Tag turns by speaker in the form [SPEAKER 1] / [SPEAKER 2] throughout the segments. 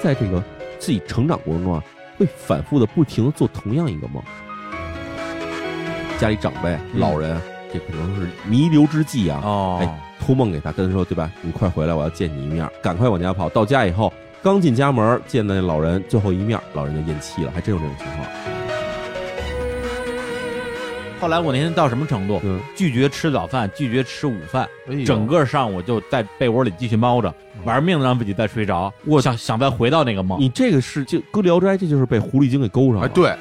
[SPEAKER 1] 在这个自己成长过程中啊，会反复的不停的做同样一个梦。家里长辈、
[SPEAKER 2] 嗯
[SPEAKER 1] 老人，这可能是弥留之际啊，
[SPEAKER 2] 哦，
[SPEAKER 1] 哎托梦给他，跟他说，对吧？你快回来，我要见你一面儿，赶快往家跑。到家以后，刚进家门儿，见到那老人最后一面儿，老人就咽气了，还真有这种情况。
[SPEAKER 2] 哎后来我那天到什么程度？
[SPEAKER 1] 嗯，
[SPEAKER 2] 拒绝吃早饭，拒绝吃午饭，
[SPEAKER 3] 哎呦
[SPEAKER 2] 整个上午就在被窝里继续猫着，玩命的让自己再睡着。我想想再回到那个梦，
[SPEAKER 1] 你这个是就搁《聊斋》，这就是被狐狸精给勾上了。
[SPEAKER 3] 哎，对，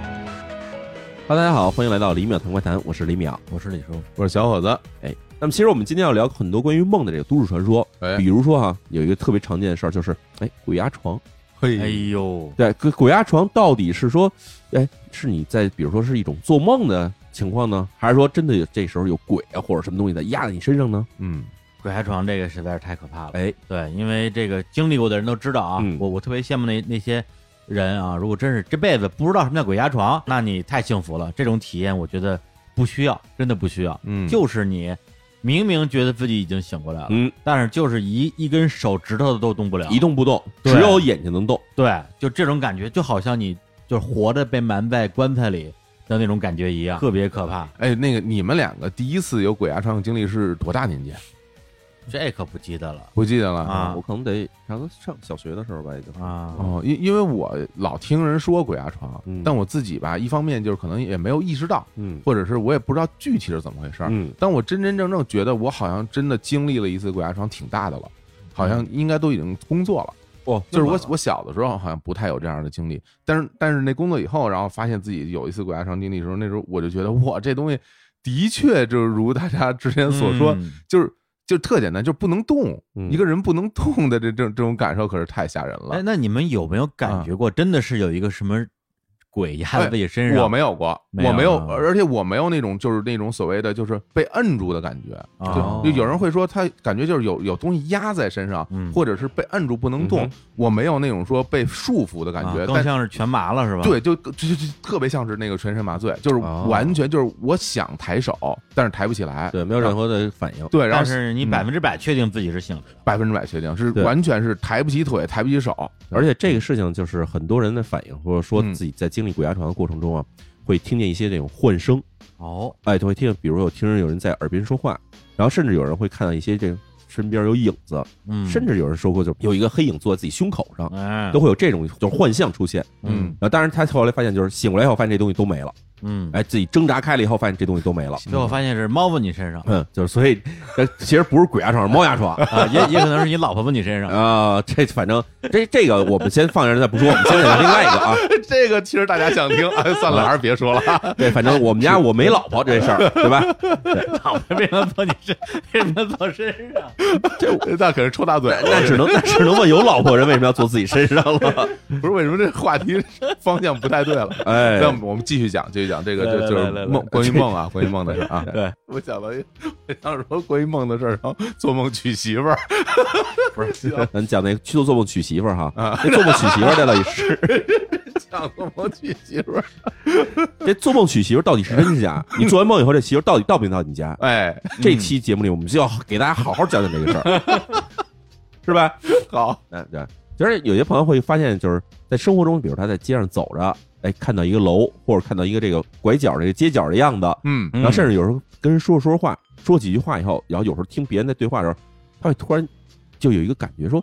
[SPEAKER 1] 哈喽，大家好，欢迎来到李淼谈怪谈，我是李淼，
[SPEAKER 2] 我是李叔，
[SPEAKER 3] 我是小伙子，
[SPEAKER 1] 哎那么其实我们今天要聊很多关于梦的这个都市传说，
[SPEAKER 3] 哎
[SPEAKER 1] 比如说哈、有一个特别常见的事儿就是，哎，鬼压床。
[SPEAKER 2] 哎
[SPEAKER 3] 嘿，
[SPEAKER 2] 呦，
[SPEAKER 1] 对，鬼鬼压床到底是说，哎，是你在比如说是一种做梦的情况呢，还是说真的有这时候有鬼啊或者什么东西在压在你身上呢？
[SPEAKER 3] 嗯，
[SPEAKER 2] 鬼压床这个实在是太可怕了。
[SPEAKER 1] 哎，
[SPEAKER 2] 对，因为这个经历过的人都知道啊，
[SPEAKER 1] 嗯
[SPEAKER 2] 我我特别羡慕那那些人啊，如果真是这辈子不知道什么叫鬼压床，那你太幸福了。这种体验我觉得不需要，真的不需要。
[SPEAKER 3] 嗯
[SPEAKER 2] 就是你明明觉得自己已经醒过来了，
[SPEAKER 1] 嗯，
[SPEAKER 2] 但是就是一一根手指头都动不了，
[SPEAKER 1] 一动不动，
[SPEAKER 2] 对
[SPEAKER 1] 只有眼睛能动。
[SPEAKER 2] 对，就这种感觉，就好像你就是活着被埋在棺材里的那种感觉一样，特别可怕。
[SPEAKER 3] 哎，那个你们两个第一次有鬼压床的经历是多大年纪？啊
[SPEAKER 2] 这可不记得了
[SPEAKER 3] 不记得了
[SPEAKER 2] 啊
[SPEAKER 1] 我可能得上上小学的时候吧，已经。
[SPEAKER 2] 啊。
[SPEAKER 3] 哦，因因为我老听人说鬼压床，
[SPEAKER 1] 嗯
[SPEAKER 3] 但我自己吧，一方面就是可能也没有意识到，
[SPEAKER 1] 嗯
[SPEAKER 3] 或者是我也不知道具体是怎么回事儿。
[SPEAKER 1] 嗯，
[SPEAKER 3] 但我真真正正觉得我好像真的经历了一次鬼压床，挺大的了，好像应该都已经工作了。
[SPEAKER 1] 哦，
[SPEAKER 3] 就是我
[SPEAKER 1] 我
[SPEAKER 3] 我小的时候好像不太有这样的经历，但是但是那工作以后，然后发现自己有一次鬼压床经历的时候，那时候我就觉得哇，这东西的确就是如大家之前所说，
[SPEAKER 2] 嗯
[SPEAKER 3] 就是就特简单，就不能动，
[SPEAKER 1] 嗯
[SPEAKER 3] 一个人不能动的这这这种感受可是太吓人
[SPEAKER 2] 哎，
[SPEAKER 3] 了。
[SPEAKER 2] 那你们有没有感觉过，真的是有一个什么鬼压在自己身上？
[SPEAKER 3] 嗯我没有过，
[SPEAKER 2] 没有
[SPEAKER 3] 我没有，
[SPEAKER 2] 啊
[SPEAKER 3] 而且我没有那种就是那种所谓的就是被摁住的感觉。
[SPEAKER 2] 啊
[SPEAKER 1] 哦
[SPEAKER 3] 就就有人会说他感觉就是有有东西压在身上
[SPEAKER 2] 嗯，
[SPEAKER 3] 或者是被摁住不能动
[SPEAKER 1] 嗯哼。
[SPEAKER 3] 我没有那种说被束缚的感觉，
[SPEAKER 2] 啊
[SPEAKER 3] 但
[SPEAKER 2] 更像是全麻了是吧？，
[SPEAKER 3] 对，就就就就特别像是那个全身麻醉，就是
[SPEAKER 1] 哦
[SPEAKER 3] 完全就是我想抬手，但是抬不起来。
[SPEAKER 1] 对没有任何的反应。
[SPEAKER 3] 对，然
[SPEAKER 2] 但
[SPEAKER 3] 后
[SPEAKER 2] 是你
[SPEAKER 3] 嗯
[SPEAKER 2] 百分之百确定自己是醒的。
[SPEAKER 3] 百分之百确定是
[SPEAKER 1] 对
[SPEAKER 3] 完全是抬不起腿，抬不起手，
[SPEAKER 1] 而且这个事情就是很多人的反应，或者说
[SPEAKER 3] 嗯
[SPEAKER 1] 自己在经历鬼压床的过程中啊，会听见一些这种幻声，
[SPEAKER 2] 哦，
[SPEAKER 1] 哎，都会听，比如有听着有人在耳边说话，然后甚至有人会看到一些这个身边有影子，
[SPEAKER 2] 嗯，
[SPEAKER 1] 甚至有人说过就有一个黑影坐在自己胸口上，
[SPEAKER 2] 哎，
[SPEAKER 1] 都会有这种就是幻象出现。
[SPEAKER 2] 嗯
[SPEAKER 1] 然后当然他后来发现就是醒过来以后发现这东西都没了，
[SPEAKER 2] 嗯，
[SPEAKER 1] 哎，自己挣扎开了以后发现这东西都没了。
[SPEAKER 2] 最后发现是猫问你身 上
[SPEAKER 1] 嗯，就是所以，呃，其实不是鬼压床，是猫压床
[SPEAKER 2] 啊，也也可能是你老婆问你身 上。
[SPEAKER 1] 啊。这反正这这个我们先放下再不说，我们先讲另外一个啊。
[SPEAKER 3] 这个其实大家想听，哎，算了，还是别说了。
[SPEAKER 1] 对，反正我们家我没老婆这事儿，对吧？
[SPEAKER 2] 老婆为什么坐你身？为什么坐身上？
[SPEAKER 3] 那可是臭大嘴，
[SPEAKER 1] 那只能那只能问有老婆人为什么要坐自己身上了？
[SPEAKER 3] 不是为什么这 话题方向不太对了？
[SPEAKER 1] 哎
[SPEAKER 3] 那，我们继续讲，继续讲这个，
[SPEAKER 2] 来
[SPEAKER 3] 就就
[SPEAKER 2] 来来
[SPEAKER 3] 是
[SPEAKER 2] 来
[SPEAKER 3] 梦，关于梦啊，关于梦的事儿啊。
[SPEAKER 2] 对，
[SPEAKER 3] 我想到一，我想说关于梦的事儿，然后做梦娶媳妇儿，不 是
[SPEAKER 1] 咱讲那去做做梦娶媳妇儿哈，
[SPEAKER 3] 啊
[SPEAKER 1] 那做 梦娶媳妇儿这到底是
[SPEAKER 3] 想做梦娶媳妇儿，
[SPEAKER 1] 这做梦娶媳妇儿到底是真是假？你做完梦以后，这媳妇儿到底到没到你家？
[SPEAKER 3] 哎，
[SPEAKER 1] 这期节目里，我们就要给大家好好讲讲这个事儿，是 吧？
[SPEAKER 3] 好，
[SPEAKER 1] 嗯，对。就是有些朋友会发现，就是在生活中，比如他在街上走着，哎，看到一个楼或者看到一个这个拐角、这个街角的样子，
[SPEAKER 3] 嗯
[SPEAKER 1] 然后甚至有时候跟人说着说着话，说几句话以后，然后有时候听别人在对话的时候，他会突然就有一个感觉说，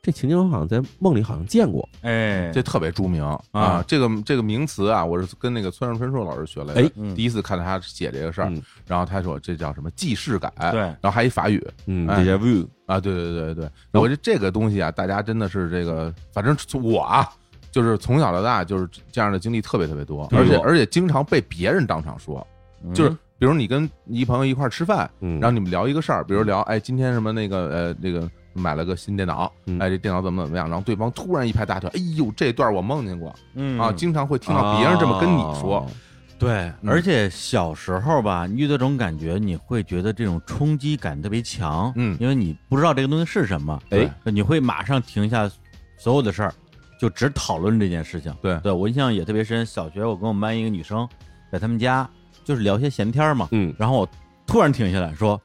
[SPEAKER 1] 这情景我好像在梦里好像见过，
[SPEAKER 2] 哎，
[SPEAKER 3] 这特别著名啊
[SPEAKER 2] 啊！
[SPEAKER 3] 这个这个名词啊，我是跟那个村上春树老师学来的
[SPEAKER 1] 哎。
[SPEAKER 2] 嗯
[SPEAKER 3] 第一次看到他写这个事儿
[SPEAKER 1] 嗯，
[SPEAKER 3] 然后他说这叫什么既视感，
[SPEAKER 2] 对
[SPEAKER 3] 然后还一法语
[SPEAKER 1] 嗯
[SPEAKER 3] 哎
[SPEAKER 1] ，deja vu，
[SPEAKER 3] 啊，对对对对对。
[SPEAKER 1] 哦
[SPEAKER 3] 我觉得这个东西啊，大家真的是这个，反正我啊，就是从小到大就是这样的经历特别特别多，
[SPEAKER 1] 嗯
[SPEAKER 3] 而且而且经常被别人当场说，
[SPEAKER 2] 嗯
[SPEAKER 3] 就是比如你跟一朋友一块儿吃饭，
[SPEAKER 1] 嗯，
[SPEAKER 3] 然后你们聊一个事儿，比如聊，哎，今天什么那个呃，这个买了个新电脑
[SPEAKER 1] 嗯，
[SPEAKER 3] 哎，这电脑怎么怎么样？然后对方突然一拍大腿，哎呦，这段我梦见过
[SPEAKER 2] 嗯
[SPEAKER 3] 啊，经常会听到别人这么跟你说
[SPEAKER 1] 哦，，
[SPEAKER 2] 对，而且小时候吧，你遇到这种感觉，你会觉得这种冲击感特别强，
[SPEAKER 3] 嗯
[SPEAKER 2] 因为你不知道这个东西是什么，
[SPEAKER 1] 哎
[SPEAKER 2] 对，你会马上停下所有的事儿，就只讨论这件事情。
[SPEAKER 3] 对
[SPEAKER 2] 对我印象也特别深，小学我跟我们班一个女生在他们家就是聊些闲天儿嘛，
[SPEAKER 1] 嗯
[SPEAKER 2] 然后我突然停下来说：“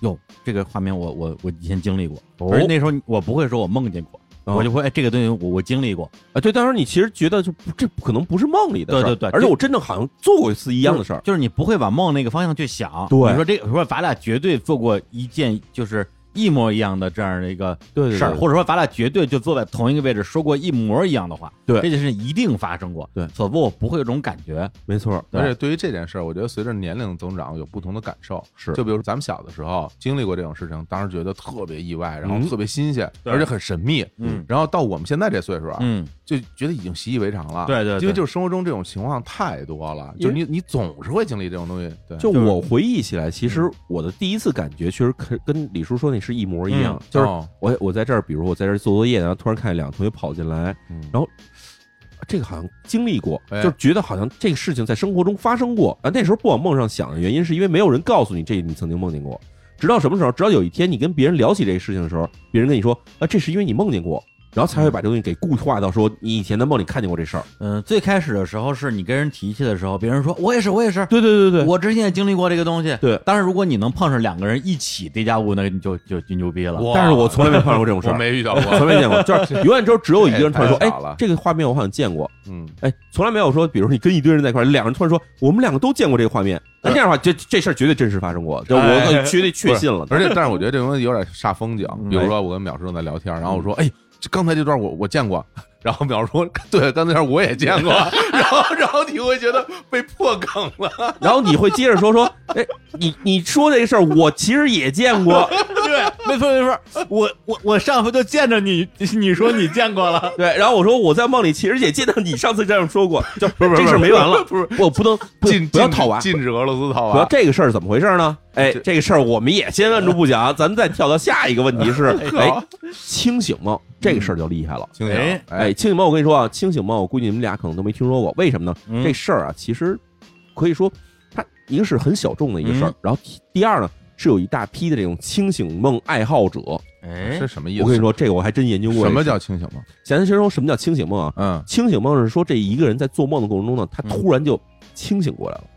[SPEAKER 2] 哟，这个画面我我我以前经历过，
[SPEAKER 1] 哦
[SPEAKER 2] 而那时候我不会说我梦见过，
[SPEAKER 1] 哦
[SPEAKER 2] 我就会哎这个东西我我经历过，
[SPEAKER 1] 啊，对，当时你其实觉得就不这可能不是梦里的事儿，
[SPEAKER 2] 对对对
[SPEAKER 1] 而且我真的好像做过一次一样的事儿，
[SPEAKER 2] 就是你不会往梦那个方向去想。
[SPEAKER 1] 对
[SPEAKER 2] 你说这个，说咱俩绝对做过一件就是一模一样的这样的一个
[SPEAKER 1] 对
[SPEAKER 2] 事儿，
[SPEAKER 1] 或
[SPEAKER 2] 或者说咱俩绝对就坐在同一个位置说过一模一样的话，
[SPEAKER 1] 对
[SPEAKER 2] 这件事情一定发生过，
[SPEAKER 1] 对
[SPEAKER 2] 否则我不会有这种感觉，
[SPEAKER 1] 没错，
[SPEAKER 2] 对
[SPEAKER 3] 而且对于这件事儿，我觉得随着年龄增长有不同的感受。
[SPEAKER 1] 是
[SPEAKER 3] 就比如咱们小的时候经历过这种事情，当时觉得特别意外，然后
[SPEAKER 1] 嗯
[SPEAKER 3] 特别新鲜，
[SPEAKER 2] 对
[SPEAKER 3] 而且很神秘。
[SPEAKER 2] 嗯
[SPEAKER 3] 然后到我们现在这岁数啊，
[SPEAKER 2] 嗯，啊
[SPEAKER 3] 就觉得已经习以为常了。
[SPEAKER 2] 对对对
[SPEAKER 3] 因为就是生活中这种情况太多了，
[SPEAKER 1] 因
[SPEAKER 3] 就
[SPEAKER 1] 为
[SPEAKER 3] 是你你总是会经历这种东西。对，
[SPEAKER 1] 就
[SPEAKER 2] 就是
[SPEAKER 1] 我回忆起来，其实我的第一次感觉确实跟跟李叔说那是一模一样，
[SPEAKER 2] 嗯
[SPEAKER 1] 就是
[SPEAKER 3] 哦
[SPEAKER 1] 我我在这儿，比如我在这儿做作业，然后突然看见两个同学跑进来，
[SPEAKER 3] 嗯
[SPEAKER 1] 然后这个好像经历过，
[SPEAKER 3] 哎
[SPEAKER 1] 就是觉得好像这个事情在生活中发生过啊。那时候不往梦上想的原因，是因为没有人告诉你这你曾经梦见过。直到什么时候？直到有一天你跟别人聊起这个事情的时候，别人跟你说啊，这是因为你梦见过，然后才
[SPEAKER 3] 嗯
[SPEAKER 1] 会把这东西给固化到说你以前的梦里看见过这事儿。
[SPEAKER 2] 嗯，最开始的时候是你跟人提起的时候，别人说我也是，我也是。
[SPEAKER 1] 对对对对，
[SPEAKER 2] 我之前也经历过这个东西，
[SPEAKER 1] 对
[SPEAKER 2] 当然，如果你能碰上两个人一起叠加物，那你就就就牛逼了。
[SPEAKER 3] 哇
[SPEAKER 1] 但是我从来没碰到过这种事
[SPEAKER 3] 我
[SPEAKER 1] 儿，
[SPEAKER 3] 没遇到过。
[SPEAKER 1] 从来没见过， 就是永远只有只有一个人突然说，
[SPEAKER 3] 太
[SPEAKER 1] 哎
[SPEAKER 3] 少了，
[SPEAKER 1] 这个画面我好像见过，
[SPEAKER 3] 嗯，
[SPEAKER 1] 哎，从来没有说，比如说你跟一堆人在一块儿，两人突然说我们两个都见过这个画面，那
[SPEAKER 3] 对
[SPEAKER 1] 这样的话，这这事儿绝对真实发生过，就
[SPEAKER 3] 哎
[SPEAKER 1] 我绝对确信了。
[SPEAKER 3] 而且，但是我觉得这东西有点煞风景。
[SPEAKER 2] 嗯
[SPEAKER 3] 比如说，我跟淼叔正在聊天，然后
[SPEAKER 1] 嗯
[SPEAKER 3] 我说：“哎，这刚才这段我我见过。”然后淼叔说：“对，刚才那段我也 见过。”然后，然后你会觉得被破梗了。
[SPEAKER 1] 然后你会接着说说，哎，你你说这个事儿，我其实也见过，
[SPEAKER 2] 对，没错没错，我我我上回就见着你，你说你见过了，
[SPEAKER 1] 对。然后我说我在梦里其实也见到你上次这样说 过，就
[SPEAKER 3] 不是不是
[SPEAKER 1] 这事儿没完了，
[SPEAKER 3] 不是
[SPEAKER 1] 我不能不
[SPEAKER 3] 禁
[SPEAKER 1] 不要
[SPEAKER 3] 禁止
[SPEAKER 1] 套娃。
[SPEAKER 3] 禁止俄罗斯套
[SPEAKER 1] 主要
[SPEAKER 3] 娃。
[SPEAKER 1] 这个事儿怎么回事呢？哎，
[SPEAKER 3] 这
[SPEAKER 1] 这个事儿我们也先按住不讲，咱们再跳到下一个问 题是，哎
[SPEAKER 3] 好，
[SPEAKER 1] 清醒梦这个事儿就厉害了。
[SPEAKER 3] 清
[SPEAKER 2] 哎
[SPEAKER 3] 醒，
[SPEAKER 1] 哎，，清醒梦，我跟你说啊，清醒梦，我估计你们俩可能都没听说过，为什么呢？
[SPEAKER 2] 嗯
[SPEAKER 1] 这事儿啊，其实可以说，它一个是很小众的一个事儿，
[SPEAKER 2] 嗯
[SPEAKER 1] 然后第第二呢，是有一大批的这种清醒梦爱好者。
[SPEAKER 2] 哎
[SPEAKER 3] 这，什么意思？
[SPEAKER 1] 我跟你说，这个我还真研究过。
[SPEAKER 3] 什么？叫清醒吗？
[SPEAKER 1] 简单先说什么叫清醒梦啊？
[SPEAKER 3] 嗯，
[SPEAKER 1] 清醒梦是说这一个人在做梦的过程中呢，他突然就清醒过来了。
[SPEAKER 3] 哦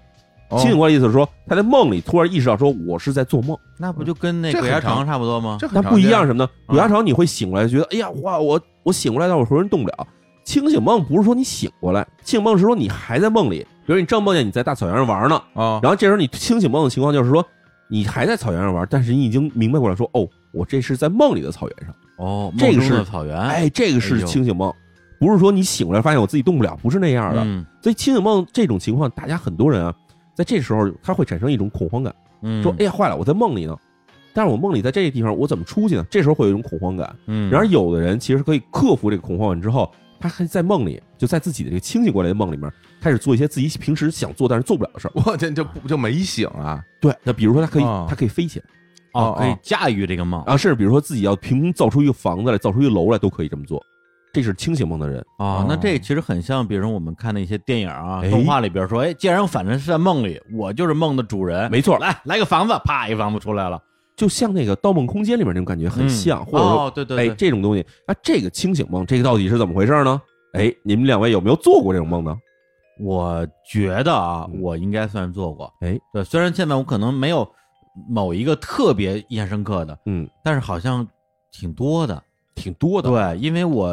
[SPEAKER 1] 清醒过来的意思是说，他在梦里突然意识到，说我是在做梦。
[SPEAKER 2] 那不就跟那
[SPEAKER 3] 这
[SPEAKER 2] 鬼压
[SPEAKER 3] 很常
[SPEAKER 2] 床差不多吗？
[SPEAKER 3] 这很
[SPEAKER 1] 但
[SPEAKER 3] 常
[SPEAKER 1] 不一
[SPEAKER 3] 见
[SPEAKER 1] 样是什么呢？
[SPEAKER 2] 嗯
[SPEAKER 1] 鬼压床你会醒过来，觉得哎呀哇，我我醒过来，但我浑身动不了。清醒梦不是说你醒过来，清醒梦是说你还在梦里，比如你正梦见你在大草原上玩呢，
[SPEAKER 2] 哦
[SPEAKER 3] 啊。
[SPEAKER 1] 然后这时候你清醒梦的情况就是说你还在草原上玩，但是你已经明白过来说哦，我这是在梦里的草原上，
[SPEAKER 2] 哦，
[SPEAKER 1] 这个
[SPEAKER 2] 梦中的
[SPEAKER 1] 是
[SPEAKER 2] 草原，
[SPEAKER 1] 哎，这个
[SPEAKER 2] 哎
[SPEAKER 1] 是
[SPEAKER 2] 呦
[SPEAKER 1] 清醒梦，不是说你醒过来发现我自己动不了，不是那样的。
[SPEAKER 2] 嗯
[SPEAKER 1] 所以清醒梦这种情况，大家很多人啊，在这时候他会产生一种恐慌感。
[SPEAKER 2] 嗯，
[SPEAKER 1] 说哎呀坏了，我在梦里呢，但是我梦里在这个地方我怎么出去呢？这时候会有一种恐慌感。
[SPEAKER 2] 嗯，
[SPEAKER 1] 然而有的人其实可以克服这个恐慌感之后，他还在梦里，就在自己的这个清醒过来的梦里面，开始做一些自己平时想做但是做不了的事儿。
[SPEAKER 3] 我这就就没醒啊！
[SPEAKER 1] 对，那比如说他可以、
[SPEAKER 3] 哦
[SPEAKER 1] 他可以飞起来
[SPEAKER 2] 哦
[SPEAKER 3] 哦，
[SPEAKER 2] 可以驾驭这个梦
[SPEAKER 1] 啊，甚至比如说自己要凭空造出一个房子来，造出一个楼来，都可以这么做。这是清醒梦的人，
[SPEAKER 3] 啊
[SPEAKER 2] 哦，那这其实很像，比如说我们看的一些电影啊、
[SPEAKER 1] 哎
[SPEAKER 2] 动画里边说，哎，既然我反正是在梦里，我就是梦的主人，
[SPEAKER 1] 没错，
[SPEAKER 2] 来来个房子，啪，一房子出来了，
[SPEAKER 1] 就像那个《盗梦空间》里面那种感觉很
[SPEAKER 2] 嗯
[SPEAKER 1] 像，或者说
[SPEAKER 2] 哦，对对
[SPEAKER 1] 哎
[SPEAKER 2] 对，
[SPEAKER 1] 这种东西，那这个清醒梦，这个到底是怎么回事呢？哎，你们两位有没有做过这种梦呢？
[SPEAKER 2] 我觉得啊，
[SPEAKER 1] 嗯
[SPEAKER 2] 我应该算做过。
[SPEAKER 1] 哎，
[SPEAKER 2] 对，虽然现在我可能没有某一个特别印象深刻的，
[SPEAKER 1] 嗯，
[SPEAKER 2] 但是好像挺多的。
[SPEAKER 1] 挺多的，
[SPEAKER 2] 对，因为我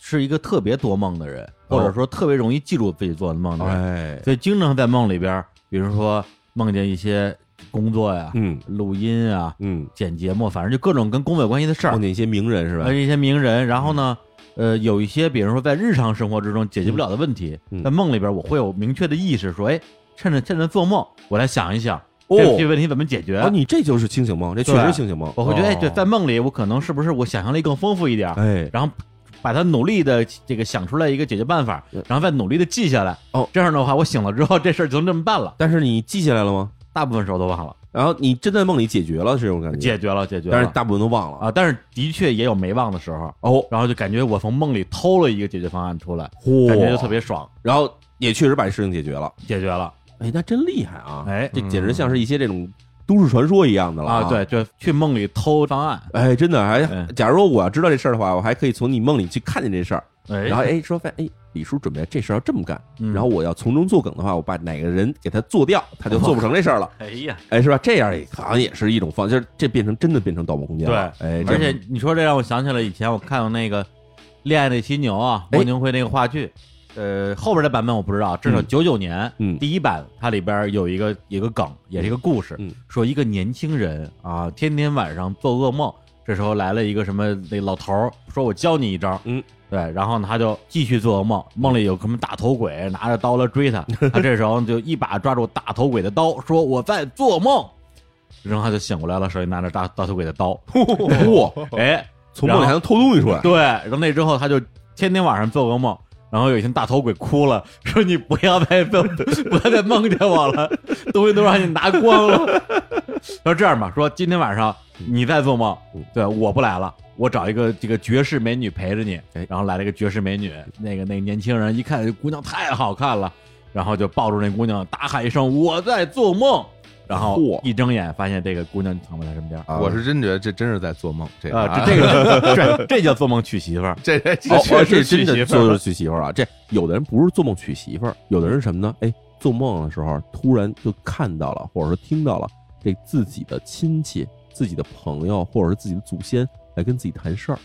[SPEAKER 2] 是一个特别多梦的人，
[SPEAKER 1] 哦
[SPEAKER 2] 或者说特别容易记住自己做的梦的人，
[SPEAKER 1] 哎，
[SPEAKER 2] 所以经常在梦里边儿，比如说梦见一些工作呀、
[SPEAKER 1] 嗯
[SPEAKER 2] 录音啊、
[SPEAKER 1] 嗯，
[SPEAKER 2] 剪节目，反正就各种跟工作有关系的事儿
[SPEAKER 1] 梦，见一些名人是吧
[SPEAKER 2] 呃，？一些名人。然后
[SPEAKER 1] 嗯
[SPEAKER 2] 呢，呃，有一些比如说在日常生活之中解决不了的问题，
[SPEAKER 1] 嗯嗯
[SPEAKER 2] 在梦里边我会有明确的意识，说，哎，趁着趁着做梦，我来想一想
[SPEAKER 1] 哦
[SPEAKER 2] 这这问题怎么解决。
[SPEAKER 1] 啊，你这就是清醒梦，这确实
[SPEAKER 2] 对
[SPEAKER 1] 是清醒梦。
[SPEAKER 2] 我会觉得，哎，
[SPEAKER 3] 哦
[SPEAKER 2] 对，在梦里我可能是不是我想象力更丰富一点儿，
[SPEAKER 1] 哎，
[SPEAKER 2] 然后把它努力的这个想出来一个解决办法
[SPEAKER 1] 嗯，
[SPEAKER 2] 然后再努力的记下来。
[SPEAKER 1] 哦，
[SPEAKER 2] 这样的话，我醒了之后这事儿就能这么办了。
[SPEAKER 1] 但是你记下来了吗？
[SPEAKER 2] 大部分时候都忘了，
[SPEAKER 1] 然后你真在梦里解决了这种感觉，
[SPEAKER 2] 解决了，解决了。
[SPEAKER 1] 但是大部分都忘了。
[SPEAKER 2] 啊，但是的确也有没忘的时候，
[SPEAKER 1] 哦，
[SPEAKER 2] 然后就感觉我从梦里偷了一个解决方案出来，
[SPEAKER 1] 嚯
[SPEAKER 2] 感觉就特别爽。
[SPEAKER 1] 然后也确实把事情解决了。
[SPEAKER 2] 解决了。
[SPEAKER 1] 哎，那真厉害啊！
[SPEAKER 2] 哎
[SPEAKER 1] 这简直像是一些这种都市传说一样的了
[SPEAKER 2] 啊，对，对，去梦里偷档案，
[SPEAKER 1] 哎，真的还
[SPEAKER 2] 嗯，
[SPEAKER 1] 假如说我要知道这事儿的话，我还可以从你梦里去看见这事儿，
[SPEAKER 2] 哎
[SPEAKER 1] 然后哎说发现哎李叔准备这事儿要这么干，
[SPEAKER 2] 嗯
[SPEAKER 1] 然后我要从中作梗的话，我把哪个人给他做掉，他就做不成这事儿了，
[SPEAKER 2] 哎呀，
[SPEAKER 1] 哎，是吧？这样也好像也是一种方，就是这变成真的变成盗梦空间了，哎，这
[SPEAKER 2] 而且你说这让我想起来以前我看过那个《恋爱的犀牛》啊，
[SPEAKER 1] 哎
[SPEAKER 2] 莫宁辉那个话剧，呃，后边的版本我不知道，至少
[SPEAKER 1] 嗯
[SPEAKER 2] 九九年，
[SPEAKER 1] 嗯
[SPEAKER 2] 第一版它里边有一个有一个梗，也是一个故事，
[SPEAKER 1] 嗯
[SPEAKER 2] 说一个年轻人啊，天天晚上做噩梦，这时候来了一个什么那老头儿，说我教你一招，
[SPEAKER 1] 嗯。
[SPEAKER 2] 对，然后呢，他就继续做噩梦，梦里有什么大头鬼拿着刀来 追他，他这时候就一把抓住大头鬼的刀，说我在做梦，然后他就醒过来了，手里拿着大大头鬼的 刀，
[SPEAKER 1] 哇，
[SPEAKER 2] 哎，
[SPEAKER 1] 从梦里还能偷东西出来，
[SPEAKER 2] 对，然后那之后他就天天晚上做噩梦，然后有一天大头鬼哭了，说你不要再梦，不要再梦见我了， 东西都让你拿光了。 说这样吧，说今天晚上你再做梦
[SPEAKER 1] 嗯，
[SPEAKER 2] 对，我不来了。我找一个这个绝世美女陪着你
[SPEAKER 1] 哎，
[SPEAKER 2] 然后来了一个绝世美女，那个那个年轻人一看这姑娘太好看了，然后就抱住那姑娘大喊一声我在做梦，然后
[SPEAKER 1] 嚯
[SPEAKER 2] 一睁眼发现这个姑娘就躺在他身边
[SPEAKER 1] 啊
[SPEAKER 2] 儿
[SPEAKER 3] 我是真觉得这真是在做梦，这个
[SPEAKER 2] 啊，
[SPEAKER 3] 啊
[SPEAKER 2] 这这个这这叫做梦娶媳妇儿，
[SPEAKER 3] 这这
[SPEAKER 1] 哦，
[SPEAKER 3] 确
[SPEAKER 1] 哦这
[SPEAKER 3] 实娶
[SPEAKER 1] 真
[SPEAKER 3] 媳
[SPEAKER 1] 的
[SPEAKER 3] 妇儿
[SPEAKER 1] 就是
[SPEAKER 3] 了
[SPEAKER 1] 娶媳妇儿啊！这有的人不是做梦娶媳妇儿，有的人是什么呢？哎，做梦的时候突然就看到了，或者说听到了这自己的亲戚、自己的朋友，或者是自己的祖先来跟自己谈事儿，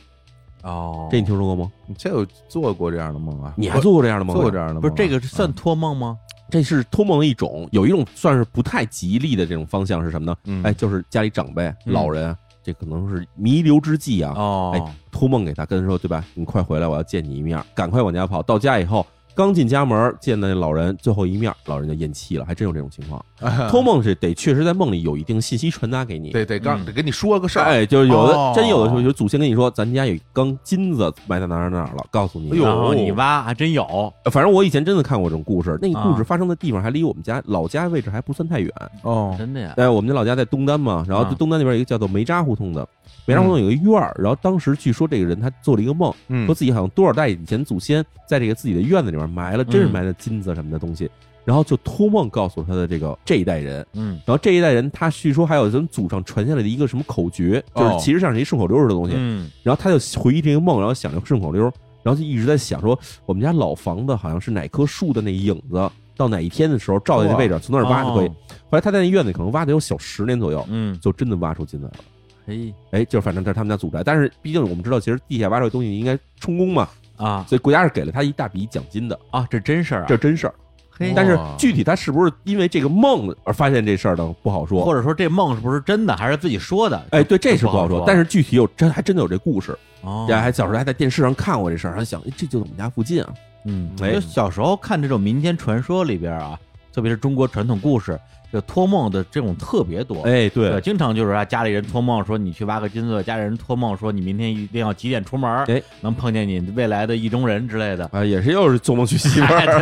[SPEAKER 2] 哦
[SPEAKER 1] 这你听说过吗？
[SPEAKER 3] 这有做过这样的梦啊？
[SPEAKER 1] 你还做过这样的梦？
[SPEAKER 3] 做过这，样的梦啊？
[SPEAKER 2] 不是这个是算托梦吗？
[SPEAKER 1] 这是托梦的一种，有一种算是不太吉利的这种方向是什么呢？
[SPEAKER 2] 嗯
[SPEAKER 1] 哎，就是家里长辈、
[SPEAKER 2] 嗯
[SPEAKER 1] 老人，这可能是弥留之际啊，
[SPEAKER 2] 哦，
[SPEAKER 1] 托梦给他，跟他说对吧？你快回来，我要见你一面儿，赶快往家跑。到家以后，刚进家门儿见到那老人最后一面儿，老人就咽气了，还真有这种情况。托梦是得确实在梦里有一定信息传达给你。
[SPEAKER 3] 得得刚
[SPEAKER 2] 嗯
[SPEAKER 3] 得跟你说个事儿。
[SPEAKER 1] 哎，就是有的、
[SPEAKER 3] 哦
[SPEAKER 1] 真有的时候，有祖先跟你说，咱家有一缸金子埋在哪儿哪儿哪儿了，告诉你。
[SPEAKER 3] 哎呦
[SPEAKER 2] 然后你挖还真有
[SPEAKER 1] 呃反正我以前真的看过这种故事，那个故
[SPEAKER 2] 啊
[SPEAKER 1] 事发生的地方还离我们家老家位置还不算太远。
[SPEAKER 3] 哦，
[SPEAKER 2] 真的呀，
[SPEAKER 1] 哎，我们家老家在东单嘛，然后
[SPEAKER 2] 啊
[SPEAKER 1] 就东单那边有一个叫做梅扎胡同的，梅扎胡同有一院儿，然后当时据说这个人他做了一个梦，
[SPEAKER 3] 嗯
[SPEAKER 1] 说，自己好像多少代以前祖先在这个自己的院子里面埋了，真是
[SPEAKER 2] 嗯
[SPEAKER 1] 埋了金子什么的东西，然后就托梦告诉他的这个这一代人，
[SPEAKER 2] 嗯
[SPEAKER 1] 然后这一代人他据说还有咱祖上传下来的一个什么口诀，就是
[SPEAKER 3] 哦
[SPEAKER 1] 其实像是一顺口溜似的东西，
[SPEAKER 2] 嗯
[SPEAKER 1] 然后他就回忆这个梦，然后想着顺口溜，然后就一直在想说我们家老房子好像是哪棵树的那影子。到哪一天的时候照在那位置，从那儿挖就可以。
[SPEAKER 2] 哦
[SPEAKER 1] 后来他在那院子里可能挖得有小十年左右，
[SPEAKER 2] 嗯，
[SPEAKER 1] 就真的挖出金子来了。
[SPEAKER 2] 嘿
[SPEAKER 1] 哎，就是反正这是他们家祖宅，但是毕竟我们知道，其实地下挖出来的东西应该充公嘛，
[SPEAKER 2] 啊
[SPEAKER 1] 所以国家是给了他一大笔奖金的，
[SPEAKER 2] 啊，这真事儿啊，
[SPEAKER 1] 这真事儿。
[SPEAKER 2] 嘿
[SPEAKER 1] 但是具体他是不是因为这个梦而发现这事儿呢？不好说。
[SPEAKER 2] 或者说这梦是不是真的，还是自己说的？
[SPEAKER 1] 哎，对，这是
[SPEAKER 2] 不
[SPEAKER 1] 不
[SPEAKER 2] 好
[SPEAKER 1] 好
[SPEAKER 2] 说
[SPEAKER 1] 说。但是具体有真还真的有这故事，
[SPEAKER 2] 哦，
[SPEAKER 1] 还小时候还在电视上看过这事儿，还想哎这就在我们家附近啊。
[SPEAKER 2] 嗯，
[SPEAKER 1] 哎
[SPEAKER 2] 就小时候看这种民间传说里边啊，特别是中国传统故事，这托梦的这种特别多。
[SPEAKER 1] 哎，对
[SPEAKER 2] 对，，经常就是啊，家里人托梦说你去挖个金子，家里人托梦说你明天一定要几点出门，
[SPEAKER 1] 哎，
[SPEAKER 2] 能碰见你未来的意中人之类的。
[SPEAKER 1] 啊，也是又是做梦娶媳妇
[SPEAKER 2] 哎
[SPEAKER 1] 儿。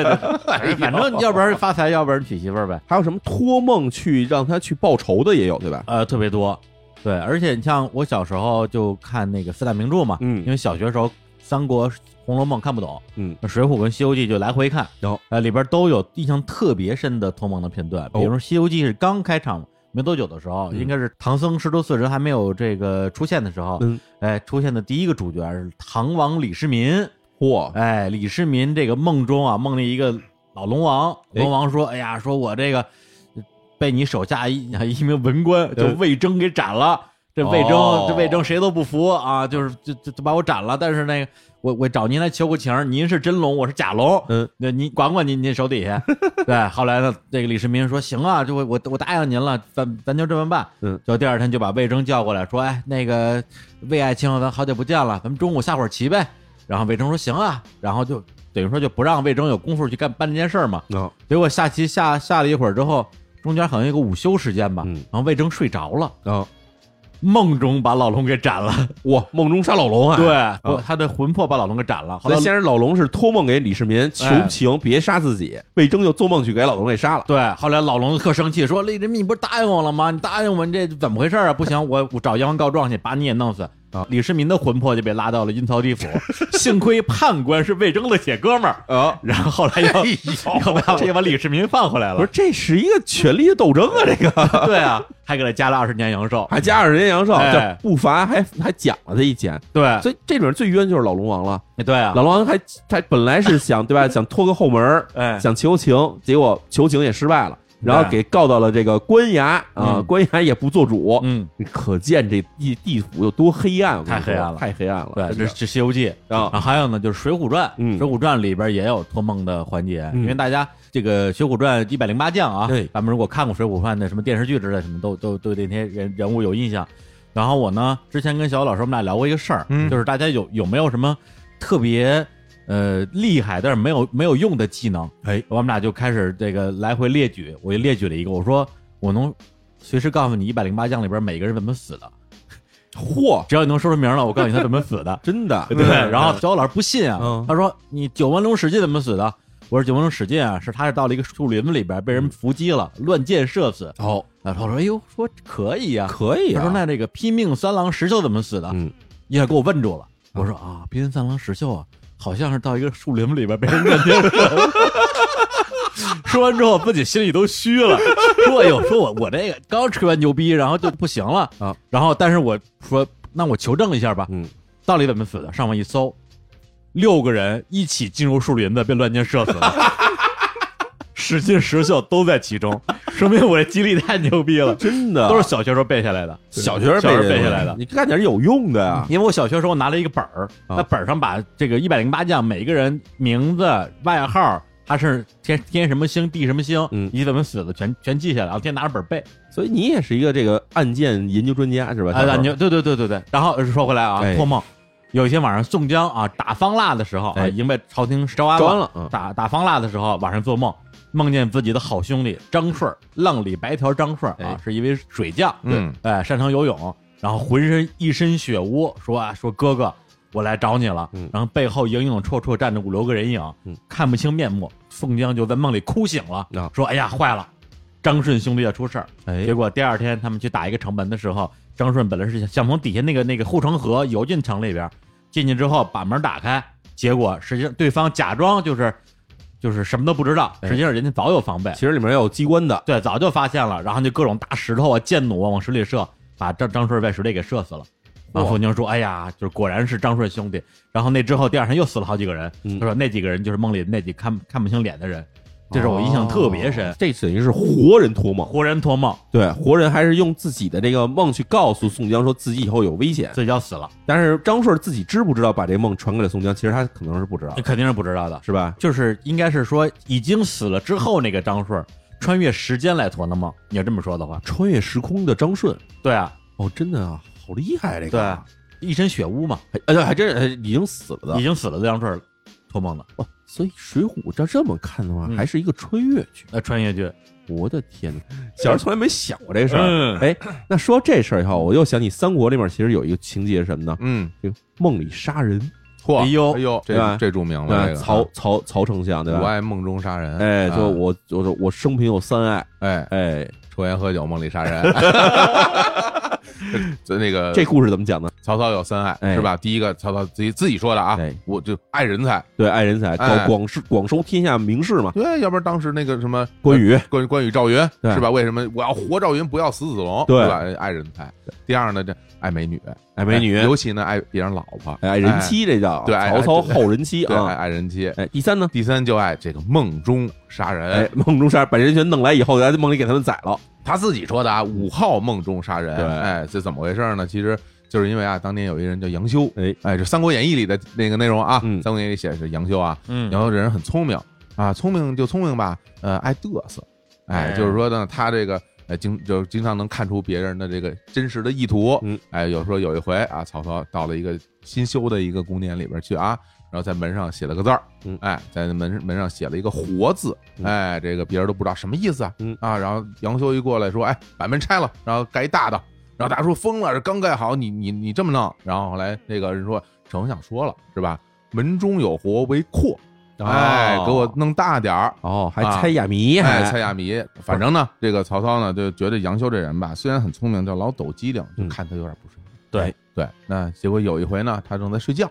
[SPEAKER 2] 对对对反正要不然发财，要不然娶媳妇儿呗。
[SPEAKER 1] 还有什么托梦去让他去报仇的也有，对吧？
[SPEAKER 2] 呃，特别多。对，而且你像我小时候就看那个四大名著嘛，
[SPEAKER 1] 嗯
[SPEAKER 2] 因为小学时候三国、红楼梦看不懂，
[SPEAKER 1] 嗯，
[SPEAKER 2] 水浒跟西游记就来回看，
[SPEAKER 1] 有
[SPEAKER 2] 呃里边都有印象特别深的托梦的片段，比如说西游记是刚开场。没多久的时候，
[SPEAKER 1] 哦嗯
[SPEAKER 2] 应该是唐僧师徒四人还没有这个出现的时候，
[SPEAKER 1] 嗯，
[SPEAKER 2] 哎，出现的第一个主角是唐王李世民，
[SPEAKER 1] 嚯，
[SPEAKER 2] 哎，李世民这个梦中啊，梦里一个老龙王，
[SPEAKER 1] 哎
[SPEAKER 2] 龙王说：“哎呀，说我这个被你手下一啊一名文官就魏征给斩了。这魏征，
[SPEAKER 1] 哦
[SPEAKER 2] 这魏征谁都不服啊，就是就就就把我斩了。但是那个，我我找您来求个情儿，您是真龙，我是假龙，
[SPEAKER 1] 嗯，
[SPEAKER 2] 那您管管您您手 底下。对，后来呢，这个李世民说：行啊，就我我我答应您了，咱咱就这么办。
[SPEAKER 1] 嗯，
[SPEAKER 2] 就第二天就把魏征叫过来，说：哎，那个魏爱卿，咱好久不见了，咱们中午下会儿棋呗。然后魏征说行啊，然后就等于说就不让魏征有功夫去干办这件事儿嘛。
[SPEAKER 1] 那
[SPEAKER 2] 结果下棋下下了一会儿之后，中间好像有个午休时间吧，
[SPEAKER 1] 嗯
[SPEAKER 2] 然后魏征睡着了，
[SPEAKER 1] 啊，
[SPEAKER 2] 梦中把老龙给斩了。
[SPEAKER 1] 哇，梦中杀老龙啊！
[SPEAKER 2] 对，不他的魂魄把老龙给斩了。后
[SPEAKER 1] 所
[SPEAKER 2] 来
[SPEAKER 1] 以先是老龙是托梦给李世民求情，别杀自己。魏征就做梦去给老龙给杀了。
[SPEAKER 2] 对，后来老龙特生气，说：“李志密，你不是答应我了吗？你答应我，你这怎么回事啊？不行，我我找阎王告状去，把你也弄死。”
[SPEAKER 3] 啊
[SPEAKER 2] 李世民的魂魄就被拉到了阴曹地府， 幸亏判官是魏征的铁哥们儿，
[SPEAKER 3] 啊，
[SPEAKER 2] 然后后来要要把要把李世民放回来
[SPEAKER 1] 哎不
[SPEAKER 2] 了
[SPEAKER 1] 是，，这是一个权力的斗争啊！这个
[SPEAKER 2] 对啊，还给他加了二十年阳寿，
[SPEAKER 1] 还加上人家杨少，
[SPEAKER 2] 哎啊
[SPEAKER 1] 这不罚还还奖了他一钱，
[SPEAKER 2] 对
[SPEAKER 1] 所以这里面最冤就是老龙王了。
[SPEAKER 2] 对啊
[SPEAKER 1] 老，龙王还他本来是想对吧，想拖个后门儿，
[SPEAKER 2] 哎，
[SPEAKER 1] 想求情，结果求情也失败了，然后
[SPEAKER 2] 对
[SPEAKER 1] 给告到了这个官衙啊，
[SPEAKER 2] 嗯
[SPEAKER 1] 官衙也不做主，
[SPEAKER 2] 嗯，
[SPEAKER 1] 可见这地地府有多黑暗，我跟你
[SPEAKER 2] 太黑暗
[SPEAKER 1] 说
[SPEAKER 2] 了
[SPEAKER 1] 太黑暗了，
[SPEAKER 2] 对，这
[SPEAKER 1] 真的
[SPEAKER 2] 这《西游记》
[SPEAKER 1] 啊
[SPEAKER 2] 然后还有呢，就是《水浒传》。
[SPEAKER 1] 嗯
[SPEAKER 2] 水浒传》里边也有托梦的环节，
[SPEAKER 1] 嗯
[SPEAKER 2] 因为大家这个《水浒传》一百零八将啊
[SPEAKER 1] 对，
[SPEAKER 2] 咱们如果看过《水浒传》的什么电视剧之类，什么都都对那些人人物有印象。然后我呢，之前跟小老师我们俩聊过一个事儿，
[SPEAKER 3] 嗯
[SPEAKER 2] 就是大家有有没有什么特别呃厉害但是没有没有用的技能？
[SPEAKER 1] 哎，
[SPEAKER 2] 我们俩就开始这个来回列举，我就列举了一个，我说我能随时告诉你一百零八将里边每个人怎么死的，
[SPEAKER 1] 嚯，
[SPEAKER 2] 只要你能说出名来，我告诉你他怎么死的。
[SPEAKER 1] 真的
[SPEAKER 2] 对，然后小欧老师不信啊
[SPEAKER 1] 嗯，
[SPEAKER 2] 他说你九纹龙史进怎么死的？我说九纹龙史进啊，是他是到了一个树林子里边被人伏击了，乱箭射死。
[SPEAKER 1] 哦，
[SPEAKER 2] 然后我说哎呦，说可以呀、
[SPEAKER 1] 可以
[SPEAKER 2] 他
[SPEAKER 1] 啊，
[SPEAKER 2] 说那这个拼命三郎石秀怎么死的？
[SPEAKER 1] 嗯，
[SPEAKER 2] 一下给我问住了。我说啊，拼命三郎石秀啊，好像是到一个树林子里边被人乱箭射的。 说完之后，自己心里都虚了， 说：“哎呦，说我我这个刚吹完牛逼，然后就不行了
[SPEAKER 1] 啊。”
[SPEAKER 2] 然后，但是我说：“那我求证一下吧。”
[SPEAKER 1] 嗯，
[SPEAKER 2] 到底怎么死的？上网一搜，六个人一起进入树林子，被乱箭射死 了。史进、石秀都在其中，说明我这记忆力太牛逼了，
[SPEAKER 1] 真的
[SPEAKER 2] 都是小学时候背下来的。
[SPEAKER 1] 啊小学
[SPEAKER 2] 小学
[SPEAKER 1] 背
[SPEAKER 2] 背下来的嗯
[SPEAKER 1] 你干点有用的呀，
[SPEAKER 2] 因为我小学时候我拿了一个本儿，
[SPEAKER 1] 啊
[SPEAKER 2] 那本儿上把这个一百零八将每一个人名字、外号，他是天天什么星、地什么星，
[SPEAKER 1] 嗯
[SPEAKER 2] 以及怎么死的全全记下来，然后天天拿着本儿背。
[SPEAKER 1] 所以你也是一个这个案件研究专家是吧？
[SPEAKER 2] 啊，你对对对对对。然后说回来啊，
[SPEAKER 1] 哎
[SPEAKER 2] 托梦，有一天晚上宋江啊打方腊的时候啊，
[SPEAKER 1] 哎
[SPEAKER 2] 已经被朝廷招安
[SPEAKER 1] 招安了嗯
[SPEAKER 2] 打打方腊的时候，晚上做梦，梦见自己的好兄弟张顺儿，浪里白条张顺儿啊
[SPEAKER 1] 哎，
[SPEAKER 2] 是一位水将，
[SPEAKER 3] 嗯
[SPEAKER 2] 对，哎，擅长游泳，然后浑身一身血污，说啊说哥哥。我来找你了
[SPEAKER 1] 嗯，
[SPEAKER 2] 然后背后影影绰绰站着五六个人影
[SPEAKER 1] 嗯，
[SPEAKER 2] 看不清面目。宋江就在梦里哭醒了
[SPEAKER 1] 啊，
[SPEAKER 2] 说：“哎呀，坏了，张顺兄弟要出事儿。”
[SPEAKER 1] 哎
[SPEAKER 2] 结果第二天他们去打一个城门的时候，张顺本来是想从底下那个那个护城河游进城里边，进去之后把门打开，结果实际上对方假装就是就是什么都不知道，
[SPEAKER 1] 哎
[SPEAKER 2] 实际上人家早有防备，
[SPEAKER 1] 其实里面要有机关的，
[SPEAKER 2] 对，早就发现了，然后就各种大石头啊、箭弩啊往水里射，把张张顺被水里给射死了。然后
[SPEAKER 1] 哇
[SPEAKER 2] 冯宁说：“哎呀，就是果然是张顺兄弟。”然后那之后，第二天又死了好几个人。
[SPEAKER 1] 嗯
[SPEAKER 2] 他说那几个人就是梦里那几看看不清脸的人，这是我印象特别深。
[SPEAKER 1] 哦这等于是活人托梦，
[SPEAKER 2] 活人托梦，
[SPEAKER 1] 对，活人还是用自己的这个梦去告诉宋江说自己以后有危险，
[SPEAKER 2] 自己要死了，
[SPEAKER 1] 但是张顺自己知不知道把这梦传给了宋江？其实他可能是不知道
[SPEAKER 2] 那，肯定是不知道的。
[SPEAKER 1] 是吧？
[SPEAKER 2] 就是应该是说已经死了之后那个张顺穿越时间来托的梦。你要这么说的话，
[SPEAKER 1] 穿越时空的张顺，
[SPEAKER 2] 对啊，
[SPEAKER 1] 哦，真的啊，好厉害这
[SPEAKER 2] 对
[SPEAKER 1] 个啊，，
[SPEAKER 2] 一身血污嘛，
[SPEAKER 1] 哎哎对，还真是哎已经死了
[SPEAKER 2] 已
[SPEAKER 1] 的。
[SPEAKER 2] 经死了的张顺托梦的，
[SPEAKER 1] 哦所以《水浒》照这么看的话，
[SPEAKER 2] 嗯
[SPEAKER 1] 还是一个穿越剧。
[SPEAKER 2] 那穿越剧，
[SPEAKER 1] 我的天哪， 小时候从来没想过这事儿。
[SPEAKER 2] 嗯，
[SPEAKER 1] 哎，那说这事儿以后，我又想起三国里面其实有一个情节是什么呢？
[SPEAKER 3] 嗯，
[SPEAKER 1] 这个梦里杀人，
[SPEAKER 3] 嚯，
[SPEAKER 2] 哎呦
[SPEAKER 3] 哎呦，
[SPEAKER 1] 对吧
[SPEAKER 3] 这这著名
[SPEAKER 1] 对
[SPEAKER 3] 了，
[SPEAKER 1] 吧
[SPEAKER 3] 这？个啊嗯
[SPEAKER 1] 曹曹曹丞相，对
[SPEAKER 3] 我
[SPEAKER 1] 吧？
[SPEAKER 3] 爱梦中杀人，
[SPEAKER 1] 哎，
[SPEAKER 3] 啊
[SPEAKER 1] 就我我我生平有三爱，
[SPEAKER 3] 哎，
[SPEAKER 1] 哎，
[SPEAKER 3] 抽烟喝酒，梦里杀 人。这那个
[SPEAKER 1] 这故事怎么讲呢？
[SPEAKER 3] 曹操有三爱
[SPEAKER 1] 哎
[SPEAKER 3] 是吧？第一个曹操自己自己说的啊
[SPEAKER 1] 对，
[SPEAKER 3] 我就爱人才。
[SPEAKER 1] 哎对，爱人才，
[SPEAKER 3] 哎
[SPEAKER 1] 广广收广收天下名士嘛。
[SPEAKER 3] 对，要不然当时那个什么
[SPEAKER 1] 关羽
[SPEAKER 3] 关关羽赵云
[SPEAKER 1] 对
[SPEAKER 3] 是吧？为什么我要活赵云，不要死子龙？
[SPEAKER 1] 对
[SPEAKER 3] 是吧？爱人才。第二呢，这爱美女，
[SPEAKER 1] 爱美女，
[SPEAKER 3] 哎尤其呢爱别人老婆，
[SPEAKER 1] 哎，人妻这叫
[SPEAKER 3] 对哎
[SPEAKER 1] 曹操好人妻
[SPEAKER 3] 对，爱
[SPEAKER 1] 啊。
[SPEAKER 3] 爱人妻。
[SPEAKER 1] 哎，第三呢？
[SPEAKER 3] 第三就爱这个梦中杀
[SPEAKER 1] 哎
[SPEAKER 3] 人，，
[SPEAKER 1] 梦中杀把人全弄来以后，在梦里给他们宰了。
[SPEAKER 3] 他自己说的啊，五号梦中杀人。
[SPEAKER 1] 对
[SPEAKER 3] 哎，这怎么回事呢？其实就是因为啊，当年有一人叫杨修，
[SPEAKER 1] 哎
[SPEAKER 3] 哎，这《三国演义》里的那个内容啊，
[SPEAKER 1] 嗯
[SPEAKER 3] 三国演义》里写的是杨修啊，
[SPEAKER 2] 嗯，
[SPEAKER 3] 然后这人很聪明啊，聪明就聪明吧，呃，爱嘚瑟，哎，
[SPEAKER 2] 哎
[SPEAKER 3] 就是说呢，他这个呃经就经常能看出别人的这个真实的意图，
[SPEAKER 1] 嗯，
[SPEAKER 3] 哎，有时候有一回啊，曹操到了一个新修的一个宫殿里边去啊，然后在门上写了个字儿，
[SPEAKER 1] 嗯
[SPEAKER 3] 哎，在门门上写了一个“活”字，
[SPEAKER 1] 嗯
[SPEAKER 3] 哎，这个别人都不知道什么意思啊，
[SPEAKER 1] 嗯
[SPEAKER 3] 啊，然后杨修一过来说，哎，把门拆了，然后盖一大的，然后大家说疯了，这刚盖好，你你你这么弄，然后后来那个人说，丞相说了是吧？门中有活为阔，哎，给我弄大点儿。
[SPEAKER 1] 哦，还
[SPEAKER 3] 啊
[SPEAKER 1] 猜哑谜，
[SPEAKER 3] 哎，猜
[SPEAKER 1] 还
[SPEAKER 3] 哑谜，反正呢，这个曹操呢就觉得杨修这人吧，虽然很聪明，叫老抖机灵，就
[SPEAKER 1] 嗯
[SPEAKER 3] 看他有点不顺眼。哎
[SPEAKER 2] 对，
[SPEAKER 3] 对，那结果有一回呢，他正在睡觉，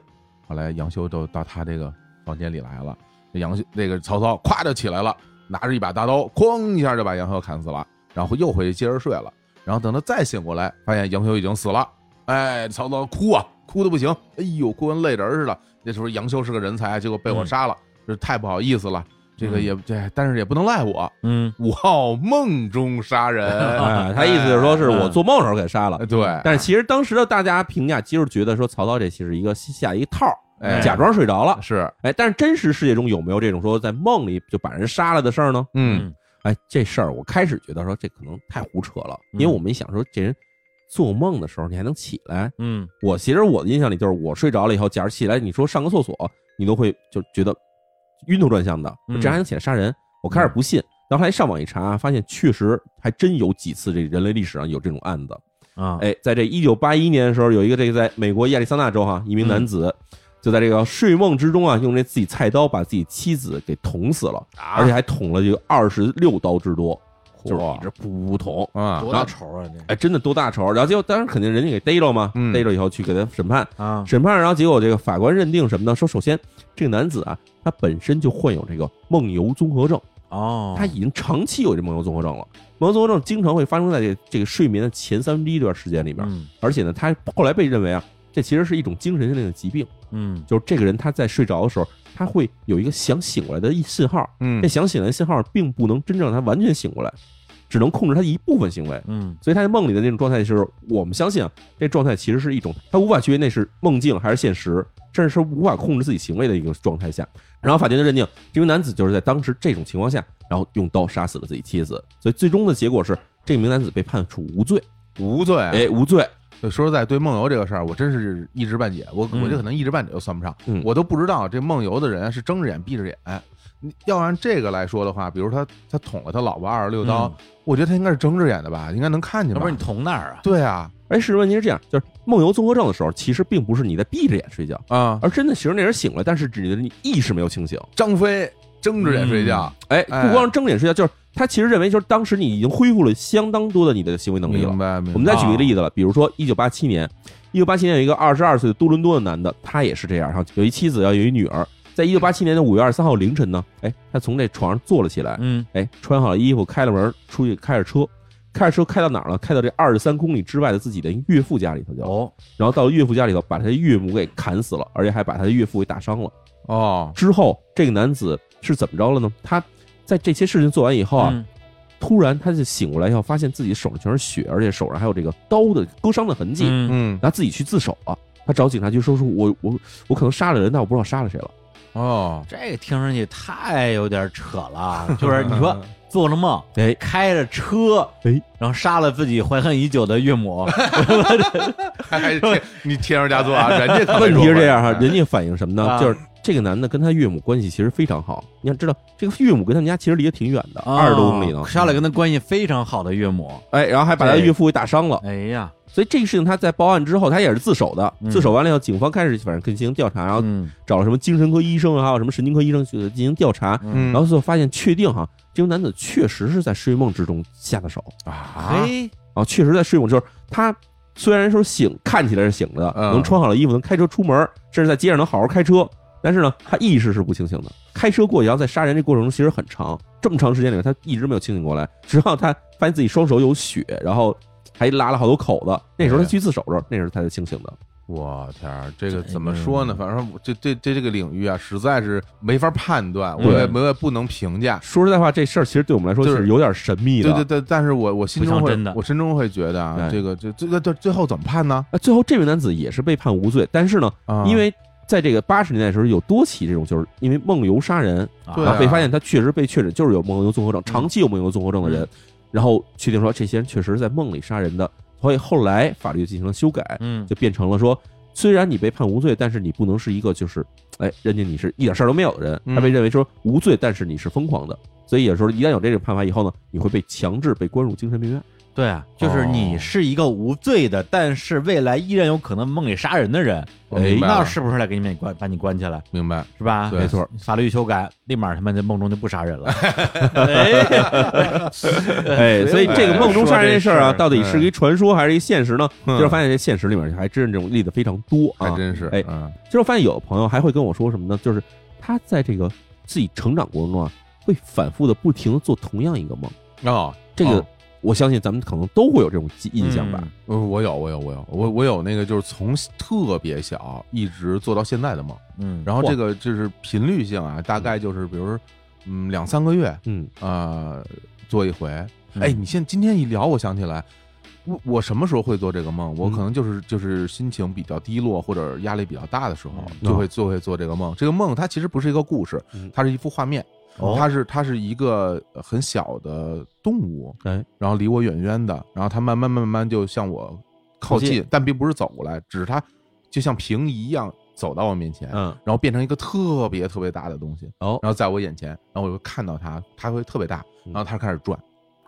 [SPEAKER 3] 后来杨修就到他这个房间里来了，这杨修这个曹操咵就起来了，拿着一把大刀，哐一下就把杨修砍死了，然后又回去接着睡了，然后等他再醒过来，发现杨修已经死了，哎，曹操哭啊，哭的不行，哎呦，哭跟泪人似的，那时候杨修是个人才，结果被我杀了，这太不好意思了。这个
[SPEAKER 1] 嗯
[SPEAKER 3] 也这，但是也不能赖我，
[SPEAKER 2] 嗯，
[SPEAKER 3] 我好梦中杀人。
[SPEAKER 1] 哎，他意思就是说是我做梦的时候给杀了
[SPEAKER 3] 啊嗯哎，，对，
[SPEAKER 1] 但是其实当时的大家评价就是觉得说曹操这其实一个下一套，
[SPEAKER 3] 哎
[SPEAKER 1] 假装睡着了。
[SPEAKER 3] 是，
[SPEAKER 1] 哎，但是真实世界中有没有这种说在梦里就把人杀了的事儿呢？
[SPEAKER 3] 嗯
[SPEAKER 1] 哎，这事儿我开始觉得说这可能太胡扯了，因
[SPEAKER 2] 嗯
[SPEAKER 1] 为我们一想说这人做梦的时候你还能起来，
[SPEAKER 2] 嗯，
[SPEAKER 1] 我其实我的印象里就是我睡着了以后，假如起来你说上个厕所，你都会就觉得晕头转向的，
[SPEAKER 2] 嗯
[SPEAKER 1] 这还能起来杀人？我开始不信，然后后来上网一查，发现确实还真有几次这人类历史上有这种案子。
[SPEAKER 2] 啊，
[SPEAKER 1] 哎，在这一九八一年的时候，有一个这个在美国亚利桑那州哈，一名男子就在这个睡梦之中啊，用这自己菜刀把自己妻子给捅死了，
[SPEAKER 3] 啊
[SPEAKER 1] 而且还捅了这个二十六刀之多，就是一直噗噗捅。
[SPEAKER 3] 啊，
[SPEAKER 2] 多大仇啊你
[SPEAKER 1] 哎，真的多大仇！然后结果当然肯定人家给逮着嘛，
[SPEAKER 3] 嗯
[SPEAKER 1] 逮着以后去给他审判，
[SPEAKER 2] 啊，
[SPEAKER 1] 审判，然后结果这个法官认定什么呢？说首先这个男子啊，他本身就患有这个梦游综合症，
[SPEAKER 2] 哦，
[SPEAKER 1] 他已经长期有这梦游综合症了。梦游综合症经常会发生在这这个睡眠的前三分之一这段时间里边，
[SPEAKER 2] 嗯
[SPEAKER 1] 而且呢，他后来被认为啊，这其实是一种精神性的疾病，
[SPEAKER 2] 嗯
[SPEAKER 1] 就是这个人他在睡着的时候，他会有一个想醒过来的一信号，
[SPEAKER 3] 嗯
[SPEAKER 1] 这，想醒来的信号并不能真正让他完全醒过来，只能控制他一部分行为。
[SPEAKER 2] 嗯
[SPEAKER 1] 所以他在梦里的那种状态，就是我们相信啊，这状态其实是一种他无法区别那是梦境还是现实，甚至是无法控制自己行为的一个状态下。然后法庭就认定这名男子就是在当时这种情况下，然后用刀杀死了自己妻子。所以最终的结果是，这名男子被判处无罪，
[SPEAKER 3] 无罪。啊
[SPEAKER 1] 哎，无罪。
[SPEAKER 3] 说实在，对梦游这个事儿，我真是一知半解。我
[SPEAKER 2] 嗯
[SPEAKER 3] 我这可能一知半解都算不上
[SPEAKER 1] 嗯，
[SPEAKER 3] 我都不知道这梦游的人是睁着眼闭着眼。你要按这个来说的话，比如他他捅了他老婆二十六刀
[SPEAKER 2] 嗯，
[SPEAKER 3] 我觉得他应该是睁着眼的吧，应该能看见
[SPEAKER 2] 要
[SPEAKER 3] 吧
[SPEAKER 2] 不然？你捅哪儿啊？
[SPEAKER 3] 对啊，
[SPEAKER 1] 而哎事实问题是这样，就是梦游综合症的时候，其实并不是你在闭着眼睡觉，
[SPEAKER 3] 啊，
[SPEAKER 1] 而真的其实那人醒了，但是只是你意识没有清醒。
[SPEAKER 3] 张飞睁着眼睡觉，
[SPEAKER 1] 哎，
[SPEAKER 3] 哎
[SPEAKER 1] 不光是睁着眼睡觉，就是他其实认为就是当时你已经恢复了相当多的你的行为能力了
[SPEAKER 3] 明。白？啊明白
[SPEAKER 1] 我们再举一个例子了，比如说一九八七年，一九八七年有一个二十二岁的多伦多的男的，他也是这样，然后有一妻子，然后有一女儿。在一九八七年的五月二十三号凌晨呢，哎，他从这床上坐了起来，
[SPEAKER 2] 嗯
[SPEAKER 1] 哎，穿好了衣服，开了门，出去开着车，开着车开到哪儿了？开到这二十三公里之外的自己的岳父家里头去了。
[SPEAKER 2] 哦，
[SPEAKER 1] 然后到了岳父家里头，把他的岳母给砍死了，而且还把他的岳父给打伤了。
[SPEAKER 3] 哦，
[SPEAKER 1] 之后，这个男子是怎么着了呢？他在这些事情做完以后啊，
[SPEAKER 2] 嗯
[SPEAKER 1] 突然他就醒过来以后，发现自己手上全是血，而且手上还有这个刀的割伤的痕迹。
[SPEAKER 2] 嗯
[SPEAKER 3] 嗯，
[SPEAKER 1] 然后自己去自首了。他找警察局说说我我我可能杀了人，但我不知道杀了谁了。
[SPEAKER 3] 哦，
[SPEAKER 2] 这听上去太有点扯 了，啊就是你说做了梦，
[SPEAKER 1] 哎，
[SPEAKER 2] 开着车，
[SPEAKER 1] 哎，
[SPEAKER 2] 然后杀了自己怀恨已久的岳母，
[SPEAKER 3] 哎，这你添油加醋啊，人家可没
[SPEAKER 1] 问
[SPEAKER 3] 说
[SPEAKER 1] 题是这样
[SPEAKER 3] 话
[SPEAKER 1] 哈，人家反映什么呢？
[SPEAKER 2] 啊
[SPEAKER 1] 就是这个男的跟他岳母关系其实非常好。你要知道，这个岳母跟他们家其实离得挺远的，二十多公里呢
[SPEAKER 2] 哦。杀了跟他关系非常好的岳母，
[SPEAKER 1] 哎，然后还把他
[SPEAKER 2] 对
[SPEAKER 1] 岳父给打伤了。
[SPEAKER 2] 哎呀，
[SPEAKER 1] 所以这个事情他在报案之后，他也是自首的。
[SPEAKER 2] 嗯
[SPEAKER 1] 自首完了以后，警方开始反正进行调查，
[SPEAKER 3] 啊
[SPEAKER 1] 然后
[SPEAKER 2] 嗯
[SPEAKER 1] 找了什么精神科医生，啊还有什么神经科医生去进行调查。
[SPEAKER 3] 嗯
[SPEAKER 1] 然后最后发现，确定哈，这名男子确实是在睡梦之中下的手。
[SPEAKER 3] 啊，
[SPEAKER 2] 嘿，
[SPEAKER 1] 啊，确实在睡梦，就是他虽然说醒，看起来是醒着的，
[SPEAKER 3] 嗯
[SPEAKER 1] 能穿好了衣服，能开车出门，甚至在街上能好好开车，但是呢，他意识是不清醒的。开车过去，然后在杀人这过程中其实很长，这么长时间里面，他一直没有清醒过来，直到他发现自己双手有血，然后还拉了好多口子。那
[SPEAKER 3] 哎
[SPEAKER 1] 时候他去自首的时候，那时候他才清醒的。
[SPEAKER 3] 我天儿，这个怎么说呢？反正我这这这这个领域啊，实在是没法判断，我
[SPEAKER 1] 对
[SPEAKER 3] 也没有不能评价。
[SPEAKER 1] 说实在话，这事儿其实对我们来说
[SPEAKER 3] 就是
[SPEAKER 1] 是有点神秘的。
[SPEAKER 3] 对对对，但是我我心中
[SPEAKER 2] 不像
[SPEAKER 3] 会
[SPEAKER 2] 真的，
[SPEAKER 3] 我心中会觉得
[SPEAKER 1] 对
[SPEAKER 3] 啊，这个这这个这最后怎么判呢？
[SPEAKER 1] 啊，最后这位男子也是被判无罪，但是呢，
[SPEAKER 3] 啊，
[SPEAKER 1] 因为在这个八十年代的时候，有多起这种就是因为梦游杀人，
[SPEAKER 2] 啊
[SPEAKER 3] 对
[SPEAKER 1] 然
[SPEAKER 3] 啊
[SPEAKER 1] 后被发现他确实被确诊就是有梦游综合症，长期有梦游综合症的人，然后确定说这些人确实在梦里杀人的，所以后来法律就进行了修改，
[SPEAKER 2] 嗯
[SPEAKER 1] 就变成了说，虽然你被判无罪，但是你不能是一个就是，哎，认定你是一点事儿都没有的人，
[SPEAKER 3] 嗯
[SPEAKER 1] 他被认为说无罪，但是你是疯狂的，所以有时候一旦有这个判罚以后呢，你会被强制被关入精神病院。
[SPEAKER 2] 对啊，就是你是一个无罪的，但是未来依然有可能梦里杀人的人，
[SPEAKER 3] 我明白了
[SPEAKER 2] 那是不是得给你们关把你关起来，
[SPEAKER 3] 明白？
[SPEAKER 2] 是吧？
[SPEAKER 3] 对没
[SPEAKER 1] 错，
[SPEAKER 2] 法律修改，立马他妈在梦中就不杀人 了。
[SPEAKER 1] 哎，所以这个梦中杀人这事儿啊，
[SPEAKER 2] 说这事儿
[SPEAKER 1] 到底是一传说还是一现实呢？
[SPEAKER 3] 嗯
[SPEAKER 1] 最后发现这现实里面还真是这种例子非常多
[SPEAKER 3] 还
[SPEAKER 1] 啊。
[SPEAKER 3] 真是，
[SPEAKER 1] 哎
[SPEAKER 3] 嗯，
[SPEAKER 1] 其实我发现有朋友还会跟我说什么呢？就是他在这个自己成长过程中啊，会反复的不停的做同样一个梦。
[SPEAKER 3] 哦，
[SPEAKER 1] 这个
[SPEAKER 3] 哦
[SPEAKER 1] 我相信咱们可能都会有这种记印象吧
[SPEAKER 2] 嗯。
[SPEAKER 3] 呃我有，我有，我有，我我有那个就是从特别小一直做到现在的梦，
[SPEAKER 2] 嗯，
[SPEAKER 3] 然后这个就是频率性啊，大概就是比如说嗯两三个月
[SPEAKER 1] 嗯，
[SPEAKER 3] 呃做一回。
[SPEAKER 2] 嗯
[SPEAKER 3] 哎，你现今天一聊，我想起来。我我什么时候会做这个梦？我可能就是就是心情比较低落或者压力比较大的时候
[SPEAKER 2] 嗯，
[SPEAKER 3] 就会就会做这个梦。这个梦它其实不是一个故事
[SPEAKER 1] 嗯，
[SPEAKER 3] 它是一幅画面，
[SPEAKER 2] 哦
[SPEAKER 3] 它是它是一个很小的动物，
[SPEAKER 1] 哎，
[SPEAKER 3] 然后离我远远的，然后它慢慢慢慢就向我靠
[SPEAKER 1] 靠
[SPEAKER 3] 近
[SPEAKER 1] 近，
[SPEAKER 3] 但并不是走过来，只是它就像平移一样走到我面前，
[SPEAKER 1] 嗯，
[SPEAKER 3] 然后变成一个特别特别大的东西，
[SPEAKER 1] 哦
[SPEAKER 3] 然后在我眼前，然后我就看到它，它会特别大，
[SPEAKER 1] 嗯
[SPEAKER 3] 然后它开始转，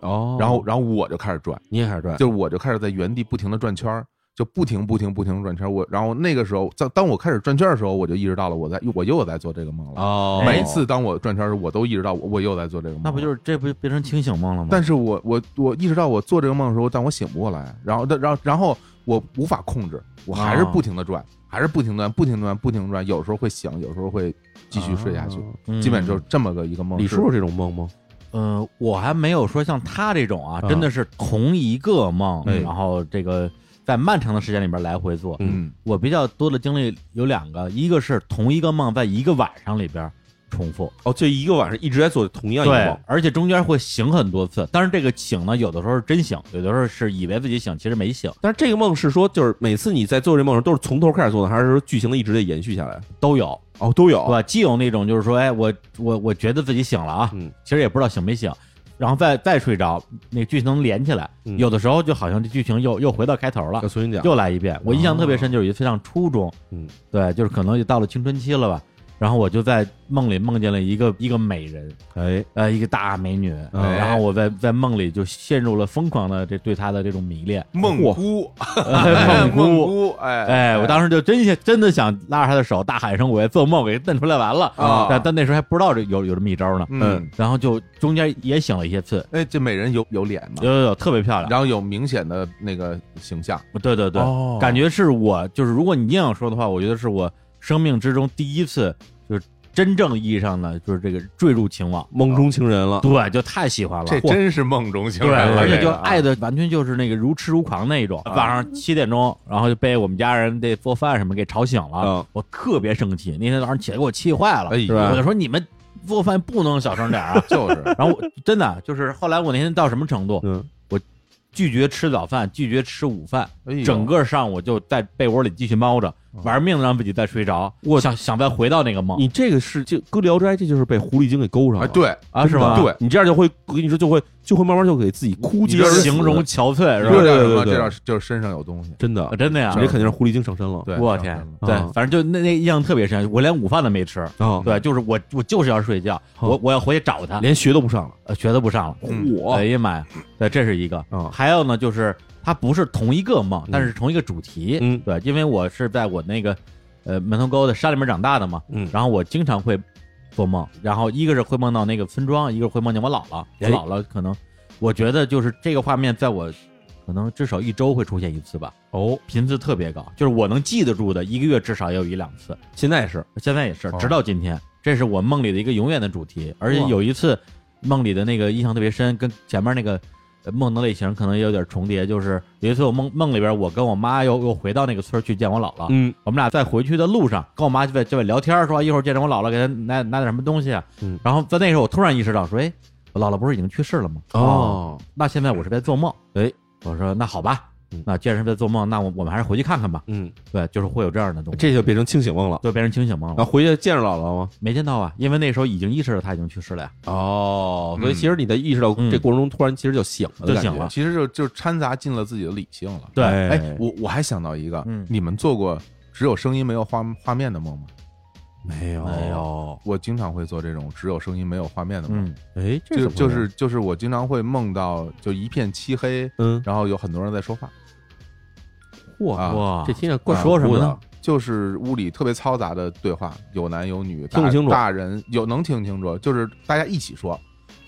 [SPEAKER 1] 哦，
[SPEAKER 3] 然后然后我就开始转，
[SPEAKER 1] 你也开始转，
[SPEAKER 3] 嗯就是我就开始在原地不停的转圈儿，就不停不停不停地转圈儿。我然后那个时候，在当我开始转圈儿的时候，我就意识到了我在我又在做这个梦了。
[SPEAKER 1] 哦
[SPEAKER 3] 每一次当我转圈儿的时候，我都意识到我我又在做这个梦了，
[SPEAKER 2] 那不就是这不就变成清醒梦了吗？
[SPEAKER 3] 但是我我我意识到我做这个梦的时候，但我醒不过来，然后但然后然后我无法控制，我还是
[SPEAKER 1] 啊
[SPEAKER 2] 哦
[SPEAKER 3] 不停的转，还是不停的不停的转，不停的转，有时候会醒，有时候会继续睡下去，
[SPEAKER 1] 哦
[SPEAKER 2] 嗯
[SPEAKER 3] 基本就是这么个一个梦。
[SPEAKER 1] 李
[SPEAKER 3] 是
[SPEAKER 1] 叔叔这种梦吗？
[SPEAKER 2] 呃，我还没有说像他这种啊，
[SPEAKER 1] 啊
[SPEAKER 2] 真的是同一个梦，
[SPEAKER 1] 哎
[SPEAKER 2] 然后这个在漫长的时间里边来回做。
[SPEAKER 3] 嗯
[SPEAKER 2] 我比较多的经历有两个，一个是同一个梦在一个晚上里边重复，
[SPEAKER 1] 哦，就一个晚上一直在做同样一个
[SPEAKER 2] 对
[SPEAKER 1] 梦，，
[SPEAKER 2] 而且中间会醒很多次。当然，这个醒呢，有的时候是真醒，有的时候是以为自己醒，其实没醒，
[SPEAKER 1] 但是这个梦是说，就是每次你在做这梦的时候，都是从头开始做的，还是说剧情的一直在延续下来？
[SPEAKER 2] 都有，
[SPEAKER 1] 哦，都有
[SPEAKER 2] 对吧？既有那种就是说，哎，我我我觉得自己醒了啊，
[SPEAKER 1] 嗯
[SPEAKER 2] 其实也不知道醒没醒，然后再再睡着，那个剧情能连起来。
[SPEAKER 1] 嗯
[SPEAKER 2] 有的时候就好像这剧情又又回到开头了
[SPEAKER 1] 要，重新讲，
[SPEAKER 2] 又来一遍。我印象特别深，就是有一次上初中，
[SPEAKER 1] 哦嗯，
[SPEAKER 2] 对，就是可能就到了青春期了吧。然后我就在梦里梦见了一个一个美人，
[SPEAKER 1] 哎，
[SPEAKER 2] 呃，一个大美女。
[SPEAKER 1] 哎
[SPEAKER 2] 然后我在在梦里就陷入了疯狂的这对她的这种迷 恋，
[SPEAKER 3] 梦姑，
[SPEAKER 1] 哎
[SPEAKER 2] 梦
[SPEAKER 3] 梦
[SPEAKER 2] 姑。
[SPEAKER 3] 姑，哎
[SPEAKER 2] 哎，我当时就真想真的想拉着她的手大喊一声“我要做梦”，给她弄出来完了。
[SPEAKER 3] 啊
[SPEAKER 2] 但但那时候还不知道这有有这么一招呢。
[SPEAKER 3] 嗯，
[SPEAKER 2] 然后就中间也醒了一些次，
[SPEAKER 3] 哎，这美人有有脸吗
[SPEAKER 2] 有？有有，特别漂亮。
[SPEAKER 3] 然后有明显的那个形象，
[SPEAKER 2] 对对对，
[SPEAKER 3] 哦
[SPEAKER 2] 感觉是我就是，如果你硬要说的话，我觉得是我生命之中第一次就是真正意义上的就是这个坠入情网，
[SPEAKER 1] 梦中情人了，
[SPEAKER 2] 对，就太喜欢了。
[SPEAKER 3] 这真是梦中情
[SPEAKER 2] 对，
[SPEAKER 3] 人了，
[SPEAKER 2] 而且
[SPEAKER 3] 这
[SPEAKER 2] 就
[SPEAKER 3] 个
[SPEAKER 2] 爱的完全就是那个如痴如狂那一种。啊晚上七点钟，然后就被我们家人得做饭什么给吵醒了
[SPEAKER 1] 嗯，
[SPEAKER 2] 我特别生气。那天早上起来给我气坏了，
[SPEAKER 3] 哎。
[SPEAKER 1] 是吧
[SPEAKER 2] 我就说你们做饭不能小声点儿 啊
[SPEAKER 3] 就是
[SPEAKER 2] 然后我真的就是后来我那天到什么程度，
[SPEAKER 1] 嗯，
[SPEAKER 2] 拒绝吃早饭，拒绝吃午饭，
[SPEAKER 3] 哎呦
[SPEAKER 2] 整个上午就在被窝里继续猫着，玩命的让自己再睡着。我想想再回到那个梦
[SPEAKER 1] 哦你这个是就搁《聊斋》，这就是被狐狸精给勾上
[SPEAKER 3] 哎
[SPEAKER 1] 了，，
[SPEAKER 3] 对，
[SPEAKER 2] 啊，是吧？
[SPEAKER 3] 对
[SPEAKER 1] 你这样就会，我跟你说就会就会慢慢就给自己枯竭
[SPEAKER 3] 你这
[SPEAKER 1] 而
[SPEAKER 3] 是
[SPEAKER 1] 死，
[SPEAKER 2] 形容憔悴是吧？
[SPEAKER 3] 这叫什么？
[SPEAKER 1] 对对对对
[SPEAKER 3] 这叫就是身上有东西，
[SPEAKER 1] 真的
[SPEAKER 2] 啊，真的呀
[SPEAKER 1] 你，这肯定是狐狸精上身了，
[SPEAKER 3] 对，
[SPEAKER 2] 我
[SPEAKER 3] 上
[SPEAKER 2] 天
[SPEAKER 3] 身了，
[SPEAKER 1] 嗯
[SPEAKER 2] 对，反正就那那印象特别深，我连午饭都没吃。
[SPEAKER 1] 啊，
[SPEAKER 2] 对，就是我，我就是要睡觉，
[SPEAKER 1] 好
[SPEAKER 2] 我我要回去找他，
[SPEAKER 1] 哦连学都不上了，
[SPEAKER 2] 呃学都不上了。
[SPEAKER 3] 嗯
[SPEAKER 1] 我
[SPEAKER 2] 哎呀妈呀，对，这是一个。
[SPEAKER 1] 啊，
[SPEAKER 2] 还有呢，就是它不是同一个梦，但是同一个主题。
[SPEAKER 1] 嗯
[SPEAKER 2] 对，因为我是在我那个呃门头沟的山里面长大的嘛，
[SPEAKER 1] 嗯
[SPEAKER 2] 然后我经常会做梦，然后一个是会梦到那个村庄，一个是会梦见我姥姥。我
[SPEAKER 1] 哎
[SPEAKER 2] 姥姥可能，我觉得就是这个画面，在我可能至少一周会出现一次吧，
[SPEAKER 1] 哦，
[SPEAKER 2] 频次特别高，就是我能记得住的，一个月至少也有一两次。
[SPEAKER 1] 现在是
[SPEAKER 2] 现在也是
[SPEAKER 3] 哦，
[SPEAKER 2] 直到今天，这是我梦里的一个永远的主题。而且有一次梦里的那个印象特别深，跟前面那个呃梦的类型可能也有点重叠。就是有一次我梦梦里边，我跟我妈又又回到那个村儿去见我姥姥，
[SPEAKER 1] 嗯
[SPEAKER 2] 我们俩在回去的路上跟我妈就在就在聊天儿，说一会儿见着我姥姥给她拿拿点什么东西啊。
[SPEAKER 1] 嗯
[SPEAKER 2] 然后在那时候我突然意识到说，哎，我姥姥不是已经去世了吗？
[SPEAKER 1] 哦，
[SPEAKER 2] 那现在我是在做梦。哎，我说那好吧
[SPEAKER 1] 嗯，
[SPEAKER 2] 那既然是在做梦，那我我们还是回去看看吧。
[SPEAKER 1] 嗯，
[SPEAKER 2] 对，就是会有这样的东西，
[SPEAKER 1] 这哦就变成清醒梦了。
[SPEAKER 2] 就变成清醒梦了
[SPEAKER 1] 然。后回去见着姥姥吗？
[SPEAKER 2] 没见到啊，因为那时候已经意识到他已经去世了呀。
[SPEAKER 1] 哦，所以
[SPEAKER 3] 嗯
[SPEAKER 1] 其实你在意识到
[SPEAKER 2] 嗯
[SPEAKER 1] 这过程中，突然其实就醒了的
[SPEAKER 2] 就
[SPEAKER 1] 感觉，
[SPEAKER 2] 醒了
[SPEAKER 3] 其实就就掺杂进了自己的理性了。
[SPEAKER 2] 对
[SPEAKER 1] 哎
[SPEAKER 3] 哎，我我还想到一个
[SPEAKER 2] 嗯，
[SPEAKER 3] 你们做过只有声音没有画画面的梦吗？
[SPEAKER 1] 没有
[SPEAKER 2] 哎，呦，
[SPEAKER 3] 我经常会做这种只有声音没有画面的梦，
[SPEAKER 2] 嗯，
[SPEAKER 1] 哎，这怎
[SPEAKER 3] 就
[SPEAKER 1] 么回
[SPEAKER 3] 就
[SPEAKER 1] 事
[SPEAKER 3] 是就是我经常会梦到就一片漆黑，
[SPEAKER 1] 嗯，
[SPEAKER 3] 然后有很多人在说话，
[SPEAKER 1] 哇，
[SPEAKER 3] 啊
[SPEAKER 2] 哇，
[SPEAKER 1] 这听着怪
[SPEAKER 3] 啊
[SPEAKER 1] 说什么
[SPEAKER 3] 我
[SPEAKER 1] 呢？
[SPEAKER 3] 就是屋里特别嘈杂的对话，有男有女，
[SPEAKER 1] 听不
[SPEAKER 3] 大
[SPEAKER 1] 清楚
[SPEAKER 3] 大人有能听清楚，就是大家一起说，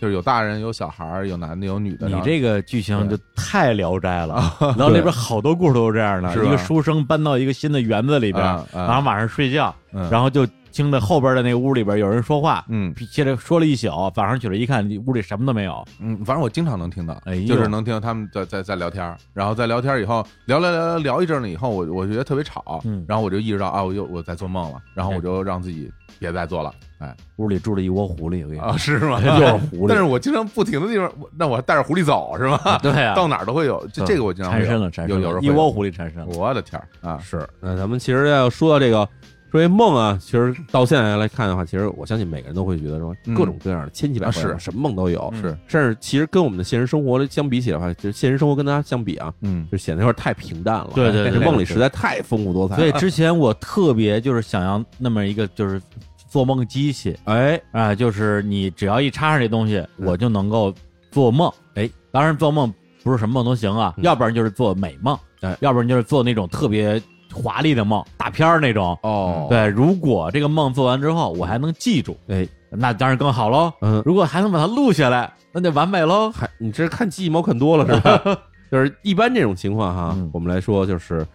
[SPEAKER 3] 就是有大人有小孩儿，有男的有女的。
[SPEAKER 2] 你
[SPEAKER 3] 然后
[SPEAKER 2] 这个剧情就太《聊斋》了，
[SPEAKER 1] 哦
[SPEAKER 2] 然后里边好多故事都是这样的，
[SPEAKER 3] 是吧
[SPEAKER 2] 一个书生搬到一个新的园子里边，
[SPEAKER 3] 啊啊
[SPEAKER 2] 然后晚上睡觉，
[SPEAKER 3] 嗯
[SPEAKER 2] 然后就听着后边的那个屋里边有人说话，
[SPEAKER 3] 嗯
[SPEAKER 2] 接着说了一宿，晚上起来一看，屋里什么都没有，
[SPEAKER 3] 嗯，反正我经常能听到，
[SPEAKER 2] 哎呦
[SPEAKER 3] 就是能听到他们在在在聊天儿，然后在聊天儿以后聊聊聊聊聊一阵儿了以后，我我觉得特别吵，
[SPEAKER 2] 嗯
[SPEAKER 3] 然后我就意识到啊，我又我在做梦了，然后我就让自己别再做了，哎
[SPEAKER 2] 屋里住着一窝狐狸，我跟你说，
[SPEAKER 3] 啊是吗？
[SPEAKER 1] 又是狐狸
[SPEAKER 3] 但是我经常不停的地方，我那我带着狐狸走是吗？
[SPEAKER 2] 对啊，
[SPEAKER 3] 到哪儿都会有，这
[SPEAKER 2] 嗯
[SPEAKER 3] 这个我经常会
[SPEAKER 2] 缠
[SPEAKER 3] 有
[SPEAKER 2] 身了，缠身
[SPEAKER 3] 有有时
[SPEAKER 2] 了，
[SPEAKER 3] 候
[SPEAKER 2] 一
[SPEAKER 3] 会有
[SPEAKER 2] 窝狐狸缠身了，
[SPEAKER 3] 我的天儿啊，
[SPEAKER 1] 是，那咱们其实要说到这个。说这梦啊，其实到现在来看的话，其实我相信每个人都会觉得说
[SPEAKER 3] 嗯
[SPEAKER 1] 各种各样的千奇百怪的，
[SPEAKER 3] 啊是
[SPEAKER 1] 什么梦都有。
[SPEAKER 2] 嗯
[SPEAKER 3] 是
[SPEAKER 1] 甚至其实跟我们的现实生活相比起来的话，就是现实生活跟大家相比啊，
[SPEAKER 3] 嗯
[SPEAKER 1] 就显得有点太平淡了。
[SPEAKER 2] 对对对
[SPEAKER 1] 这梦里
[SPEAKER 2] 对
[SPEAKER 1] 实在太丰富多彩了。
[SPEAKER 2] 所以之前我特别就是想要那么一个就是做梦机器
[SPEAKER 1] 哎，
[SPEAKER 2] 啊，就是你只要一插上这东西，
[SPEAKER 3] 嗯
[SPEAKER 2] 我就能够做梦。哎，当然做梦不是什么梦都行啊，
[SPEAKER 1] 嗯
[SPEAKER 2] 要不然就是做美梦，
[SPEAKER 1] 哎
[SPEAKER 2] 要不然就是做那种特别华丽的梦，大片儿那种。
[SPEAKER 1] 哦，
[SPEAKER 2] 对，如果这个梦做完之后我还能记住，
[SPEAKER 1] 哎，
[SPEAKER 2] 那当然更好喽。
[SPEAKER 1] 嗯，
[SPEAKER 2] 如果还能把它录下来，那就完美喽。
[SPEAKER 1] 还你这是看记忆猫看多了是吧？ 就是一般这种情况哈，
[SPEAKER 2] 嗯
[SPEAKER 1] 我们来说就是。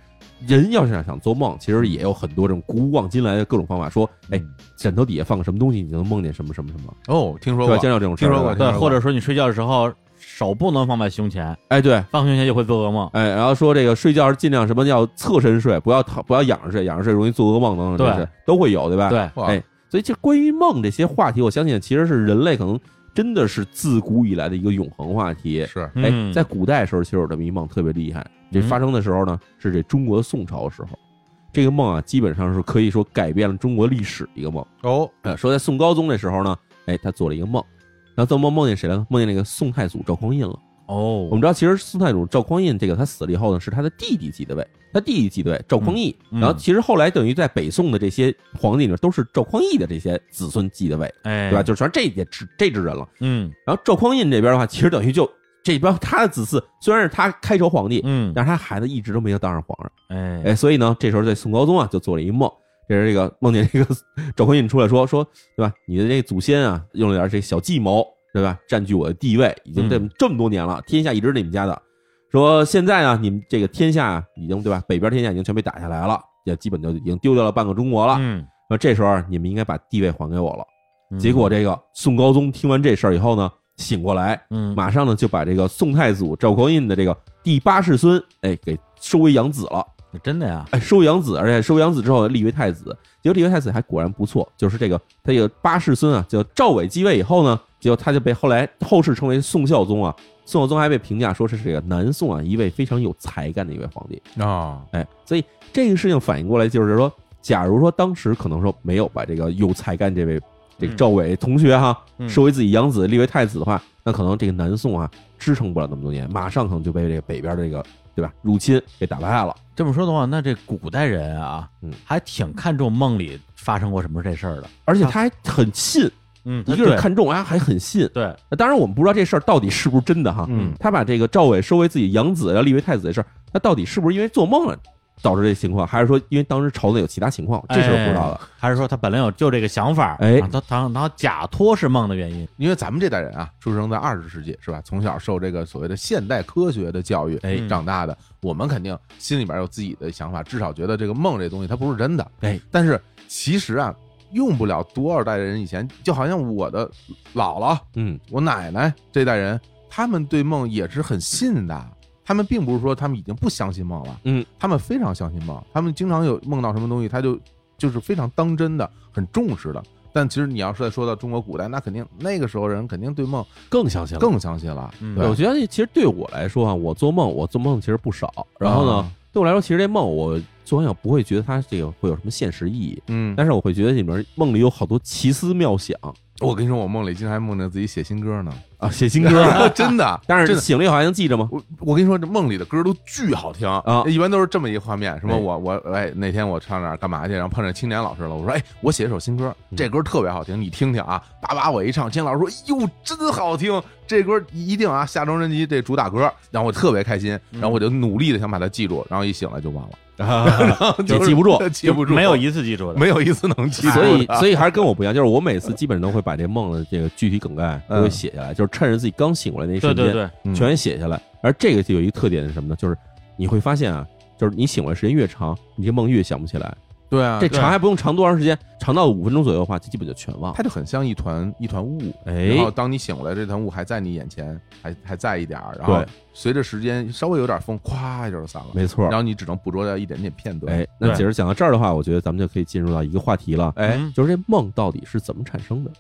[SPEAKER 1] 人要是想做梦，其实也有很多这种古往今来的各种方法，说，哎，
[SPEAKER 2] 嗯
[SPEAKER 1] 枕头底下放个什么东西，你就能梦见什么什么什么，
[SPEAKER 3] 哦，听说
[SPEAKER 1] 对
[SPEAKER 3] 过
[SPEAKER 1] 吧？经常有这种事儿
[SPEAKER 3] 听说过
[SPEAKER 1] 对吧
[SPEAKER 2] 对，
[SPEAKER 3] 明白
[SPEAKER 2] 或者说你睡觉的时候手不能放在胸前，
[SPEAKER 1] 哎，对，
[SPEAKER 2] 放胸前就会做噩梦。
[SPEAKER 1] 哎，然后说这个睡觉是尽量什么要侧身睡，不要躺，不要仰着睡，仰着睡容易做噩梦等等，这
[SPEAKER 2] 对
[SPEAKER 1] 些都会有，对吧？。
[SPEAKER 2] 对，
[SPEAKER 3] 哇
[SPEAKER 1] 哎，所以这关于梦这些话题，我相信其实是人类可能真的是自古以来的一个永恒话题。
[SPEAKER 3] 是
[SPEAKER 1] 哎，
[SPEAKER 2] 嗯
[SPEAKER 1] 在古代时候，其实有这么一梦特别厉害。这
[SPEAKER 2] 嗯
[SPEAKER 1] 发生的时候呢，是这中国的宋朝的时候。这个梦啊，基本上是可以说改变了中国历史的一个梦。
[SPEAKER 3] 哦，
[SPEAKER 1] 呃，说在宋高宗的时候呢，哎，他做了一个梦，那做梦梦见谁了呢？梦见那个宋太祖赵匡胤了。
[SPEAKER 2] 哦
[SPEAKER 1] 我们知道，其实宋太祖赵匡胤这个他死了以后呢，是他的弟弟继的位，他弟弟继的位赵匡义。
[SPEAKER 2] 嗯嗯
[SPEAKER 1] 然后其实后来等于在北宋的这些皇帝里面，都是赵匡义的这些子孙继的位，
[SPEAKER 2] 哎，
[SPEAKER 1] 对吧？就全是这这支这支人了。
[SPEAKER 2] 嗯
[SPEAKER 1] 然后赵匡胤这边的话，其实等于就这边他的子嗣虽然是他开朝皇帝，
[SPEAKER 2] 嗯，
[SPEAKER 1] 但是他孩子一直都没有当上皇上。
[SPEAKER 2] 哎
[SPEAKER 1] 哎，所以呢，这时候在宋高宗啊就做了一个梦，这是这个梦见这个赵匡胤出来说说，对吧？你的这个祖先啊，用了点这小计谋，对吧？占据我的地位，已经
[SPEAKER 2] 嗯
[SPEAKER 1] 这么这么多年了，天下一直是你们家的。说现在呢，你们这个天下啊已经对吧？北边天下已经全被打下来了，也基本就已经丢掉了半个中国了。
[SPEAKER 2] 嗯，
[SPEAKER 1] 那这时候啊你们应该把地位还给我了。
[SPEAKER 2] 嗯
[SPEAKER 1] 结果这个宋高宗听完这事儿以后呢，醒过来，
[SPEAKER 2] 嗯
[SPEAKER 1] 马上呢就把这个宋太祖赵匡胤的这个第八世孙，哎，给收为养子了。
[SPEAKER 2] 真的呀，
[SPEAKER 1] 哎，收养子，而且收养子之后立为太子，结果立为太子还果然不错，就是这个他这个八世孙啊，叫赵伟继位以后呢，结果他就被后来后世称为宋孝宗啊，宋孝宗还被评价说是这个南宋啊一位非常有才干的一位皇帝，
[SPEAKER 3] 啊，
[SPEAKER 1] 哎，所以这个事情反映过来就是说，假如说当时可能说没有把这个有才干这位这个
[SPEAKER 2] 嗯
[SPEAKER 1] 赵伟同学哈、
[SPEAKER 2] 嗯
[SPEAKER 1] 收为自己养子立为太子的话，那可能这个南宋啊支撑不了那么多年，马上可能就被这个北边的这个对吧入侵给打败了。
[SPEAKER 2] 这么说的话，那这古代人啊，
[SPEAKER 1] 嗯
[SPEAKER 2] 还挺看重梦里发生过什么这事儿的。
[SPEAKER 1] 而且他还很信，
[SPEAKER 2] 嗯
[SPEAKER 1] 一个是看中，哎，还很信。
[SPEAKER 2] 对，
[SPEAKER 1] 那当然，我们不知道这事儿到底是不是真的哈。
[SPEAKER 3] 嗯
[SPEAKER 1] 他把这个赵伟收为自己养子，要立为太子这事儿，那到底是不是因为做梦了导致这情况，还是说因为当时朝内有其他情况？这事儿不知道
[SPEAKER 3] 哎
[SPEAKER 1] 的。
[SPEAKER 2] 还是说他本来有就这个想法，
[SPEAKER 1] 哎
[SPEAKER 2] 啊他他他假托是梦的原因，
[SPEAKER 3] 因为咱们这代人啊，出生在二十世纪是吧？从小受这个所谓的现代科学的教育
[SPEAKER 2] 哎
[SPEAKER 3] 长大的，我们肯定心里边有自己的想法，至少觉得这个梦这东西它不是真的。
[SPEAKER 1] 哎，
[SPEAKER 3] 但是其实啊，用不了多少代人以前，就好像我的姥姥、
[SPEAKER 1] 嗯，
[SPEAKER 3] 我奶奶这代人，他们对梦也是很信的。他们并不是说他们已经不相信梦了，
[SPEAKER 1] 嗯，
[SPEAKER 3] 他们非常相信梦，他们经常有梦到什么东西，他就就是非常当真的，很重视的。但其实你要是再说到中国古代，那肯定那个时候人肯定对梦
[SPEAKER 1] 更相信了。
[SPEAKER 3] 更相信了。
[SPEAKER 2] 嗯
[SPEAKER 1] 对我
[SPEAKER 3] 对，
[SPEAKER 1] 觉得其实对我来说啊，我做梦，我做梦其实不少。然后呢
[SPEAKER 3] 啊，
[SPEAKER 1] 对我来说，其实这梦我做完以后不会觉得它这个会有什么现实意义，
[SPEAKER 3] 嗯
[SPEAKER 1] 但是我会觉得里面梦里有好多奇思妙想。
[SPEAKER 3] 我跟你说，我梦里经常还梦见自己写新歌呢，
[SPEAKER 1] 啊，写新歌啊，
[SPEAKER 3] 真的。
[SPEAKER 1] 但
[SPEAKER 3] 真
[SPEAKER 1] 是
[SPEAKER 3] 的
[SPEAKER 1] 醒了以后还能记着吗？
[SPEAKER 3] 我我跟你说，这梦里的歌都巨好听
[SPEAKER 1] 啊
[SPEAKER 3] 一般都是这么一个画面，什么
[SPEAKER 1] 哎
[SPEAKER 3] 我我哎那天我上哪儿干嘛去，然后碰上青年老师了，我说哎我写一首新歌，
[SPEAKER 1] 嗯
[SPEAKER 3] 这歌特别好听，你听听啊，叭叭我一唱，青年老师说哟真好听，这歌一定啊下张专辑这主打歌，然后我特别开心，
[SPEAKER 1] 嗯
[SPEAKER 3] 然后我就努力的想把它记住，然后一醒来就忘了，
[SPEAKER 1] 也啊记不住
[SPEAKER 3] 记不住，
[SPEAKER 2] 没有一次记住的。
[SPEAKER 3] 没有一次能记住，啊
[SPEAKER 1] 所以，
[SPEAKER 3] 以
[SPEAKER 1] 所以还是跟我不一样，就是我每次基本上都会把这梦的这个具体梗概都会
[SPEAKER 3] 嗯
[SPEAKER 1] 写下来，就是趁着自己刚醒过来那一
[SPEAKER 2] 对
[SPEAKER 1] 瞬
[SPEAKER 2] 对
[SPEAKER 1] 间，
[SPEAKER 2] 对，
[SPEAKER 1] 全写下来。而这个就有一个特点是什么呢？就是你会发现啊，就是你醒过来时间越长，你这梦越想不起来。
[SPEAKER 3] 对啊，
[SPEAKER 1] 这
[SPEAKER 2] 对
[SPEAKER 1] 长还不用长多长时间，长到五分钟左右的话，就基本就全忘了。
[SPEAKER 3] 它就很像一团一团雾，
[SPEAKER 1] 哎
[SPEAKER 3] 然后当你醒过来，这团雾还在你眼前，还还在一点儿，然后
[SPEAKER 1] 对
[SPEAKER 3] 随着时间稍微有点风，咵就散了，
[SPEAKER 1] 没错
[SPEAKER 3] 然。后你只能捕捉到一点点片段。
[SPEAKER 1] 哎，那
[SPEAKER 2] 对
[SPEAKER 1] 其实讲到这儿的话，我觉得咱们就可以进入到一个话题了，
[SPEAKER 3] 哎
[SPEAKER 2] 嗯
[SPEAKER 1] 就是这梦到底是怎么产生的？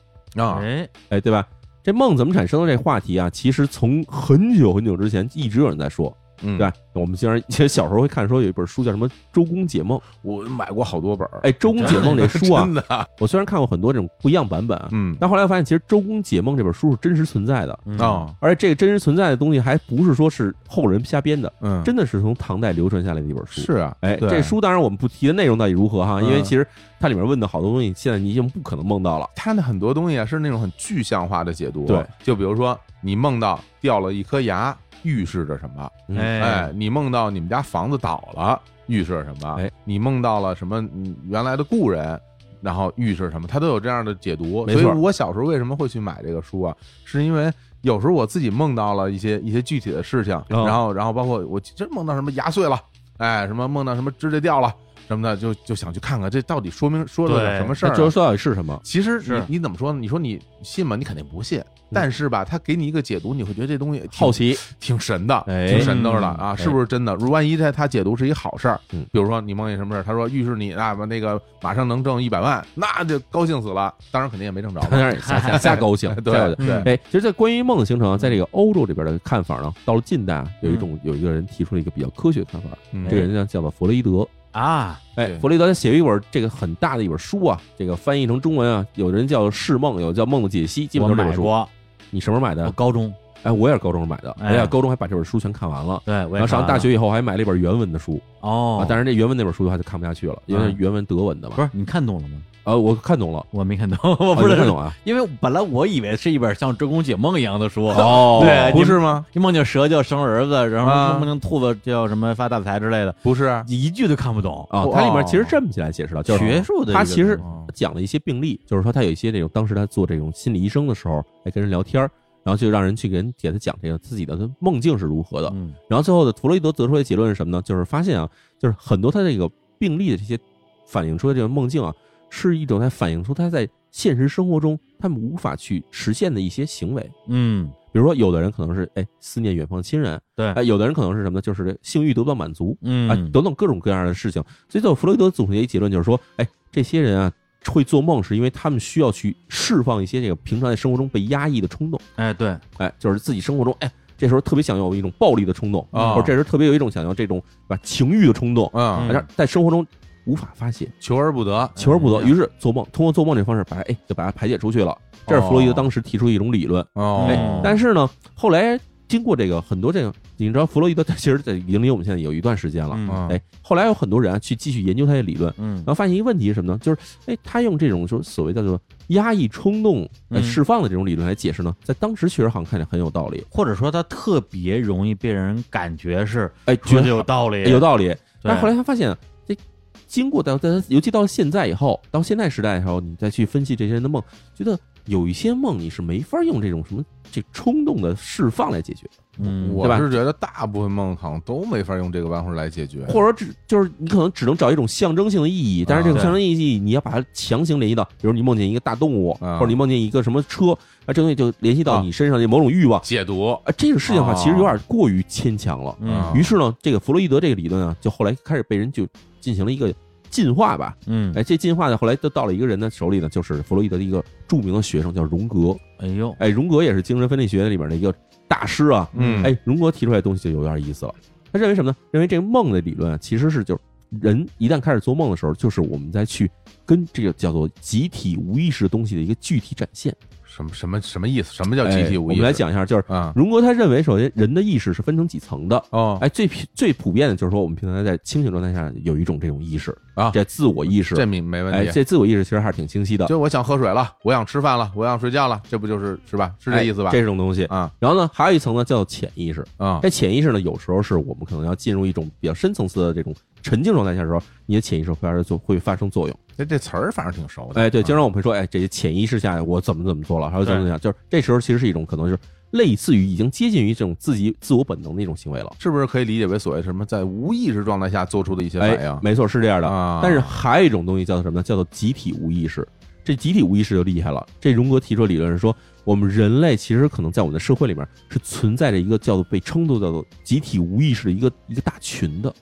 [SPEAKER 3] 啊，
[SPEAKER 2] 哎，
[SPEAKER 1] 哎，对吧？这梦怎么产生的这话题啊，其实从很久很久之前一直有人在说，
[SPEAKER 3] 嗯，
[SPEAKER 1] 对吧？我们经常 其实小时候会看说有一本书叫什么《周公解梦》，
[SPEAKER 3] 我买过好多本儿，
[SPEAKER 1] 哎，《周公解梦》这书啊
[SPEAKER 3] 真，的，
[SPEAKER 1] 我虽然看过很多这种不一样版本啊，
[SPEAKER 3] 嗯
[SPEAKER 1] 但后来我发现其实《周公解梦》这本书是真实存在的，
[SPEAKER 2] 嗯，
[SPEAKER 3] 啊，
[SPEAKER 1] 而且这个真实存在的东西还不是说是后人瞎编的，
[SPEAKER 3] 嗯，
[SPEAKER 1] 真的是从唐代流传下来的一本书。
[SPEAKER 3] 是啊，
[SPEAKER 1] 哎，
[SPEAKER 3] 对
[SPEAKER 1] 这书当然我们不提的内容到底如何哈，因为
[SPEAKER 3] 嗯
[SPEAKER 1] 其实它里面问的好多东西，现在你已经不可能梦到了。
[SPEAKER 3] 它的很多东西啊是那种很具象化的解读，
[SPEAKER 1] 对，
[SPEAKER 3] 就比如说你梦到掉了一颗牙，预示着什么？
[SPEAKER 1] 嗯
[SPEAKER 2] 哎
[SPEAKER 3] 哎，，你梦到你们家房子倒了，预示什么？
[SPEAKER 1] 哎，
[SPEAKER 3] 你梦到了什么？嗯原来的故人，然后预示什么？他都有这样的解读。
[SPEAKER 1] 没错
[SPEAKER 3] 所以我小时候为什么会去买这个书啊？是因为有时候我自己梦到了一些一些具体的事情，
[SPEAKER 1] 嗯
[SPEAKER 3] 然后然后包括我真梦到什么牙碎了，哎，什么梦到什么指甲掉了什么的，就就想去看看这到底说明说的
[SPEAKER 2] 对
[SPEAKER 3] 是什么事
[SPEAKER 1] 那
[SPEAKER 3] 儿啊、
[SPEAKER 1] 这说到底是什么？
[SPEAKER 3] 其实
[SPEAKER 2] 是
[SPEAKER 3] 你你怎么说呢？你说你信吗？你肯定不信。但是吧，他给你一个解读，你会觉得这东西挺
[SPEAKER 1] 好奇，
[SPEAKER 3] 挺神的，
[SPEAKER 1] 哎
[SPEAKER 3] 挺神叨的
[SPEAKER 2] 嗯
[SPEAKER 1] 哎
[SPEAKER 3] 啊，是不是真的？如万一他他解读是一好事儿，
[SPEAKER 1] 嗯
[SPEAKER 3] 比如说你梦见什么事儿，他说预示你啊那个马上能挣一百万，那就高兴死了。当然肯定也没挣 着
[SPEAKER 1] 当
[SPEAKER 3] 吧，，
[SPEAKER 1] 然也瞎瞎瞎高兴
[SPEAKER 3] 对
[SPEAKER 1] 瞎高兴
[SPEAKER 2] 对
[SPEAKER 1] 哎，其实，在关于梦的形成啊，在这个欧洲这边的看法呢，到了近代啊，有一种有一个人提出了一个比较科学的看法，
[SPEAKER 2] 哎
[SPEAKER 3] 嗯
[SPEAKER 1] 这个人呢叫做弗洛伊德。
[SPEAKER 2] 啊，
[SPEAKER 1] 哎
[SPEAKER 3] 对，
[SPEAKER 1] 弗洛伊德他写了一本这个很大的一本书啊，这个翻译成中文啊，有的人叫《释梦》，有的叫《梦的解析》，基本都
[SPEAKER 2] 我
[SPEAKER 1] 是这
[SPEAKER 2] 买
[SPEAKER 1] 本书。
[SPEAKER 2] 过，
[SPEAKER 1] 你什么时候买
[SPEAKER 2] 我
[SPEAKER 1] 的？
[SPEAKER 2] 高中，
[SPEAKER 1] 哎，我也是高中时候买的，我
[SPEAKER 2] 哎
[SPEAKER 1] 俩高中还把这本书全看完了。
[SPEAKER 2] 对，我也
[SPEAKER 1] 然后上
[SPEAKER 2] 看
[SPEAKER 1] 大
[SPEAKER 2] 了
[SPEAKER 1] 学以后还买了一本原文的书啊
[SPEAKER 2] 哦，，
[SPEAKER 1] 但是这原文那本书的话就看不下去了，因为是
[SPEAKER 2] 嗯
[SPEAKER 1] 原文德文的嘛
[SPEAKER 2] 不。是你看懂了吗？
[SPEAKER 1] 呃，我看懂了，
[SPEAKER 2] 我没看懂， 我
[SPEAKER 1] 啊
[SPEAKER 2] 不是
[SPEAKER 1] 你看懂啊。
[SPEAKER 2] 因为本来我以为是一本像《周公解梦》一样的书，
[SPEAKER 1] 哦
[SPEAKER 2] 对
[SPEAKER 3] 不是吗？
[SPEAKER 2] 一梦见蛇就生儿子，然
[SPEAKER 3] 啊
[SPEAKER 2] 后梦见兔子叫什么发大财之类的，
[SPEAKER 3] 不是，
[SPEAKER 2] 一句都看不懂。
[SPEAKER 1] 啊，它里面其实这么起来解释了，就是
[SPEAKER 2] 哦学术的一个
[SPEAKER 1] 他其实
[SPEAKER 2] 东
[SPEAKER 1] 讲了一些病例，就是说他有一些这种当时他做这种心理医生的时候，哎跟人聊天儿，然后就让人去给人给他讲这个自己的梦境是如何
[SPEAKER 2] 西
[SPEAKER 1] 的。
[SPEAKER 2] 嗯，
[SPEAKER 1] 然后最后的弗洛伊德得出的结论是什么呢？就是发现啊，就是很多他这个病例的这些反映出的这个梦境啊，是一种在反映出他在现实生活中他们无法去实现的一些行为。
[SPEAKER 2] 嗯，
[SPEAKER 1] 比如说，有的人可能是哎思念远方亲人，
[SPEAKER 2] 对
[SPEAKER 1] 哎，有的人可能是什么呢？就是性欲得不到满足，
[SPEAKER 2] 嗯
[SPEAKER 1] 啊，等等各种各样的事情。所以，最后弗洛伊德总结一结论就是说，哎，这些人啊会做梦，是因为他们需要去释放一些这个平常在生活中被压抑的冲动，
[SPEAKER 2] 哎，对，
[SPEAKER 1] 哎，就是自己生活中，哎，这时候特别想有一种暴力的冲动，
[SPEAKER 3] 啊
[SPEAKER 1] 或者这时候特别有一种想要这种把情欲的冲动，哎
[SPEAKER 3] 嗯，
[SPEAKER 1] 但是在生活中无法发泄，
[SPEAKER 3] 求而不得，
[SPEAKER 1] 求而不得，
[SPEAKER 2] 嗯
[SPEAKER 1] 于是做梦，通过做梦这方式把它哎就把它排解出去了。这是弗洛伊德
[SPEAKER 3] 哦
[SPEAKER 1] 当时提出的一种理论。
[SPEAKER 3] 哦，
[SPEAKER 1] 哎，但是呢，后来经过这个很多这个，你知道弗洛伊德他其实在已经离我们现在有一段时间了。
[SPEAKER 2] 嗯
[SPEAKER 3] 嗯
[SPEAKER 1] 哎，后来有很多人啊去继续研究他的理论，
[SPEAKER 2] 嗯
[SPEAKER 1] 然后发现一个问题是什么呢？就是哎，他用这种就是所谓叫做压抑冲动来
[SPEAKER 2] 嗯
[SPEAKER 1] 释放的这种理论来解释呢，在当时确实好像看起来很有道理，
[SPEAKER 2] 或者说他特别容易被人感觉是
[SPEAKER 1] 哎，
[SPEAKER 2] 觉
[SPEAKER 1] 觉
[SPEAKER 2] 得
[SPEAKER 1] 得
[SPEAKER 2] 有道理，
[SPEAKER 1] 有道理。
[SPEAKER 2] 对
[SPEAKER 1] 但后来他发现，这经过到在他，尤其到现在以后，到现在时代以后，你再去分析这些人的梦，觉得有一些梦你是没法用这种什么这冲动的释放来解决，
[SPEAKER 2] 嗯，
[SPEAKER 1] 对
[SPEAKER 3] 我
[SPEAKER 1] 吧
[SPEAKER 3] 是觉得大部分梦好像都没法用这个办法来解决，
[SPEAKER 1] 或者说只就是你可能只能找一种象征性的意义，但是这种
[SPEAKER 2] 啊
[SPEAKER 1] 象征意义你要把它强行联系到，比如你梦见一个大动物，
[SPEAKER 3] 啊
[SPEAKER 1] 或者你梦见一个什么车，啊，这东西就联系到
[SPEAKER 3] 啊
[SPEAKER 1] 你身上的某种欲望
[SPEAKER 3] 解读，
[SPEAKER 1] 啊，这个事情的话
[SPEAKER 3] 啊
[SPEAKER 1] 其实有点过于牵强了。
[SPEAKER 2] 嗯
[SPEAKER 1] 于是呢，这个弗洛伊德这个理论啊，就后来开始被人就进行了一个进化吧，
[SPEAKER 2] 嗯，
[SPEAKER 1] 哎，这进化呢，后来就到了一个人的手里呢，就是弗洛伊德的一个著名的学生叫荣格。
[SPEAKER 2] 哎呦，
[SPEAKER 1] 哎，荣格也是精神分裂学里面的一个大师啊。
[SPEAKER 3] 嗯，
[SPEAKER 1] 哎，荣格提出来的东西就有点意思了。他认为什么呢？认为这个梦的理论啊，其实是就是人一旦开始做梦的时候，就是我们在去跟这个叫做集体无意识的东西的一个具体展现。
[SPEAKER 3] 什么什么什么意思？什么叫集体
[SPEAKER 1] 哎
[SPEAKER 3] 无
[SPEAKER 1] 我
[SPEAKER 3] 意识？
[SPEAKER 1] 们来讲一下，就是
[SPEAKER 3] 啊，
[SPEAKER 1] 荣格他认为，首先人的意识是分成几层的。
[SPEAKER 3] 哦，
[SPEAKER 1] 哎，最普最普遍的就是说，我们平常在清醒状态下有一种这种意识
[SPEAKER 3] 啊
[SPEAKER 1] 这自我意识。
[SPEAKER 3] 这没没
[SPEAKER 1] 哎，
[SPEAKER 3] 问题。啊
[SPEAKER 1] 这自我意识其实还是挺清晰的，
[SPEAKER 3] 就我想喝水了，我想吃饭了，我想睡觉了，这不就是是吧？是这意思
[SPEAKER 1] 哎？
[SPEAKER 3] 吧
[SPEAKER 1] 这种哎东西。
[SPEAKER 3] 啊
[SPEAKER 1] 然后呢，还有一层呢，叫做潜意识。
[SPEAKER 3] 啊
[SPEAKER 1] 这潜意识呢，有时候是我们可能要进入一种比较深层次的这种沉静状态下的时候，你的潜意识会发会发生作用。
[SPEAKER 3] 这这词儿反正挺熟的。
[SPEAKER 1] 哎，对，
[SPEAKER 3] 啊
[SPEAKER 1] 经常我们会说，哎，这些潜意识下我怎么怎么做了，还有怎么怎么样，就是这时候其实是一种可能就是类似于已经接近于这种自己自我本能的一种行为了。
[SPEAKER 3] 是不是可以理解为所谓什么在无意识状态下做出的一些反
[SPEAKER 1] 哎，
[SPEAKER 3] 应？
[SPEAKER 1] 没错，是这样的。
[SPEAKER 3] 啊
[SPEAKER 1] 但是还有一种东西叫做什么呢？叫做集体无意识。这集体无意识就厉害了。这荣格提出的理论是说，我们人类其实可能在我们的社会里面是存在着一个叫做被称作叫做集体无意识的一个一个大群的。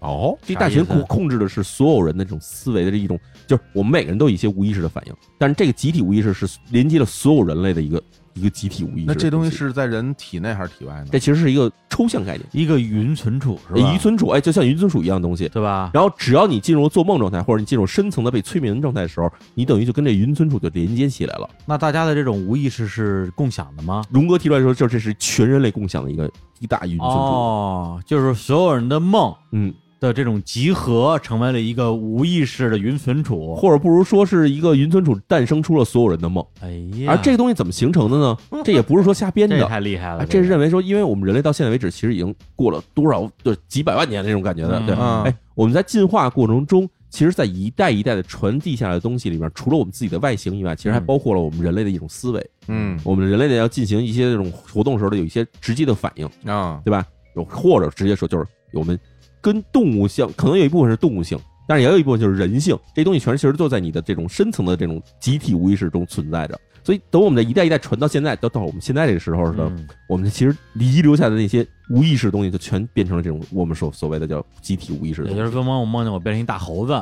[SPEAKER 3] 哦，
[SPEAKER 1] 这
[SPEAKER 3] 啥
[SPEAKER 1] 大群
[SPEAKER 3] 意思
[SPEAKER 1] 控控制的是所有人的这种思维的这一种，就是我们每个人都有一些无意识的反应，但是这个集体无意识是连接了所有人类的一个一个集体无意识。
[SPEAKER 3] 那这东西
[SPEAKER 1] 西，
[SPEAKER 3] 是在人体内还是体外呢？
[SPEAKER 1] 这其实是一个抽象概念，
[SPEAKER 2] 一个云存储是吧？
[SPEAKER 1] 哎，余存储，哎，就像余存储一样的东西。
[SPEAKER 2] 对吧？
[SPEAKER 1] 然后只要你进入做梦状态，或者你进入深层的被催眠状态的时候，你等于就跟这云存储就连接起来了。
[SPEAKER 2] 那大家的这种无意识是共享的吗？
[SPEAKER 1] 荣格提出来说，就这是全人类共享的一个一大云存储。
[SPEAKER 2] 哦，就是所有人的梦
[SPEAKER 1] 嗯，
[SPEAKER 2] 的这种集合，成为了一个无意识的云存储。
[SPEAKER 1] 或者不如说是一个云存储诞生出了所有人的梦。
[SPEAKER 2] 哎
[SPEAKER 1] 啊
[SPEAKER 2] 呀，
[SPEAKER 1] 而这个东西怎么形成的呢？这也不是说瞎编
[SPEAKER 2] 嗯这
[SPEAKER 1] 的
[SPEAKER 2] 也，太厉害了，
[SPEAKER 1] 啊，这是认
[SPEAKER 2] 为
[SPEAKER 1] 为说，因为我们人类到现在为止，其实已经过了多少就是几百万年的那种感觉的，对。
[SPEAKER 3] 嗯
[SPEAKER 1] 哎，我们在进化过程中，其实，在一代一代的传递下来的东西里面，除了我们自己的外形以外，其实还
[SPEAKER 2] 嗯
[SPEAKER 1] 包括了我们人类的一种思维。
[SPEAKER 3] 嗯
[SPEAKER 1] 我们人类的要进行一些这种活动的时候的有一些直接的反应，
[SPEAKER 3] 啊
[SPEAKER 1] 对吧？有或者直接说就是我们跟动物性，可能有一部分是动物性，但是也有一部分就是人性，这东西全其实都在你的这种深层的这种集体无意识中存在着。所以，等我们的一代一代传到现在，到到我们现在这个时
[SPEAKER 2] 嗯
[SPEAKER 1] 候呢，我们其实遗留下的那些无意识的东西，就全变成了这种我们所所谓的叫集体无意识的
[SPEAKER 2] 也
[SPEAKER 1] 东
[SPEAKER 2] 就是
[SPEAKER 1] 西。
[SPEAKER 2] 刚刚我梦见我变成一大猴子，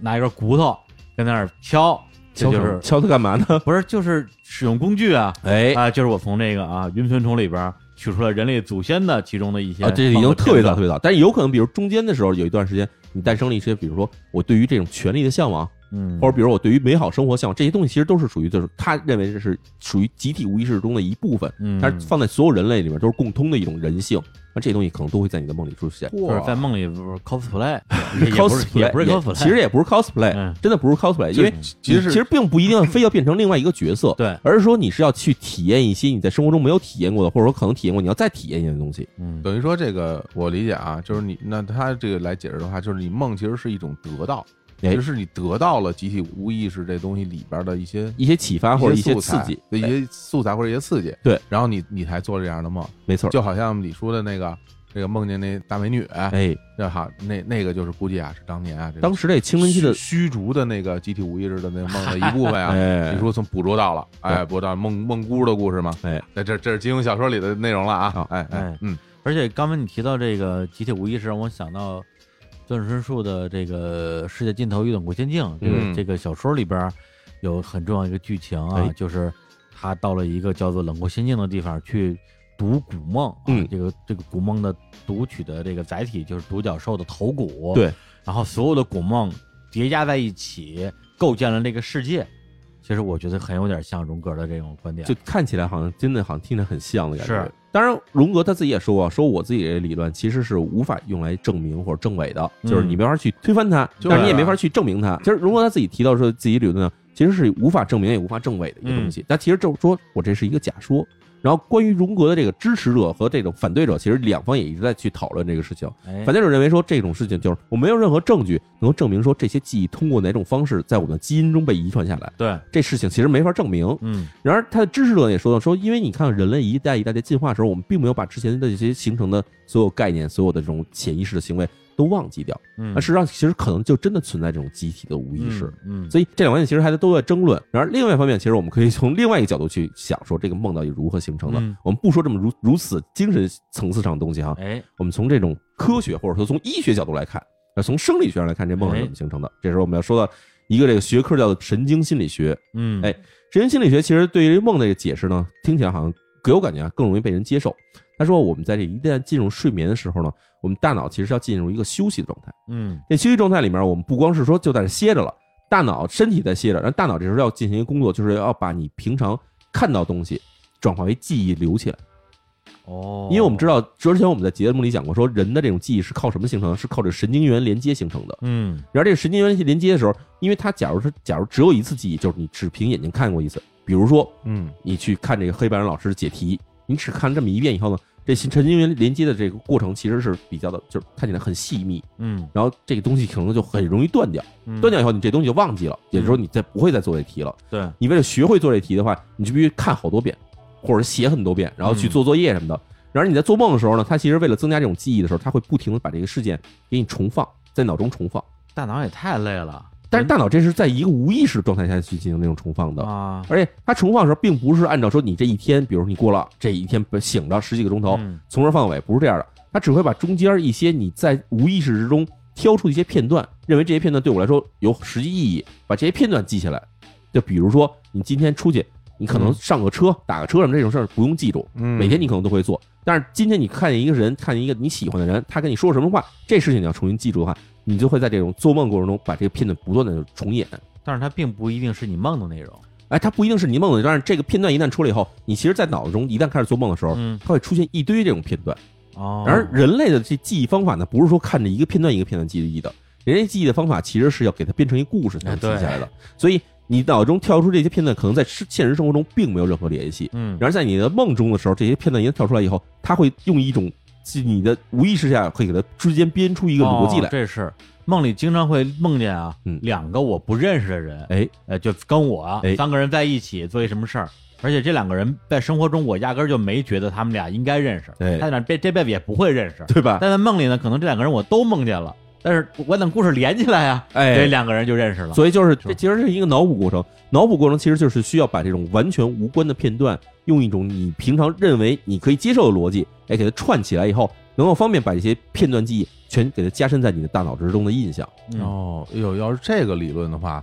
[SPEAKER 2] 拿一根骨头跟那儿敲，这
[SPEAKER 1] 敲
[SPEAKER 2] 就
[SPEAKER 1] 什么
[SPEAKER 2] 是
[SPEAKER 1] 敲它干嘛呢？
[SPEAKER 2] 不是就是使用工具啊？
[SPEAKER 1] 哎
[SPEAKER 2] 啊，就是我从这个啊云存储里边取出了人类祖先的其中的一些
[SPEAKER 1] 啊，这已
[SPEAKER 2] 放
[SPEAKER 1] 经
[SPEAKER 2] 的
[SPEAKER 1] 特别
[SPEAKER 2] 片
[SPEAKER 1] 早
[SPEAKER 2] 段
[SPEAKER 1] 特别早，但是有可能，比如中间的时候有一段时间，你诞生了一些，比如说我对于这种权利的向往，
[SPEAKER 2] 嗯，
[SPEAKER 1] 或者比如我对于美好生活向往，这些东西其实都是属于就是他认为这是属于集体无意识中的一部分，
[SPEAKER 2] 嗯，
[SPEAKER 1] 但是放在所有人类里面都是共通的一种人性，那这些东西可能都会在你的梦里出现。
[SPEAKER 2] 就是在
[SPEAKER 3] 嚯，
[SPEAKER 2] 梦里不是 cosplay，也不是
[SPEAKER 1] cosplay
[SPEAKER 2] 也不是
[SPEAKER 1] 也
[SPEAKER 2] 啊 cosplay，
[SPEAKER 1] 其实也不是 cosplay，、
[SPEAKER 2] 嗯
[SPEAKER 1] 真的不是 cosplay，因为
[SPEAKER 3] 其实
[SPEAKER 1] 其实并不一定非要变成另外一个角色，
[SPEAKER 2] 对
[SPEAKER 1] 而是说你是要去体验一些你在生活中没有体验过的，或者说可能体验过，你要再体验一些东西。
[SPEAKER 2] 嗯
[SPEAKER 3] 等于说这个我理解啊，就是你那他这个来解释的话，就是你梦其实是一种得到，
[SPEAKER 1] 哎
[SPEAKER 3] 其实是你得到了集体无意识这东西里边的一些
[SPEAKER 1] 一些启发或者一些
[SPEAKER 3] 素
[SPEAKER 1] 刺
[SPEAKER 3] 材
[SPEAKER 1] 激，
[SPEAKER 3] 对一
[SPEAKER 1] 哎
[SPEAKER 3] 些素材或者一些刺激，
[SPEAKER 1] 对，
[SPEAKER 3] 然后你你才做这样的梦，
[SPEAKER 1] 没错，
[SPEAKER 3] 就好像李叔的那个这个梦见那大美女，
[SPEAKER 1] 哎，
[SPEAKER 3] 那好，那那个就是估计啊是当年啊，这个
[SPEAKER 1] 当时这青春期的
[SPEAKER 3] 虚虚竹的那个集体无意识的那梦的一部分啊。
[SPEAKER 1] 哎
[SPEAKER 3] 李，叔从捕捉到了，哎，
[SPEAKER 1] 对
[SPEAKER 3] 捕捉到梦梦姑的故事嘛，
[SPEAKER 1] 哎，哦
[SPEAKER 3] 那这这是金庸小说里的内容了啊
[SPEAKER 1] 好，
[SPEAKER 3] 哎哎
[SPEAKER 2] 哎，
[SPEAKER 3] 嗯，
[SPEAKER 2] 而且刚才你提到这个集体无意识，让我想到段春树的这个《世界尽头与冷酷仙境》这个、
[SPEAKER 3] 嗯
[SPEAKER 2] 这个小说里边有很重要一个剧情啊，
[SPEAKER 1] 哎
[SPEAKER 2] 就是他到了一个叫做冷酷仙境的地方去读古梦啊，
[SPEAKER 1] 嗯
[SPEAKER 2] 这个这个古梦的读取的这个载体就是独角兽的头骨，
[SPEAKER 1] 对，
[SPEAKER 2] 然后所有的古梦叠加在一起，构建了这个世界。其实我觉得很有点像荣格的这种观点，
[SPEAKER 1] 就看起来好像真的好像听着很像的感觉。
[SPEAKER 2] 是，
[SPEAKER 1] 当然，荣格他自己也说过，说我自己的理论其实是无法用来证明或者证伪的，就是你没法去推翻它，
[SPEAKER 3] 就
[SPEAKER 1] 但是你也
[SPEAKER 3] 是啊
[SPEAKER 1] 没法去证明它。其实荣格他自己提到说，自己理论呢，其实是无法证明也无法证伪的一个东西。但其实就是说我这是一个假说。然后关于荣格的这个支持者和这种反对者，其实两方也一直在去讨论这个事情。
[SPEAKER 2] 哎
[SPEAKER 1] 反，对者认为说这种事情就是我没有任何证据能够证明说这些记忆通过哪种方式在我们的基因中被遗传下来，
[SPEAKER 2] 对，
[SPEAKER 1] 这事情其实没法证明。
[SPEAKER 2] 嗯，
[SPEAKER 1] 然而，他的支持者也说到说，因为你看人类一代一代的进化的时候，我们并没有把之前的这些形成的所有概念、所有的这种潜意识的行为都忘记掉，
[SPEAKER 2] 嗯
[SPEAKER 1] 那事实上其实可能就真的存在这种集体的无意识。，
[SPEAKER 2] 嗯，嗯
[SPEAKER 1] 所以这两方面其实还都在争论。然而，另外一方面，其实我们可以从另外一个角度去想，说这个梦到底如何形成的。
[SPEAKER 2] 嗯
[SPEAKER 1] 我们不说这么如如此精神层次上的东西哈，
[SPEAKER 2] 哎，
[SPEAKER 1] 我们从这种科学或者说从医学角度来看，呃，从生理学上来看，这梦是怎
[SPEAKER 2] 哎
[SPEAKER 1] 么形成的？这时候我们要说到一个这个学科叫做神经心理学。
[SPEAKER 2] 嗯，
[SPEAKER 1] 哎神经心理学其实对于梦的这个解释呢，听起来好像给我感觉啊更容易被人接受。他说我们在这一旦进入睡眠的时候呢，我们大脑其实是要进入一个休息的状态。
[SPEAKER 2] 嗯
[SPEAKER 1] 这休息状态里面，我们不光是说就在那歇着了，大脑身体在歇着，然后大脑这时候要进行一个工作，就是要把你平常看到东西转化为记忆留起来。
[SPEAKER 2] 哦
[SPEAKER 1] 因为我们知，道，之前我们在节目里讲过，说人的这种记忆是靠什么形成的？是靠这神经元连接形成的。
[SPEAKER 2] 嗯
[SPEAKER 1] 然后这个神经元连接的时候，因为它假如是假如只有一次记忆，就是你只凭眼睛看过一次，比如说
[SPEAKER 3] 嗯
[SPEAKER 1] 你去看这个黑白人老师解题，你只看这么一遍以后呢，这神经元连接的这个过程其实是比较的，就是看起来很细密，
[SPEAKER 2] 嗯
[SPEAKER 1] 然后这个东西可能就很容易断掉。
[SPEAKER 2] 嗯，
[SPEAKER 1] 断掉以后，你这东西就忘记了，也就是说你再不会再做这题了。
[SPEAKER 2] 对，
[SPEAKER 1] 你为了学会做这题的话，你就必须看好多遍，或者写很多遍，然后去做作业什么的。然而你在做梦的时候呢，它其实为了增加这种记忆的时候，它会不停的把这个事件给你重放，在脑中重放。
[SPEAKER 2] 大脑也太累了，
[SPEAKER 1] 但是大脑这是在一个无意识的状态下去进行那种重放的，
[SPEAKER 2] 啊，
[SPEAKER 1] 而且它重放的时候，并不是按照说你这一天，比如你过了这一天醒着十几个钟头，
[SPEAKER 2] 嗯
[SPEAKER 1] 从头放尾，不是这样的。它只会把中间一些你在无意识之中挑出一些片段，认为这些片段对我来说有实际意义，把这些片段记下来。就比如说，你今天出去，你可能
[SPEAKER 2] 嗯
[SPEAKER 1] 上个车、打个车什么这种事儿不用记住，
[SPEAKER 3] 嗯，
[SPEAKER 1] 每天你可能都会做。但是今天你看见一个人，看见一个你喜欢的人，他跟你说什么话，这事情你要重新记住的话，你就会在这种做梦过程中把这个片段不断的重演。
[SPEAKER 2] 但是它并不一定是你梦的内容，
[SPEAKER 1] 哎，它不一定是你梦的，但是这个片段一旦出来以后，你其实，在脑子中一旦开始做梦的时候，
[SPEAKER 2] 嗯
[SPEAKER 1] 它会出现一堆这种片段。
[SPEAKER 2] 哦，
[SPEAKER 1] 然而，人类的这记忆方法呢，不是说看着一个片段一个片段记忆的，人类记忆的方法其实是要给它编成一故事才
[SPEAKER 2] 哎
[SPEAKER 1] 能记下来的。所以，你脑中跳出这些片段，可能在是现实生活中并没有任何联系。
[SPEAKER 2] 嗯，
[SPEAKER 1] 然而，在你的梦中的时候，这些片段一旦跳出来以后，它会用一种是你的无意识下会给它之间编出一个逻辑
[SPEAKER 2] 哦
[SPEAKER 1] 来。
[SPEAKER 2] 这是梦里经常会梦见啊，
[SPEAKER 1] 嗯
[SPEAKER 2] 两个我不认识的人，
[SPEAKER 1] 哎，
[SPEAKER 2] 呃，就跟我啊
[SPEAKER 1] 哎
[SPEAKER 2] 三个人在一起做一什么事儿，而且这两个人在生活中我压根儿就没觉得他们俩应该认识，
[SPEAKER 1] 哎
[SPEAKER 2] 他俩这这辈子也不会认识，
[SPEAKER 1] 对吧？
[SPEAKER 2] 但在梦里呢，可能这两个人我都梦见了，但是我等故事连起来啊，
[SPEAKER 1] 哎
[SPEAKER 2] 这两个人就认识了，
[SPEAKER 1] 所以就是
[SPEAKER 2] 是
[SPEAKER 1] 这其实是一个脑补过程，脑补过程其实就是需要把这种完全无关的片段，用一种你平常认为你可以接受的逻辑，哎，给它串起来以后，能够方便把这些片段记忆全给它加深在你的大脑之中的印象。
[SPEAKER 2] 嗯
[SPEAKER 3] 哦，哎呦，要是这个理论的话，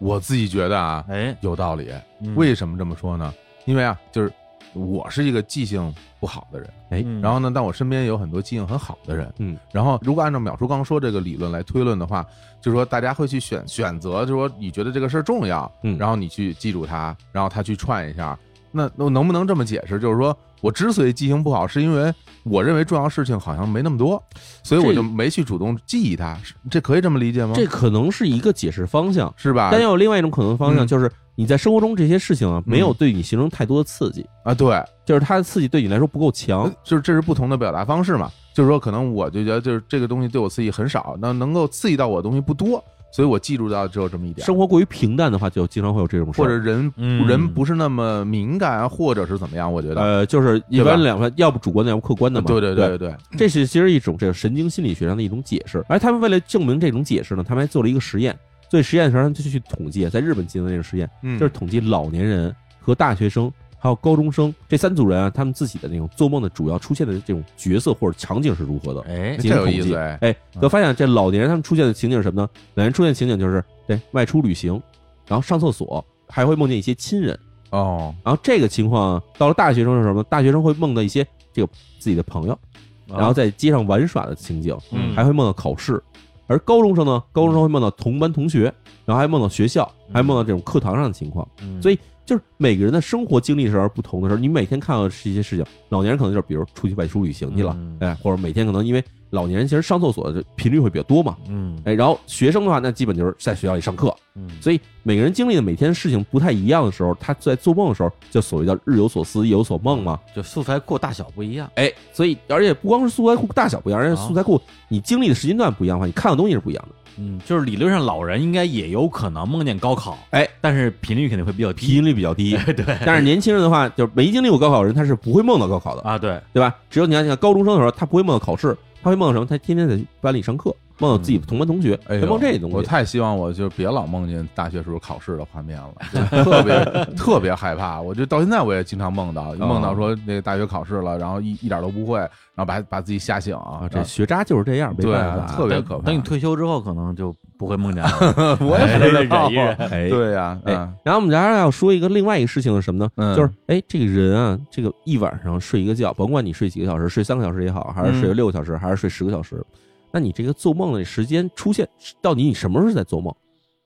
[SPEAKER 3] 我自己觉得啊
[SPEAKER 2] 哎，
[SPEAKER 3] 有道理。
[SPEAKER 2] 嗯
[SPEAKER 3] 为什么这么说呢？因为啊，就是我是一个记性不好的人，
[SPEAKER 1] 哎，
[SPEAKER 2] 嗯
[SPEAKER 3] 然后呢，但我身边也有很多记性很好的人，
[SPEAKER 1] 嗯，
[SPEAKER 3] 然后如果按照淼叔刚说这个理论来推论的话，就是说大家会去选选择，就是说你觉得这个事儿重要，
[SPEAKER 1] 嗯
[SPEAKER 3] 然后你去记住它，然后他去串一下。那那我能不能这么解释？就是说我之所以记性不好，是因为我认为重要事情好像没那么多，所以我
[SPEAKER 1] 这
[SPEAKER 3] 就没去主动记忆它。是这可以这么理解吗？
[SPEAKER 1] 这可能是一个解释方向，
[SPEAKER 3] 是吧？
[SPEAKER 1] 但又有另外一种可能方向，
[SPEAKER 3] 嗯
[SPEAKER 1] 就是你在生活中这些事情啊，没有对你形成太多的刺激，
[SPEAKER 3] 啊，对，
[SPEAKER 1] 就是它的刺激对你来说不够强。
[SPEAKER 3] 呃就是这是不同的表达方式嘛。就是说，可能我就觉得就是这个东西对我刺激很少，那能够刺激到我的东西不多，所以我记住到只有这么一点。
[SPEAKER 1] 生活过于平淡的话，就经常会有这种事儿。
[SPEAKER 3] 或者人、
[SPEAKER 2] 嗯
[SPEAKER 3] 人不是那么敏感，啊或者是怎么样？我觉得，
[SPEAKER 1] 呃，就是一
[SPEAKER 3] 对吧
[SPEAKER 1] 般两个，要不主观的，要不客观的嘛。
[SPEAKER 3] 对
[SPEAKER 1] 对
[SPEAKER 3] 对对，
[SPEAKER 1] 这是其实一种这个神经心理学上的一种解释。而他们为了证明这种解释呢，他们还做了一个实验。做实验的时候，他们就去统计，啊在日本进行的这个实验，
[SPEAKER 3] 嗯，
[SPEAKER 1] 就是统计老年人和大学生还有高中生这三组人啊，他们自己的那种做梦的主要出现的这种角色或者场景是如何的。
[SPEAKER 2] 哎，
[SPEAKER 1] 进行
[SPEAKER 3] 这有
[SPEAKER 1] 统
[SPEAKER 3] 意
[SPEAKER 1] 计
[SPEAKER 3] 思哎，
[SPEAKER 1] 哎，就发现这老年人他们出现的情景是什么呢？老年人出现的情景就是对外出旅行，然后上厕所，还会梦见一些亲人。
[SPEAKER 3] 哦，
[SPEAKER 1] 然后这个情况到了大学生是什么？大学生会梦到一些这个自己的朋友，然后在街上玩耍的情景，
[SPEAKER 2] 啊嗯
[SPEAKER 1] 还会梦到考试。而高中生呢，高中生会梦到同班同学，然后还梦到学校，还梦到这种课堂上的情况。
[SPEAKER 2] 嗯
[SPEAKER 1] 所以就是每个人的生活经历时候不同的时候，你每天看到的是一些事情。老年人可能就是比如出去外出旅行去了，
[SPEAKER 2] 嗯
[SPEAKER 1] 哎，或者每天可能因为老年人其实上厕所的频率会比较多嘛，
[SPEAKER 2] 嗯
[SPEAKER 1] 哎，然后学生的话，那基本就是在学校里上课，
[SPEAKER 2] 嗯
[SPEAKER 1] 所以每个人经历的每天事情不太一样的时候，他在做梦的时候，就所谓叫日有所思，夜有所梦嘛。
[SPEAKER 2] 就素材库大小不一样，
[SPEAKER 1] 哎，所以而且不光是素材库大小不一样，而且
[SPEAKER 2] 啊
[SPEAKER 1] 素材库你经历的时间段不一样的话，你看的东西是不一样的，
[SPEAKER 2] 嗯，就是理论上老人应该也有可能梦见高考，
[SPEAKER 1] 哎，
[SPEAKER 2] 但是频率肯定会比较
[SPEAKER 1] 平
[SPEAKER 2] 低，
[SPEAKER 1] 均 率比较低。
[SPEAKER 2] 对
[SPEAKER 1] 但是年轻人的话，就是没经历过高考的人，他是不会梦到高考的，
[SPEAKER 2] 啊，对，
[SPEAKER 1] 对吧？只有你看，你看高中生的时候，他不会梦到考试，他会梦到什么？他天天在班里上课，梦到自己同班同学，
[SPEAKER 3] 哎
[SPEAKER 1] 别
[SPEAKER 3] 呦
[SPEAKER 1] 梦这东
[SPEAKER 3] 我
[SPEAKER 1] 西。
[SPEAKER 3] 太希望我就别老梦见大学时候考试的画面 了，就特别特别害怕。我就到现在我也经常梦
[SPEAKER 1] 哦
[SPEAKER 3] 到，梦到说那个大学考试了，然后一一点都不会，然后把把自己吓醒啊
[SPEAKER 1] 啊，这学渣就是这样，没
[SPEAKER 3] 对
[SPEAKER 1] 办法，
[SPEAKER 3] 特别可怕
[SPEAKER 2] 等你退休之后，可能就不会梦见了。
[SPEAKER 3] 我也不知道
[SPEAKER 2] 忍一忍
[SPEAKER 1] 哎，
[SPEAKER 3] 对呀，
[SPEAKER 1] 哎
[SPEAKER 3] 嗯
[SPEAKER 1] 然后我们还要说一个另外一个事情是什么呢？
[SPEAKER 3] 嗯
[SPEAKER 1] 就是哎，这个人啊，这个一晚上睡一个觉，甭管你睡几个小时，睡三个小时也好，还是睡
[SPEAKER 3] 嗯
[SPEAKER 1] 六个小时，还是睡十个小时，那你这个做梦的时间出现，到底你什么时候在做梦？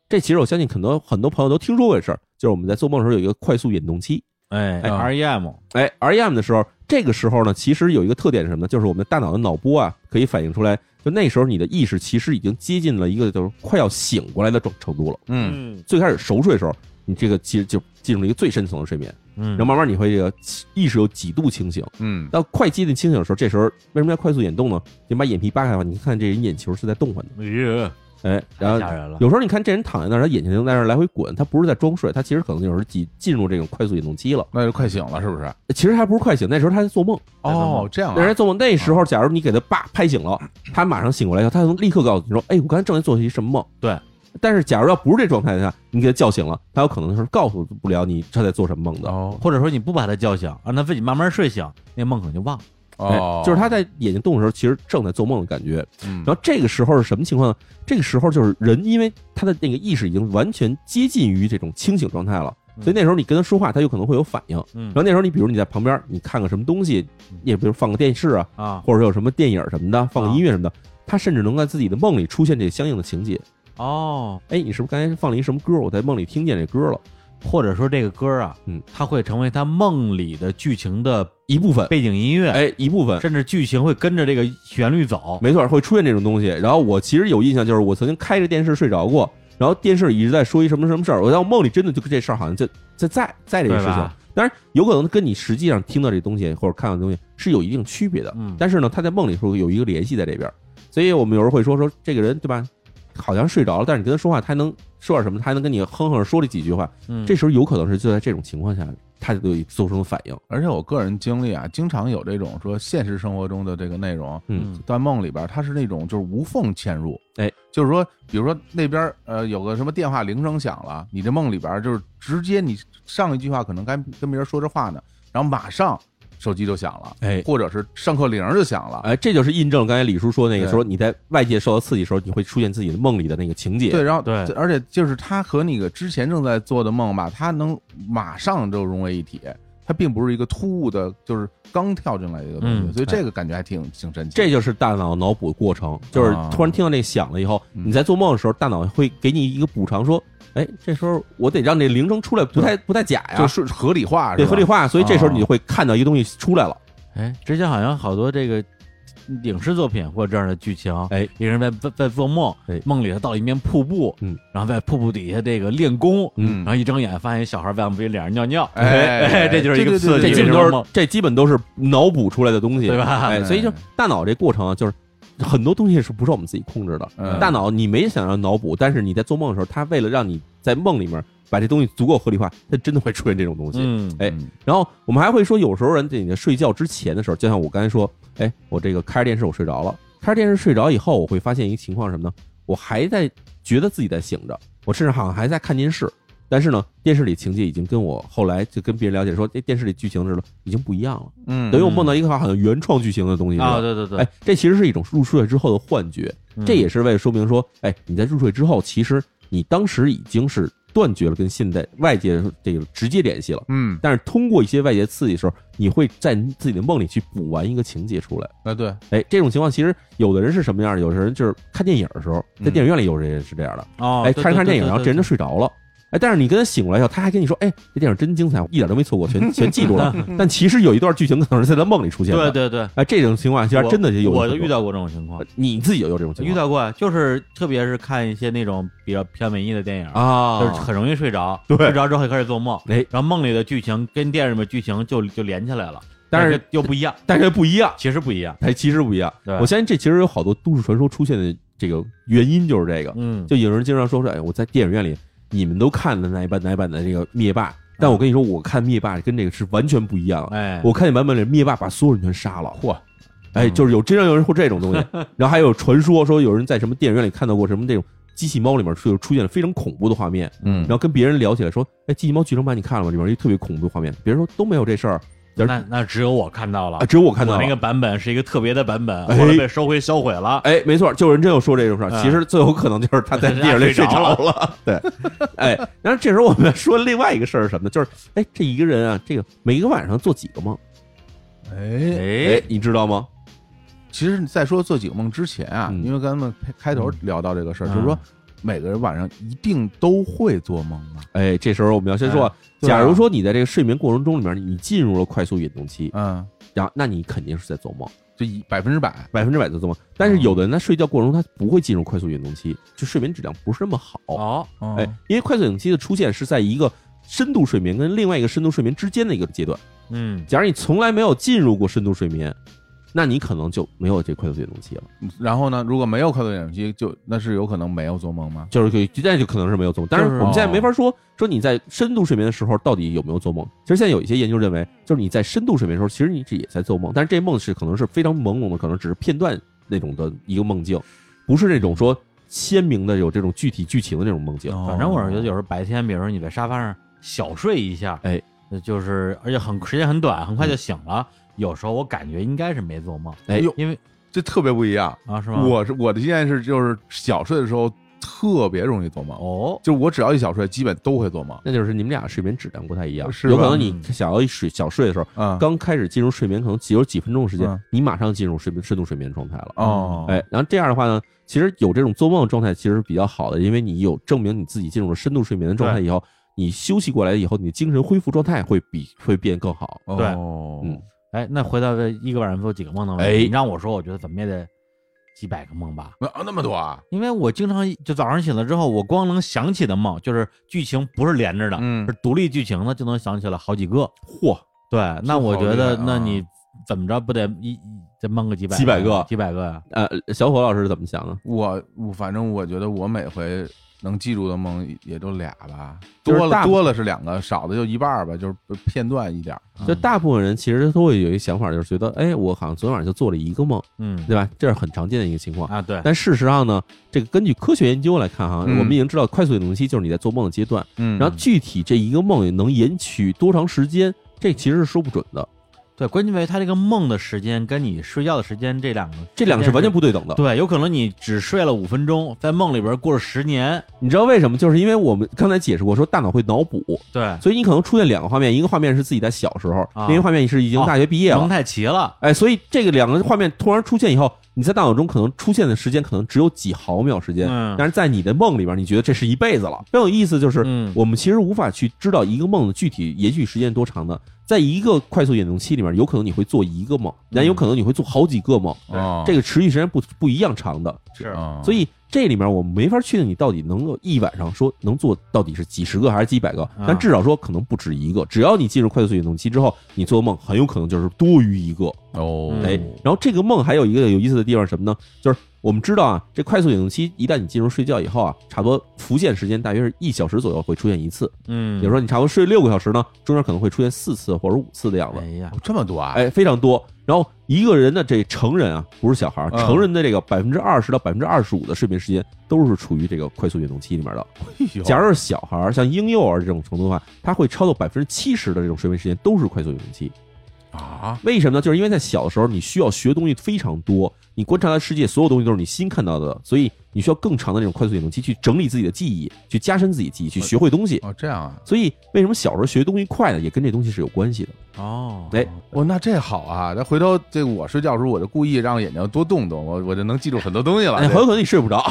[SPEAKER 1] 这其实我相信很多很多朋友都听说过这事儿，就是我们在做梦的时候有一个快速眼动期。
[SPEAKER 2] 哎
[SPEAKER 3] 哎
[SPEAKER 2] ，REM，
[SPEAKER 1] 哎，REM 的时候，这个时候呢，其实有一个特点是什么呢？就是我们大脑的脑波啊，可以反映出来，就那时候你的意识其实已经接近了一个就是快要醒过来的状程度了。
[SPEAKER 3] 嗯
[SPEAKER 2] 嗯
[SPEAKER 1] 最开始熟睡的时候，你这个其实就进入了一个最深层的睡眠，
[SPEAKER 2] 嗯
[SPEAKER 1] 然后慢慢你会这个意识有几度清醒，
[SPEAKER 3] 嗯
[SPEAKER 1] 到快接近清醒的时候，这时候为什么要快速眼动呢？你把眼皮扒开的话，你看这人眼球是在动唤的，
[SPEAKER 2] 哎呀，
[SPEAKER 1] 哎，然
[SPEAKER 2] 太
[SPEAKER 1] 后
[SPEAKER 2] 吓人了。
[SPEAKER 1] 有时候你看这人躺在那儿，他眼睛就在那儿来回滚，他不是在装睡，他其实可能有时候进进入这种快速眼动期了，
[SPEAKER 3] 那就快醒了是不是？
[SPEAKER 1] 其实还不是快醒，那时候他在做梦，
[SPEAKER 3] 哦，这样
[SPEAKER 1] 那人
[SPEAKER 3] 啊
[SPEAKER 1] 在，做梦，那时候假如你给他叭拍醒 了，他马上醒过来以后，他能立刻告诉你说，哎，我刚才正在做一什么梦。
[SPEAKER 2] 对。
[SPEAKER 1] 但是，假如要不是这状态下，你给他叫醒了，他有可能是告诉不了你他在做什么梦的。
[SPEAKER 3] 哦
[SPEAKER 2] 或者说你不把他叫醒，让他自己慢慢睡醒，那梦可能就忘了。
[SPEAKER 3] 哦
[SPEAKER 1] 哎，就是他在眼睛动的时候，其实正在做梦的感觉。
[SPEAKER 3] 嗯
[SPEAKER 1] 然后这个时候是什么情况呢？这个时候就是人，因为他的那个意识已经完全接近于这种清醒状态了，
[SPEAKER 2] 嗯
[SPEAKER 1] 所以那时候你跟他说话，他有可能会有反应。
[SPEAKER 2] 嗯
[SPEAKER 1] 然后那时候你比如你在旁边，你看个什么东西，也比如放个电视啊，
[SPEAKER 2] 啊
[SPEAKER 1] 或者有什么电影什么的，放个
[SPEAKER 2] 啊
[SPEAKER 1] 音乐什么的，他甚至能在自己的梦里出现这相应的情节。
[SPEAKER 2] 哦，
[SPEAKER 1] 哎，你是不是刚才放了一什么歌？我在梦里听见这歌了
[SPEAKER 2] 或者说这个歌啊，
[SPEAKER 1] 嗯，
[SPEAKER 2] 它会成为他梦里的剧情的
[SPEAKER 1] 一部分，
[SPEAKER 2] 背景音乐，
[SPEAKER 1] 哎，一部分，
[SPEAKER 2] 甚至剧情会跟着这个旋律走。
[SPEAKER 1] 没错，会出现这种东西。然后我其实有印象，就是我曾经开着电视睡着过，然后电视一直在说一什么什么事儿，我到梦里真的就这事儿好像就在在在这个事
[SPEAKER 2] 对
[SPEAKER 1] 情
[SPEAKER 2] 吧。
[SPEAKER 1] 当然，有可能跟你实际上听到这东西或者看到的东西是有一定区别的，
[SPEAKER 2] 嗯
[SPEAKER 1] 但是呢，他在梦里时候有一个联系在这边儿，所以我们有时候会说说这个人对吧，好像睡着了，但是你跟他说话，他还能说点什么，他还能跟你哼哼说了几句话，
[SPEAKER 2] 嗯
[SPEAKER 1] 这时候有可能是就在这种情况下，他就有做出了反应。
[SPEAKER 3] 而且我个人经历啊，经常有这种说现实生活中的这个内容，
[SPEAKER 1] 嗯，
[SPEAKER 3] 在梦里边，它是那种就是无缝嵌入，
[SPEAKER 1] 哎，
[SPEAKER 3] 就是说，比如说那边呃有个什么电话铃声响了，你这梦里边就是直接你上一句话可能该跟别人说着话呢，然后马上手机就响了，
[SPEAKER 1] 哎
[SPEAKER 3] 或者是上课铃儿就响了，
[SPEAKER 1] 哎，这就是印证刚才李叔说那个，
[SPEAKER 3] 对
[SPEAKER 1] 说你在外界受到刺激的时候，你会出现自己的梦里的那个情节。
[SPEAKER 3] 对，然后
[SPEAKER 2] 对
[SPEAKER 3] 而且就是它和那个之前正在做的梦吧，它能马上就融为一体，它并不是一个突兀的，就是刚跳进来的一个东西，
[SPEAKER 2] 嗯
[SPEAKER 3] 所以这个感觉还挺挺神奇的。
[SPEAKER 1] 这就是大脑脑补过程，就是突然听到这个响了以后，
[SPEAKER 3] 嗯
[SPEAKER 1] 你在做梦的时候，大脑会给你一个补偿，说，哎，这时候我得让这铃声出来，不太不太假
[SPEAKER 3] 哎就
[SPEAKER 1] 呀，
[SPEAKER 3] 是合理化，
[SPEAKER 1] 对，
[SPEAKER 3] 是吧
[SPEAKER 1] 合理化。所以这时候
[SPEAKER 3] 哦
[SPEAKER 1] 你就会看到一个东西出来了，
[SPEAKER 2] 哎，之前好像好多这个影视作品或者这样的剧情，
[SPEAKER 1] 哎，
[SPEAKER 2] 一个人在在在做梦
[SPEAKER 1] 哎，
[SPEAKER 2] 梦里他到一面瀑布，
[SPEAKER 1] 嗯，
[SPEAKER 2] 然后在瀑布底下这个练功，
[SPEAKER 3] 嗯
[SPEAKER 2] 然后一睁眼发现小孩在往自己脸上尿尿，
[SPEAKER 3] 哎
[SPEAKER 2] 哎，这就是一个
[SPEAKER 3] 对对
[SPEAKER 2] 刺
[SPEAKER 3] 对
[SPEAKER 2] 激，
[SPEAKER 1] 这基
[SPEAKER 3] 对
[SPEAKER 1] 本
[SPEAKER 2] 这
[SPEAKER 3] 对
[SPEAKER 1] 都
[SPEAKER 2] 就是
[SPEAKER 1] 是
[SPEAKER 2] 梦
[SPEAKER 1] 这基本都是脑补出来的东西，
[SPEAKER 2] 对吧
[SPEAKER 1] 哎，所以就
[SPEAKER 3] 嗯
[SPEAKER 1] 大脑这过程啊，就是很多东西是不是我们自己控制的。
[SPEAKER 3] 嗯
[SPEAKER 1] 大脑你没想要脑补，但是你在做梦的时候，它为了让你在梦里面把这东西足够合理化，它真的会出现这种东西。
[SPEAKER 2] 嗯
[SPEAKER 1] 哎
[SPEAKER 3] 嗯
[SPEAKER 1] 然后我们还会说，有时候人在你睡觉之前的时候，就像我刚才说，哎，我这个开着电视我睡着了，开着电视睡着以后，我会发现一个情况是什么呢？我还在觉得自己在醒着，我甚至好像还在看电视，但是呢，电视里情节已经跟我后来就跟别人了解说，哎这电视里剧情似的已经不一样了。
[SPEAKER 3] 嗯，
[SPEAKER 1] 等于我梦到一个好像原创剧情的东西似
[SPEAKER 2] 啊，
[SPEAKER 1] 的。
[SPEAKER 2] 对对对
[SPEAKER 1] 哎，，这其实是一种入睡之后的幻觉，
[SPEAKER 2] 嗯
[SPEAKER 1] 这也是为了说明说，哎，你在入睡之后，其实你当时已经是断绝了跟现在外界这个直接联系了。
[SPEAKER 3] 嗯，
[SPEAKER 1] 但是通过一些外界刺激的时候，你会在你自己的梦里去补完一个情节出来。
[SPEAKER 3] 啊对，
[SPEAKER 1] 哎，这种情况其实有的人是什么样的？有的人就是看电影的时候，在
[SPEAKER 3] 嗯
[SPEAKER 1] 电影院里有人也是这样的。
[SPEAKER 2] 哦，
[SPEAKER 1] 哎，
[SPEAKER 2] 对
[SPEAKER 1] 看着看着电影，然后这人就
[SPEAKER 2] 对
[SPEAKER 1] 睡着了。哎，但是你跟他醒过来以后，他还跟你说：“哎，这电影真精彩，我一点都没错过，全全记住了。” 但其实有一段剧情可能是在他梦里出现的。
[SPEAKER 2] 对对对，
[SPEAKER 1] 哎，这种情况下
[SPEAKER 2] 我
[SPEAKER 1] 真的就有呃
[SPEAKER 2] 我
[SPEAKER 1] 这
[SPEAKER 2] 就
[SPEAKER 1] 种
[SPEAKER 2] 遇到过这种情况，
[SPEAKER 1] 你自己有有这种情
[SPEAKER 2] 遇
[SPEAKER 1] 况
[SPEAKER 2] 到过，就是特别是看一些那种比较偏文艺的电影，
[SPEAKER 1] 啊
[SPEAKER 2] 就是很容易睡着，
[SPEAKER 1] 对
[SPEAKER 2] 睡着之后开始做梦，
[SPEAKER 1] 哎，
[SPEAKER 2] 然后梦里的剧情跟电视里面剧情就就连起来了，
[SPEAKER 1] 但是
[SPEAKER 2] 又不一样，
[SPEAKER 1] 但是不一样，
[SPEAKER 2] 其实不一样，
[SPEAKER 1] 哎，其实不一样。
[SPEAKER 2] 对
[SPEAKER 1] 我相信这其实有好多都市传说出现的这个原因就是这个，
[SPEAKER 2] 嗯，
[SPEAKER 1] 就有人经常说说，哎，我在电影院里你们都看的哪一版哪一版的这个灭霸，但我跟你说，我看灭霸跟这个是完全不一样的。
[SPEAKER 2] 哎，
[SPEAKER 1] 我看见版本里灭霸把所有人全杀了，嚯！哎，就是有真正有人会这种东 西，然后还有传说说有人在什么电影院里看到过什么这种机器猫里面出出现了非常恐怖的画面，
[SPEAKER 2] 嗯
[SPEAKER 1] 然后跟别人聊起来说，哎，机器猫剧场版你看了吗？里面有一特别恐怖的画面，别人说都没有这事儿，然后
[SPEAKER 2] 那那只有我看到了
[SPEAKER 1] 啊，，只有我看到
[SPEAKER 2] 啊我
[SPEAKER 1] 了
[SPEAKER 2] 那个版本是一个特别的版本，
[SPEAKER 1] 哎
[SPEAKER 2] 后来被收回销毁了。
[SPEAKER 1] 哎，没错，就有人真有说这种事儿，
[SPEAKER 2] 嗯
[SPEAKER 1] 其实最有可能就是他在电影里睡着了。对，哎，然后这时候我们说另外一个事儿是什么呢？就是，哎，这一个人啊，这个每个晚上做几个梦？
[SPEAKER 3] 哎，
[SPEAKER 1] 哎
[SPEAKER 2] 哎，，
[SPEAKER 1] 你知道吗？
[SPEAKER 3] 其实，在说做几个梦之前啊，
[SPEAKER 1] 嗯
[SPEAKER 3] 因为咱们开开头聊到这个事儿，
[SPEAKER 2] 嗯
[SPEAKER 3] 就是说每个人晚上一定都会做梦啊。
[SPEAKER 1] 哎，这时候我们要先说啊，
[SPEAKER 3] 哎对啊
[SPEAKER 1] 假如说你在这个睡眠过程中里面，你进入了快速运动期，
[SPEAKER 3] 嗯，
[SPEAKER 1] 然后那你肯定是在做梦，
[SPEAKER 3] 这一百分之百，
[SPEAKER 1] 百分之百在做梦。但是有的人在睡觉过程中他不会进入快速运动期，就睡眠质量不是那么好。
[SPEAKER 2] 哦，
[SPEAKER 3] 嗯
[SPEAKER 1] 哎，因为快速运动期的出现是在一个深度睡眠跟另外一个深度睡眠之间的一个阶段。
[SPEAKER 2] 嗯，
[SPEAKER 1] 假如你从来没有进入过深度睡眠，那你可能就没有这快速运动期了，
[SPEAKER 3] 然后呢，如果没有快速眼期，就那是有可能没有做梦吗？
[SPEAKER 1] 就是可以，现在就可能是没有做梦。但是
[SPEAKER 2] 就是
[SPEAKER 1] 我们现在没法说说你在深度睡眠的时候到底有没有做梦。其实现在有一些研究认为，就是你在深度睡眠的时候，其实你这也在做梦，但是这梦是可能是非常朦胧的，可能只是片段那种的一个梦境，不是那种说鲜明的有这种具体剧情的这种梦境。
[SPEAKER 2] 反正我是觉得有时候白天，比如说你在沙发上小睡一下，
[SPEAKER 1] 哎，嗯
[SPEAKER 2] 就是而且很时间很短，很快就醒了。有时候我感觉应该是没做梦，
[SPEAKER 1] 哎
[SPEAKER 3] 呦，
[SPEAKER 2] 因为
[SPEAKER 3] 这特别不一样。
[SPEAKER 2] 啊，是吗？
[SPEAKER 3] 我是我的经验是，就是小睡的时候特别容易做梦，
[SPEAKER 2] 哦，
[SPEAKER 3] 就是我只要一小睡，基本都会做梦。
[SPEAKER 1] 那就是你们俩睡眠质量不太一样，
[SPEAKER 3] 是吧
[SPEAKER 1] 有可能你
[SPEAKER 2] 嗯
[SPEAKER 1] 想要一睡小睡的时候，
[SPEAKER 3] 啊，
[SPEAKER 1] 刚开始进入睡眠，可能只有几分钟的时间
[SPEAKER 3] 嗯，
[SPEAKER 1] 你马上进入睡眠深度睡眠状态了。
[SPEAKER 3] 哦，
[SPEAKER 1] 哎，然后这样的话呢，其实有这种做梦的状态其实是比较好的，因为你有证明你自己进入了深度睡眠的状态以后，你休息过来以后，你的精神恢复状态会比会变更好。
[SPEAKER 3] 哦，
[SPEAKER 2] 对
[SPEAKER 1] 嗯
[SPEAKER 2] 哎，那回到这一个晚上做几个梦的问
[SPEAKER 1] 哎
[SPEAKER 2] 题，你让我说，我觉得怎么也得几百个梦吧。
[SPEAKER 3] 那啊那么多啊，
[SPEAKER 2] 因为我经常就早上醒了之后，我光能想起的梦，就是剧情不是连着的，
[SPEAKER 3] 嗯
[SPEAKER 2] 是独立剧情的，就能想起来好几个。
[SPEAKER 1] 嚯，
[SPEAKER 2] 对，那我觉得，
[SPEAKER 3] 厉害啊
[SPEAKER 2] 那你怎么着不得一一得蒙个几百
[SPEAKER 1] 几百个
[SPEAKER 2] 几百个呀？
[SPEAKER 1] 呃，小伙老师是怎么想的？
[SPEAKER 3] 我我反正我觉得我每回能记住的梦也就俩吧，
[SPEAKER 1] 就是
[SPEAKER 3] 多
[SPEAKER 1] 大
[SPEAKER 3] 了
[SPEAKER 1] 部
[SPEAKER 3] 多了是两个，少的就一半儿吧，就是片段一点儿。啊
[SPEAKER 1] 就大部分人其实都会有一个想法，就是觉得，哎，我好像昨天晚上就做了一个梦，
[SPEAKER 2] 嗯
[SPEAKER 1] 对吧？这是很常见的一个情况。
[SPEAKER 3] 哎
[SPEAKER 2] 啊，对，
[SPEAKER 1] 但事实上呢，这个根据科学研究来看哈，
[SPEAKER 3] 嗯
[SPEAKER 1] 我们已经知道快速运动期就是你在做梦的阶段，
[SPEAKER 3] 嗯
[SPEAKER 1] 然后具体这一个梦能延续多长时间，这其实是说不准的，
[SPEAKER 2] 对，关键在于他这个梦的时间跟你睡觉的时间这两个，
[SPEAKER 1] 这两个是完全不对等的。
[SPEAKER 2] 对，有可能你只睡了五分钟，在梦里边过了十年，
[SPEAKER 1] 你知道为什么？就是因为我们刚才解释过，说大脑会脑补，
[SPEAKER 2] 对，
[SPEAKER 1] 所以你可能出现两个画面，一个画面是自己在小时候，
[SPEAKER 2] 啊
[SPEAKER 1] 另一个画面是已经大学毕业了。
[SPEAKER 2] 蒙太奇了，
[SPEAKER 1] 哎，所以这个两个画面突然出现以后，你在大脑中可能出现的时间可能只有几毫秒时间，
[SPEAKER 2] 嗯
[SPEAKER 1] 但是在你的梦里边，你觉得这是一辈子了。更有意思就是，
[SPEAKER 2] 嗯
[SPEAKER 1] 我们其实无法去知道一个梦的具体延续时间多长的。在一个快速眼动期里面，有可能你会做一个梦，但
[SPEAKER 2] 嗯
[SPEAKER 1] 有可能你会做好几个梦，
[SPEAKER 3] 哦，
[SPEAKER 1] 这个持续时间不不一样长的。
[SPEAKER 2] 是
[SPEAKER 3] 哦
[SPEAKER 1] 所以这里面我们没法确定你到底能够一晚上说能做到底是几十个还是几百个，
[SPEAKER 2] 啊
[SPEAKER 1] 但至少说可能不止一个。只要你进入快速运动期之后，你做梦很有可能就是多于一个。
[SPEAKER 3] 哦，
[SPEAKER 2] 嗯
[SPEAKER 1] 哎，然后这个梦还有一个有意思的地方是什么呢？就是我们知道啊，这快速运动期一旦你进入睡觉以后啊，差不多浮现时间大约是一小时左右会出现一次。
[SPEAKER 2] 嗯，
[SPEAKER 1] 也就是说，你差不多睡六个小时呢，中间可能会出现四次或者五次的样子
[SPEAKER 2] 哎。呀，
[SPEAKER 3] 这么多啊，
[SPEAKER 1] 哎，非常多。然后一个人的这成人啊，不是小孩儿，
[SPEAKER 3] 嗯
[SPEAKER 1] 成人的这个百分之二十到百分之二十五的睡眠时间都是处于这个快速运动期里面的。
[SPEAKER 3] 哎呦
[SPEAKER 1] 假如是小孩儿，像婴幼儿这种程度的话，他会超到百分之七十的这种睡眠时间都是快速运动期。
[SPEAKER 3] 啊，
[SPEAKER 1] 为什么呢？就是因为在小的时候，你需要学东西非常多，你观察的世界所有东西都是你新看到的，所以你需要更长的这种快速运动期去整理自己的记忆，去加深自己记忆，去学会东西。
[SPEAKER 3] 哦这样啊，
[SPEAKER 1] 所以为什么小时候学东西快呢？也跟这东西是有关系的。
[SPEAKER 2] 哦，
[SPEAKER 1] 哎，
[SPEAKER 3] 哦那这好啊，那回头这我睡觉的时候我就故意让眼睛多动动，我我就能记住很多东西了。
[SPEAKER 1] 哎，很有可能你睡不着。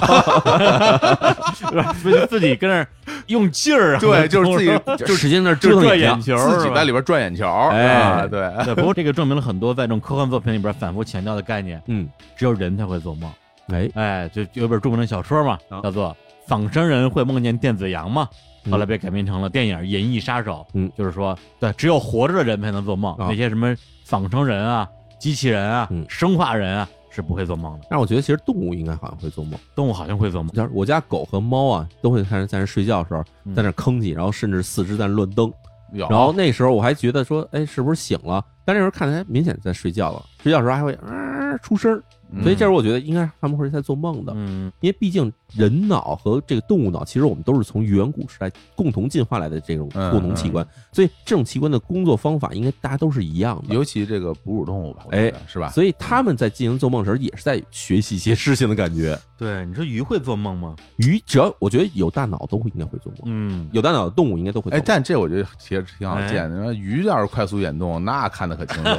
[SPEAKER 2] 自自己跟那儿用劲儿啊，
[SPEAKER 3] 对，就是自己
[SPEAKER 1] 就使劲在那
[SPEAKER 3] 就
[SPEAKER 1] 折腾
[SPEAKER 2] 转
[SPEAKER 1] 眼
[SPEAKER 2] 眼
[SPEAKER 1] 睛。
[SPEAKER 2] 球儿，
[SPEAKER 3] 自己在里边转眼球儿，
[SPEAKER 1] 哎
[SPEAKER 3] 啊对，
[SPEAKER 2] 对，不过这个证明了很多在这种科幻作品里边反复强调的概念，
[SPEAKER 1] 嗯，
[SPEAKER 2] 只有人才会做梦。
[SPEAKER 1] 哎，
[SPEAKER 2] 哎，就有本著名的小说嘛，
[SPEAKER 1] 啊
[SPEAKER 2] 叫做《仿生人会梦见电子羊》嘛，
[SPEAKER 1] 嗯
[SPEAKER 2] 后来被改编成了电影《银翼杀手》。
[SPEAKER 1] 嗯
[SPEAKER 2] 就是说，对，只有活着的人才能做梦，
[SPEAKER 1] 啊
[SPEAKER 2] 那些什么仿生人啊、机器人啊、
[SPEAKER 1] 嗯
[SPEAKER 2] 生化人啊是不会做梦的。
[SPEAKER 1] 但是我觉得其实动物应该好像会做梦，
[SPEAKER 2] 动物好像会做梦，
[SPEAKER 1] 就是我家狗和猫啊，都会开始在那睡觉的时候，
[SPEAKER 2] 嗯
[SPEAKER 1] 在那吭叽，然后甚至四肢在那乱蹬。
[SPEAKER 3] 有
[SPEAKER 1] 然哎后那时候我还觉得说，哎，是不是醒了？但那时候看起来明显在睡觉了，睡觉的时候还会嗯、儿出声儿。所以这时候我觉得应该是他们会是在做梦的，
[SPEAKER 2] 嗯
[SPEAKER 1] 因为毕竟人脑和这个动物脑，其实我们都是从远古时代共同进化来的这种
[SPEAKER 3] 嗯
[SPEAKER 1] 共同器官，所以这种器官的工作方法应该大家都是一样的。
[SPEAKER 3] 尤其这个哺乳动物吧，我觉得是吧？
[SPEAKER 1] 所以他们在进行做梦时，也是在学习一些事情的感觉。
[SPEAKER 2] 对，你说鱼会做梦吗？
[SPEAKER 1] 鱼只要我觉得有大脑都会应该会做梦，
[SPEAKER 2] 嗯，
[SPEAKER 1] 有大脑的动物哎应该都会做
[SPEAKER 3] 哎，
[SPEAKER 1] 梦。
[SPEAKER 3] 但这我觉得其实挺好见的。鱼要是快速眼动，那看得可清 楚。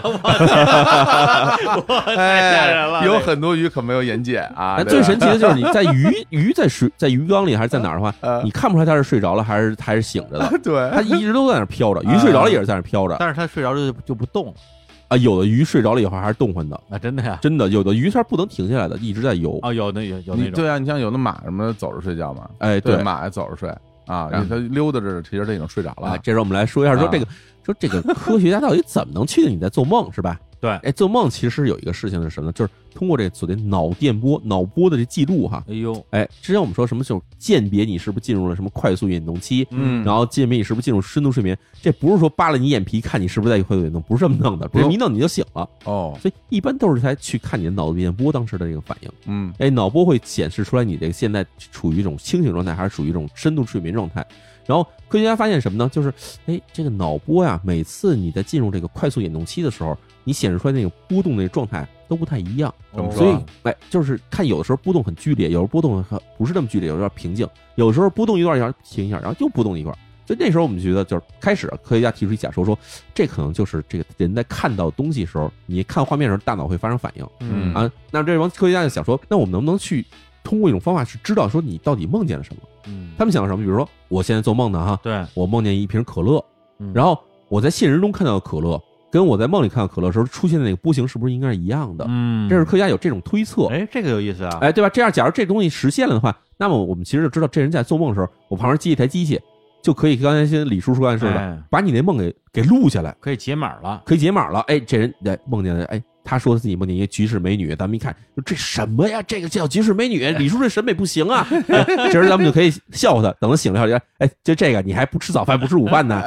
[SPEAKER 3] 哎
[SPEAKER 2] 太吓人了，
[SPEAKER 3] 有很多鱼可没有眼界啊。
[SPEAKER 1] 但最
[SPEAKER 3] 对吧
[SPEAKER 1] 神奇的就是你在鱼鱼在水在鱼缸里还是在哪儿的话，
[SPEAKER 3] 呃
[SPEAKER 1] 你看不出来它是睡着了还是还是醒着 的，
[SPEAKER 3] 对，
[SPEAKER 1] 它一直都在那儿飘着。鱼睡着了也是在那儿飘着
[SPEAKER 2] 但是它睡着就就不动了
[SPEAKER 1] 啊，有的鱼睡着了以后还是动换的，
[SPEAKER 2] 啊，真的 呀？
[SPEAKER 1] 真的有的鱼它是不能停下来的，一直在游。
[SPEAKER 2] 啊，有那有有
[SPEAKER 3] 你
[SPEAKER 2] 那种，
[SPEAKER 3] 对啊，你像有的马什么的走着睡觉嘛，
[SPEAKER 1] 哎，
[SPEAKER 3] 对，马也走着睡啊，
[SPEAKER 1] 然
[SPEAKER 3] 它
[SPEAKER 1] 后
[SPEAKER 3] 溜达着，其实它已经睡着
[SPEAKER 1] 啊
[SPEAKER 3] 了，。
[SPEAKER 1] 这时候我们来说一下，说这个，说这个科学家到底怎么能确定你在做梦，是吧？
[SPEAKER 2] 对
[SPEAKER 1] 哎，做梦其实有一个事情是什么呢？就是通过这所谓脑电波、脑波的这记录哈。
[SPEAKER 2] 哎呦，
[SPEAKER 1] 哎，之前我们说什么就是鉴别你是不是进入了什么快速眼动期，
[SPEAKER 3] 嗯
[SPEAKER 1] 然后鉴别你是不是进入深度睡眠，这不是说扒了你眼皮看你是不是在快速眼动，不是这么弄的，不是
[SPEAKER 3] 哦
[SPEAKER 1] 一弄你就醒了。
[SPEAKER 3] 哦，
[SPEAKER 1] 所以一般都是才去看你的脑电波当时的这个反应。
[SPEAKER 3] 嗯
[SPEAKER 1] 哎，脑波会显示出来你这个现在处于一种清醒状态，还是处于一种深度睡眠状态。然后科学家发现什么呢？就是，哎，这个脑波呀，每次你在进入这个快速眼动期的时候，你显示出来那个波动那个状态都不太一样。
[SPEAKER 3] 怎么
[SPEAKER 1] 所以
[SPEAKER 3] 说，啊
[SPEAKER 1] 哎，就是看有的时候波动很剧烈，有时候波动很不是那么剧烈，有时候平静，有时候波动一段一下停一下，然后又波动一块儿。所以那时候我们觉得，就是开始科学家提出一假说说，这可能就是这个人在看到东西的时候，你看画面的时候，大脑会发生反应。
[SPEAKER 3] 嗯
[SPEAKER 1] 啊，那这帮科学家就想说，那我们能不能去通过一种方法去知道说你到底梦见了什么？
[SPEAKER 2] 嗯，
[SPEAKER 1] 他们想到什么？比如说，我现在做梦呢，哈，
[SPEAKER 2] 对，
[SPEAKER 1] 我梦见一瓶可乐，
[SPEAKER 2] 嗯
[SPEAKER 1] 然后我在现实中看到的可乐，跟我在梦里看到可乐的时候出现的那个波形是不是应该是一样的？
[SPEAKER 2] 嗯，
[SPEAKER 1] 这是科学家有这种推测，
[SPEAKER 2] 哎，这个有意思啊，
[SPEAKER 1] 哎，对吧？这样，假如这东西实现了的话，那么我们其实就知道这人在做梦的时候，我旁边接一台机器，就可以刚才先李叔叔刚才说的，
[SPEAKER 2] 哎
[SPEAKER 1] 把你那梦给给录下来。
[SPEAKER 2] 可以解码了，
[SPEAKER 1] 可以解码了。哎，这人哎梦见了，哎，他说自己梦见一个绝世美女，咱们一看，说这什么呀？这个叫绝世美女，李叔这审美不行啊。哎这时候咱们就可以笑话他，等他醒了以后，哎，就这个你还不吃早饭不吃午饭呢，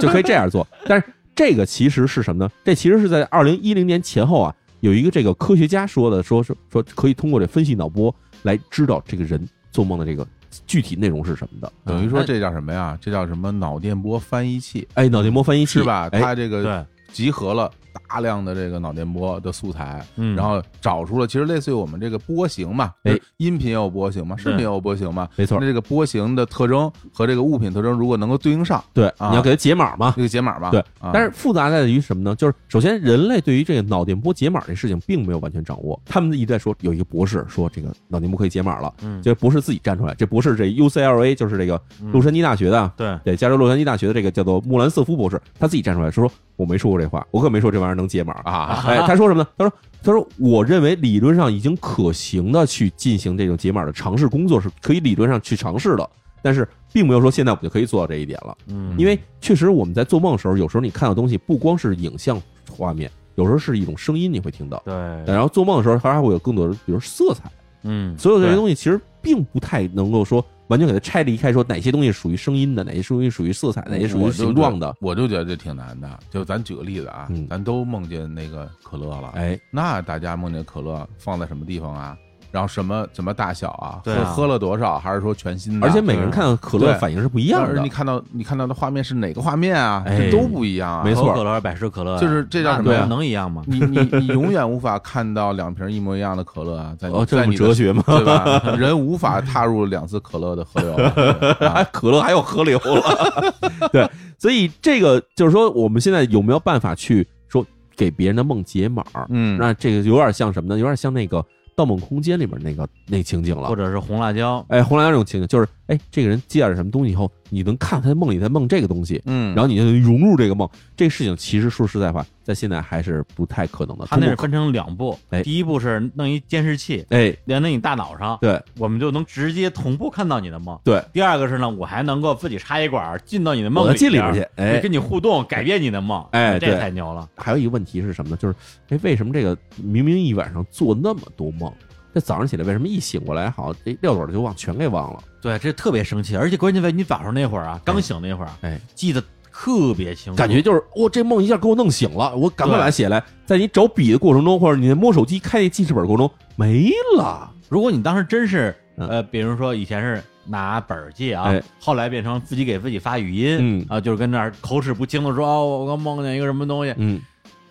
[SPEAKER 1] 就可以这样做。但是这个其实是什么呢？这其实是在二零一零年前后啊，有一个这个科学家说的，说说说可以通过这分析脑波来知道这个人做梦的这个具体内容是什么的。
[SPEAKER 3] 等于说啊这叫什么呀？这叫什么脑电波翻译器
[SPEAKER 1] 哎，脑电波翻译器
[SPEAKER 3] 是吧？
[SPEAKER 1] 哎，
[SPEAKER 3] 它这个
[SPEAKER 2] 对，
[SPEAKER 3] 集合了大量的这个脑电波的素材，
[SPEAKER 2] 嗯
[SPEAKER 3] 然后找出了其实类似于我们这个波形嘛，
[SPEAKER 1] 哎，嗯
[SPEAKER 3] 音频也有波形嘛，视频也有波形嘛。
[SPEAKER 1] 没错
[SPEAKER 3] 那，这个波形的特征和这个物品特征如果能够对应上，
[SPEAKER 1] 对，
[SPEAKER 3] 啊
[SPEAKER 1] 你要给他解码嘛。
[SPEAKER 3] 这个解码吧。
[SPEAKER 1] 对
[SPEAKER 3] 啊，
[SPEAKER 1] 但是复杂在于什么呢？就是首先，人类对于这个脑电波解码这事情并没有完全掌握。他们一直在说，有一个博士说这个脑电波可以解码了，
[SPEAKER 2] 嗯
[SPEAKER 1] 这博士自己站出来。这博士这 UCLA 就是这个洛杉矶大学的啊，
[SPEAKER 2] 对，
[SPEAKER 1] 对，加州洛杉矶大学的这个叫做穆兰瑟夫博士，他自己站出来说我没说过这话，我可没说这玩意儿能解码 啊。
[SPEAKER 3] 啊，
[SPEAKER 1] 哎，他说什么呢？他说。他说：“我认为理论上已经可行的去进行这种解码的尝试工作是可以理论上去尝试的，但是并没有说现在我们就可以做到这一点了。
[SPEAKER 2] 嗯，
[SPEAKER 1] 因为确实我们在做梦的时候，有时候你看到东西不光是影像画面，有时候是一种声音你会听到。
[SPEAKER 2] 对，
[SPEAKER 1] 然后做梦的时候，它还会有更多的，比如色彩，
[SPEAKER 2] 嗯，
[SPEAKER 1] 所有这些
[SPEAKER 2] 对
[SPEAKER 1] 东西其实并不太能够说完全给它拆离开，说哪些东西属于声音的，哪些东西属于色彩，哪些属于
[SPEAKER 3] 我就
[SPEAKER 1] 形状的。
[SPEAKER 3] 我就觉得这挺难的。就咱举个例子啊
[SPEAKER 1] 嗯，
[SPEAKER 3] 咱都梦见那个可乐了，
[SPEAKER 1] 哎，
[SPEAKER 3] 那大家梦见可乐放在什么地方啊？然后什么什么大小啊？
[SPEAKER 2] 对啊
[SPEAKER 3] 喝喝了多少？还是说全新的？
[SPEAKER 1] 而且每个人看到可乐的反应是不一
[SPEAKER 3] 一
[SPEAKER 1] 样的
[SPEAKER 3] 你。看到你看到的画面是哪个画面啊？
[SPEAKER 1] 哎
[SPEAKER 3] 这都不一样啊。
[SPEAKER 1] 没错
[SPEAKER 2] 可口可乐、百事可乐，
[SPEAKER 3] 就是这叫什么
[SPEAKER 1] 对啊
[SPEAKER 3] 呀？
[SPEAKER 2] 能一样吗？
[SPEAKER 3] 你你你永远无法看到两瓶一模一样的可乐啊，在你
[SPEAKER 1] 哦，这
[SPEAKER 3] 在
[SPEAKER 1] 么
[SPEAKER 3] 你的
[SPEAKER 1] 哲学吗？
[SPEAKER 3] 对吧？人无法踏入两次可乐的河流 啊，对
[SPEAKER 1] 哎，
[SPEAKER 3] 啊
[SPEAKER 1] 可乐还有河流了。 对，所以这个就是说，我们现在有没有办法去说给别人的梦解码？
[SPEAKER 3] 嗯，
[SPEAKER 1] 那这个有点像什么呢？有点像那个《盗梦空间》里面那个那情景
[SPEAKER 2] 或
[SPEAKER 1] 了。
[SPEAKER 2] 者是红辣椒，
[SPEAKER 1] 哎，红蓝那种情景就是，哎，这个人接点什么东西以后，你能看他梦里在梦这个东西，
[SPEAKER 3] 嗯，
[SPEAKER 1] 然后你就能融入这个梦。这个事情其实说实在话，在现在还是不太可能的。
[SPEAKER 2] 它那
[SPEAKER 1] 通
[SPEAKER 2] 是
[SPEAKER 1] 过
[SPEAKER 2] 分成两步
[SPEAKER 1] 哎，
[SPEAKER 2] 第一步是弄一监视器
[SPEAKER 1] 哎，
[SPEAKER 2] 连在你大脑上，
[SPEAKER 1] 对
[SPEAKER 2] 我们就能直接同步看到你的梦。
[SPEAKER 1] 对，
[SPEAKER 2] 第二个是呢，我还能够自己插一管儿进到你的梦
[SPEAKER 1] 我
[SPEAKER 2] 里，
[SPEAKER 1] 进里边去，。哎，
[SPEAKER 2] 跟你互动，改变你的梦，
[SPEAKER 1] 哎
[SPEAKER 2] 这
[SPEAKER 1] 对
[SPEAKER 2] 太牛了。
[SPEAKER 1] 还有一个问题是什么呢？就是，哎，为什么这个明明一晚上做那么多梦，这早上起来为什么一醒过来，好像这撂嘴就忘，全给忘了？
[SPEAKER 2] 对，这特别生气，而且关键在你早上那会儿啊，刚醒那会儿啊，
[SPEAKER 1] 哎
[SPEAKER 2] 记得特别清楚，
[SPEAKER 1] 感觉就是我这梦一下给我弄醒了，我赶快
[SPEAKER 2] 对
[SPEAKER 1] 把它写下来。在你找笔的过程中，或者你在摸手机开那记事本过程中，没了。
[SPEAKER 2] 如果你当时真是
[SPEAKER 1] 嗯
[SPEAKER 2] 呃，比如说以前是拿本儿记啊
[SPEAKER 1] 哎，
[SPEAKER 2] 后来变成自己给自己发语音
[SPEAKER 1] 嗯
[SPEAKER 2] 啊，就是跟那儿口齿不清的说哦，我刚梦见一个什么东西。
[SPEAKER 1] 嗯，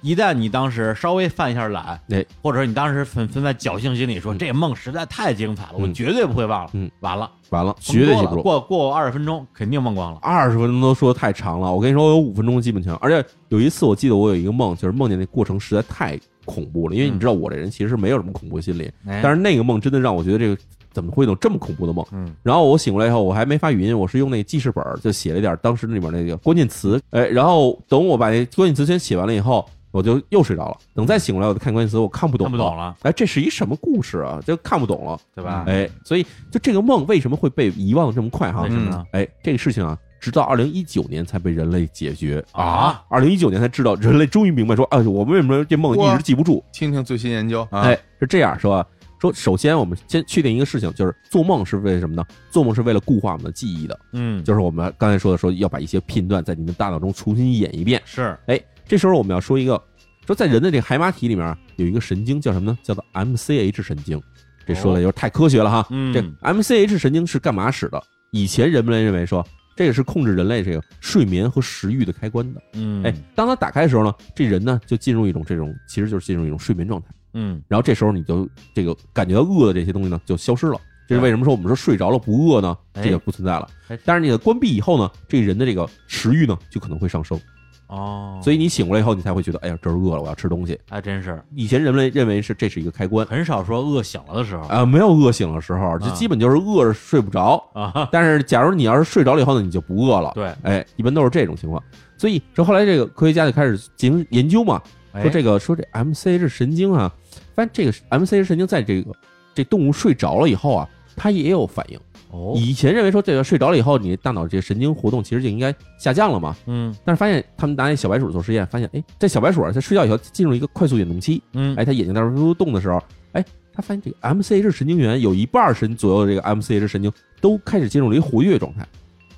[SPEAKER 2] 一旦你当时稍微犯一下懒
[SPEAKER 1] 哎，
[SPEAKER 2] 或者你当时存存在侥幸心理说这梦实在太精彩了，我
[SPEAKER 1] 嗯
[SPEAKER 2] 绝对不会忘了
[SPEAKER 1] 嗯，
[SPEAKER 2] 完了，
[SPEAKER 1] 完了，
[SPEAKER 2] 蒙
[SPEAKER 1] 绝对
[SPEAKER 2] 多
[SPEAKER 1] 记
[SPEAKER 2] 了
[SPEAKER 1] 不住。
[SPEAKER 2] 过过二十分钟肯定忘光了。
[SPEAKER 1] 二十分钟都说得太长了，我跟你说，我有五分钟基本全。而且有一次，我记得我有一个梦，就是梦见那过程实在太恐怖了，因为你知道我这人其实没有什么恐怖心理，
[SPEAKER 2] 哎
[SPEAKER 1] 但是那个梦真的让我觉得这个怎么会有这么恐怖的梦？
[SPEAKER 2] 嗯，
[SPEAKER 1] 然后我醒过来以后，我还没发语音，我是用那个记事本儿就写了一点当时那里面那个关键词，哎，然后等我把那关键词全写完了以后，我就又睡着了。等再醒过来，我就看关键词，我看不懂，
[SPEAKER 2] 看不懂。了，
[SPEAKER 1] 哎，这是一什么故事啊？就看不懂了，
[SPEAKER 2] 对吧？
[SPEAKER 1] 哎，所以就这个梦为什么会被遗忘得这么快哈
[SPEAKER 2] 为？什么呢？
[SPEAKER 1] 哎，这个事情啊，直到二零一九年才被人类解决
[SPEAKER 2] 啊！
[SPEAKER 1] 二零一九年才知道，人类终于明白说，哎，我们为什么这梦一
[SPEAKER 3] 哇
[SPEAKER 1] 直记不住？
[SPEAKER 3] 听听最新研究啊，
[SPEAKER 1] 哎，是这样说啊，说首先我们先确定一个事情，就是做梦是为什么呢？做梦是为了固化我们的记忆的，
[SPEAKER 2] 嗯，
[SPEAKER 1] 就是我们刚才说的说要把一些片段在你的大脑中重新演一遍。
[SPEAKER 2] 是
[SPEAKER 1] 哎，这时候我们要说一个，说在人的这个海马体里面啊有一个神经叫什么呢？叫做 MCH 神经。这说的有点太科学了哈。
[SPEAKER 2] 哦嗯
[SPEAKER 1] 这 MCH 神经是干嘛使的？以前人们认为说这个是控制人类这个睡眠和食欲的开关的。
[SPEAKER 2] 嗯，
[SPEAKER 1] 哎，当它打开的时候呢，这人呢就进入一种这种，其实就是进入一种睡眠状态。
[SPEAKER 2] 嗯，
[SPEAKER 1] 然后这时候你就这个感觉到饿的这些东西呢就消失了。这是为什么说我们说睡着了不饿呢？
[SPEAKER 2] 哎
[SPEAKER 1] 这个不存在了
[SPEAKER 2] 哎。
[SPEAKER 1] 但是你的关闭以后呢，这人的这个食欲呢就可能会上升，
[SPEAKER 2] 哦，
[SPEAKER 1] 所
[SPEAKER 2] 以
[SPEAKER 1] 以你醒过来以后，你才会觉得，哎呀，这儿饿了，我要吃东西。
[SPEAKER 2] 还真是
[SPEAKER 1] 以前人们认为是这是一个开关
[SPEAKER 2] 很少说饿醒了的时候
[SPEAKER 1] 啊、没有饿醒的时候，就基本就是饿着睡不着。
[SPEAKER 2] 啊，
[SPEAKER 1] 但是假如你要是睡着了以后呢，你就不饿了。
[SPEAKER 2] 对，
[SPEAKER 1] 哎，一般都是这种情况。所以这后来这个科学家就开始进行研究嘛，
[SPEAKER 2] 哎
[SPEAKER 1] 说这个说这 MCH 神经啊，发现这个 MCH 神经在这个这动物睡着了以后啊，它也有反应。
[SPEAKER 2] 哦，
[SPEAKER 1] 以前认为说这个睡着了以后，你大脑这神经活动其实就应该下降了嘛，
[SPEAKER 2] 嗯
[SPEAKER 1] 但是发现他们拿那小白鼠做实验，发现哎，这小白鼠啊，它睡觉以后进入一个快速眼动期，
[SPEAKER 2] 嗯，
[SPEAKER 1] 哎，它眼睛在那儿嘟嘟动的时候，哎，它发现这个 MCH 神经元有一半神左右的这个 MCH 神经都开始进入了一活跃状态。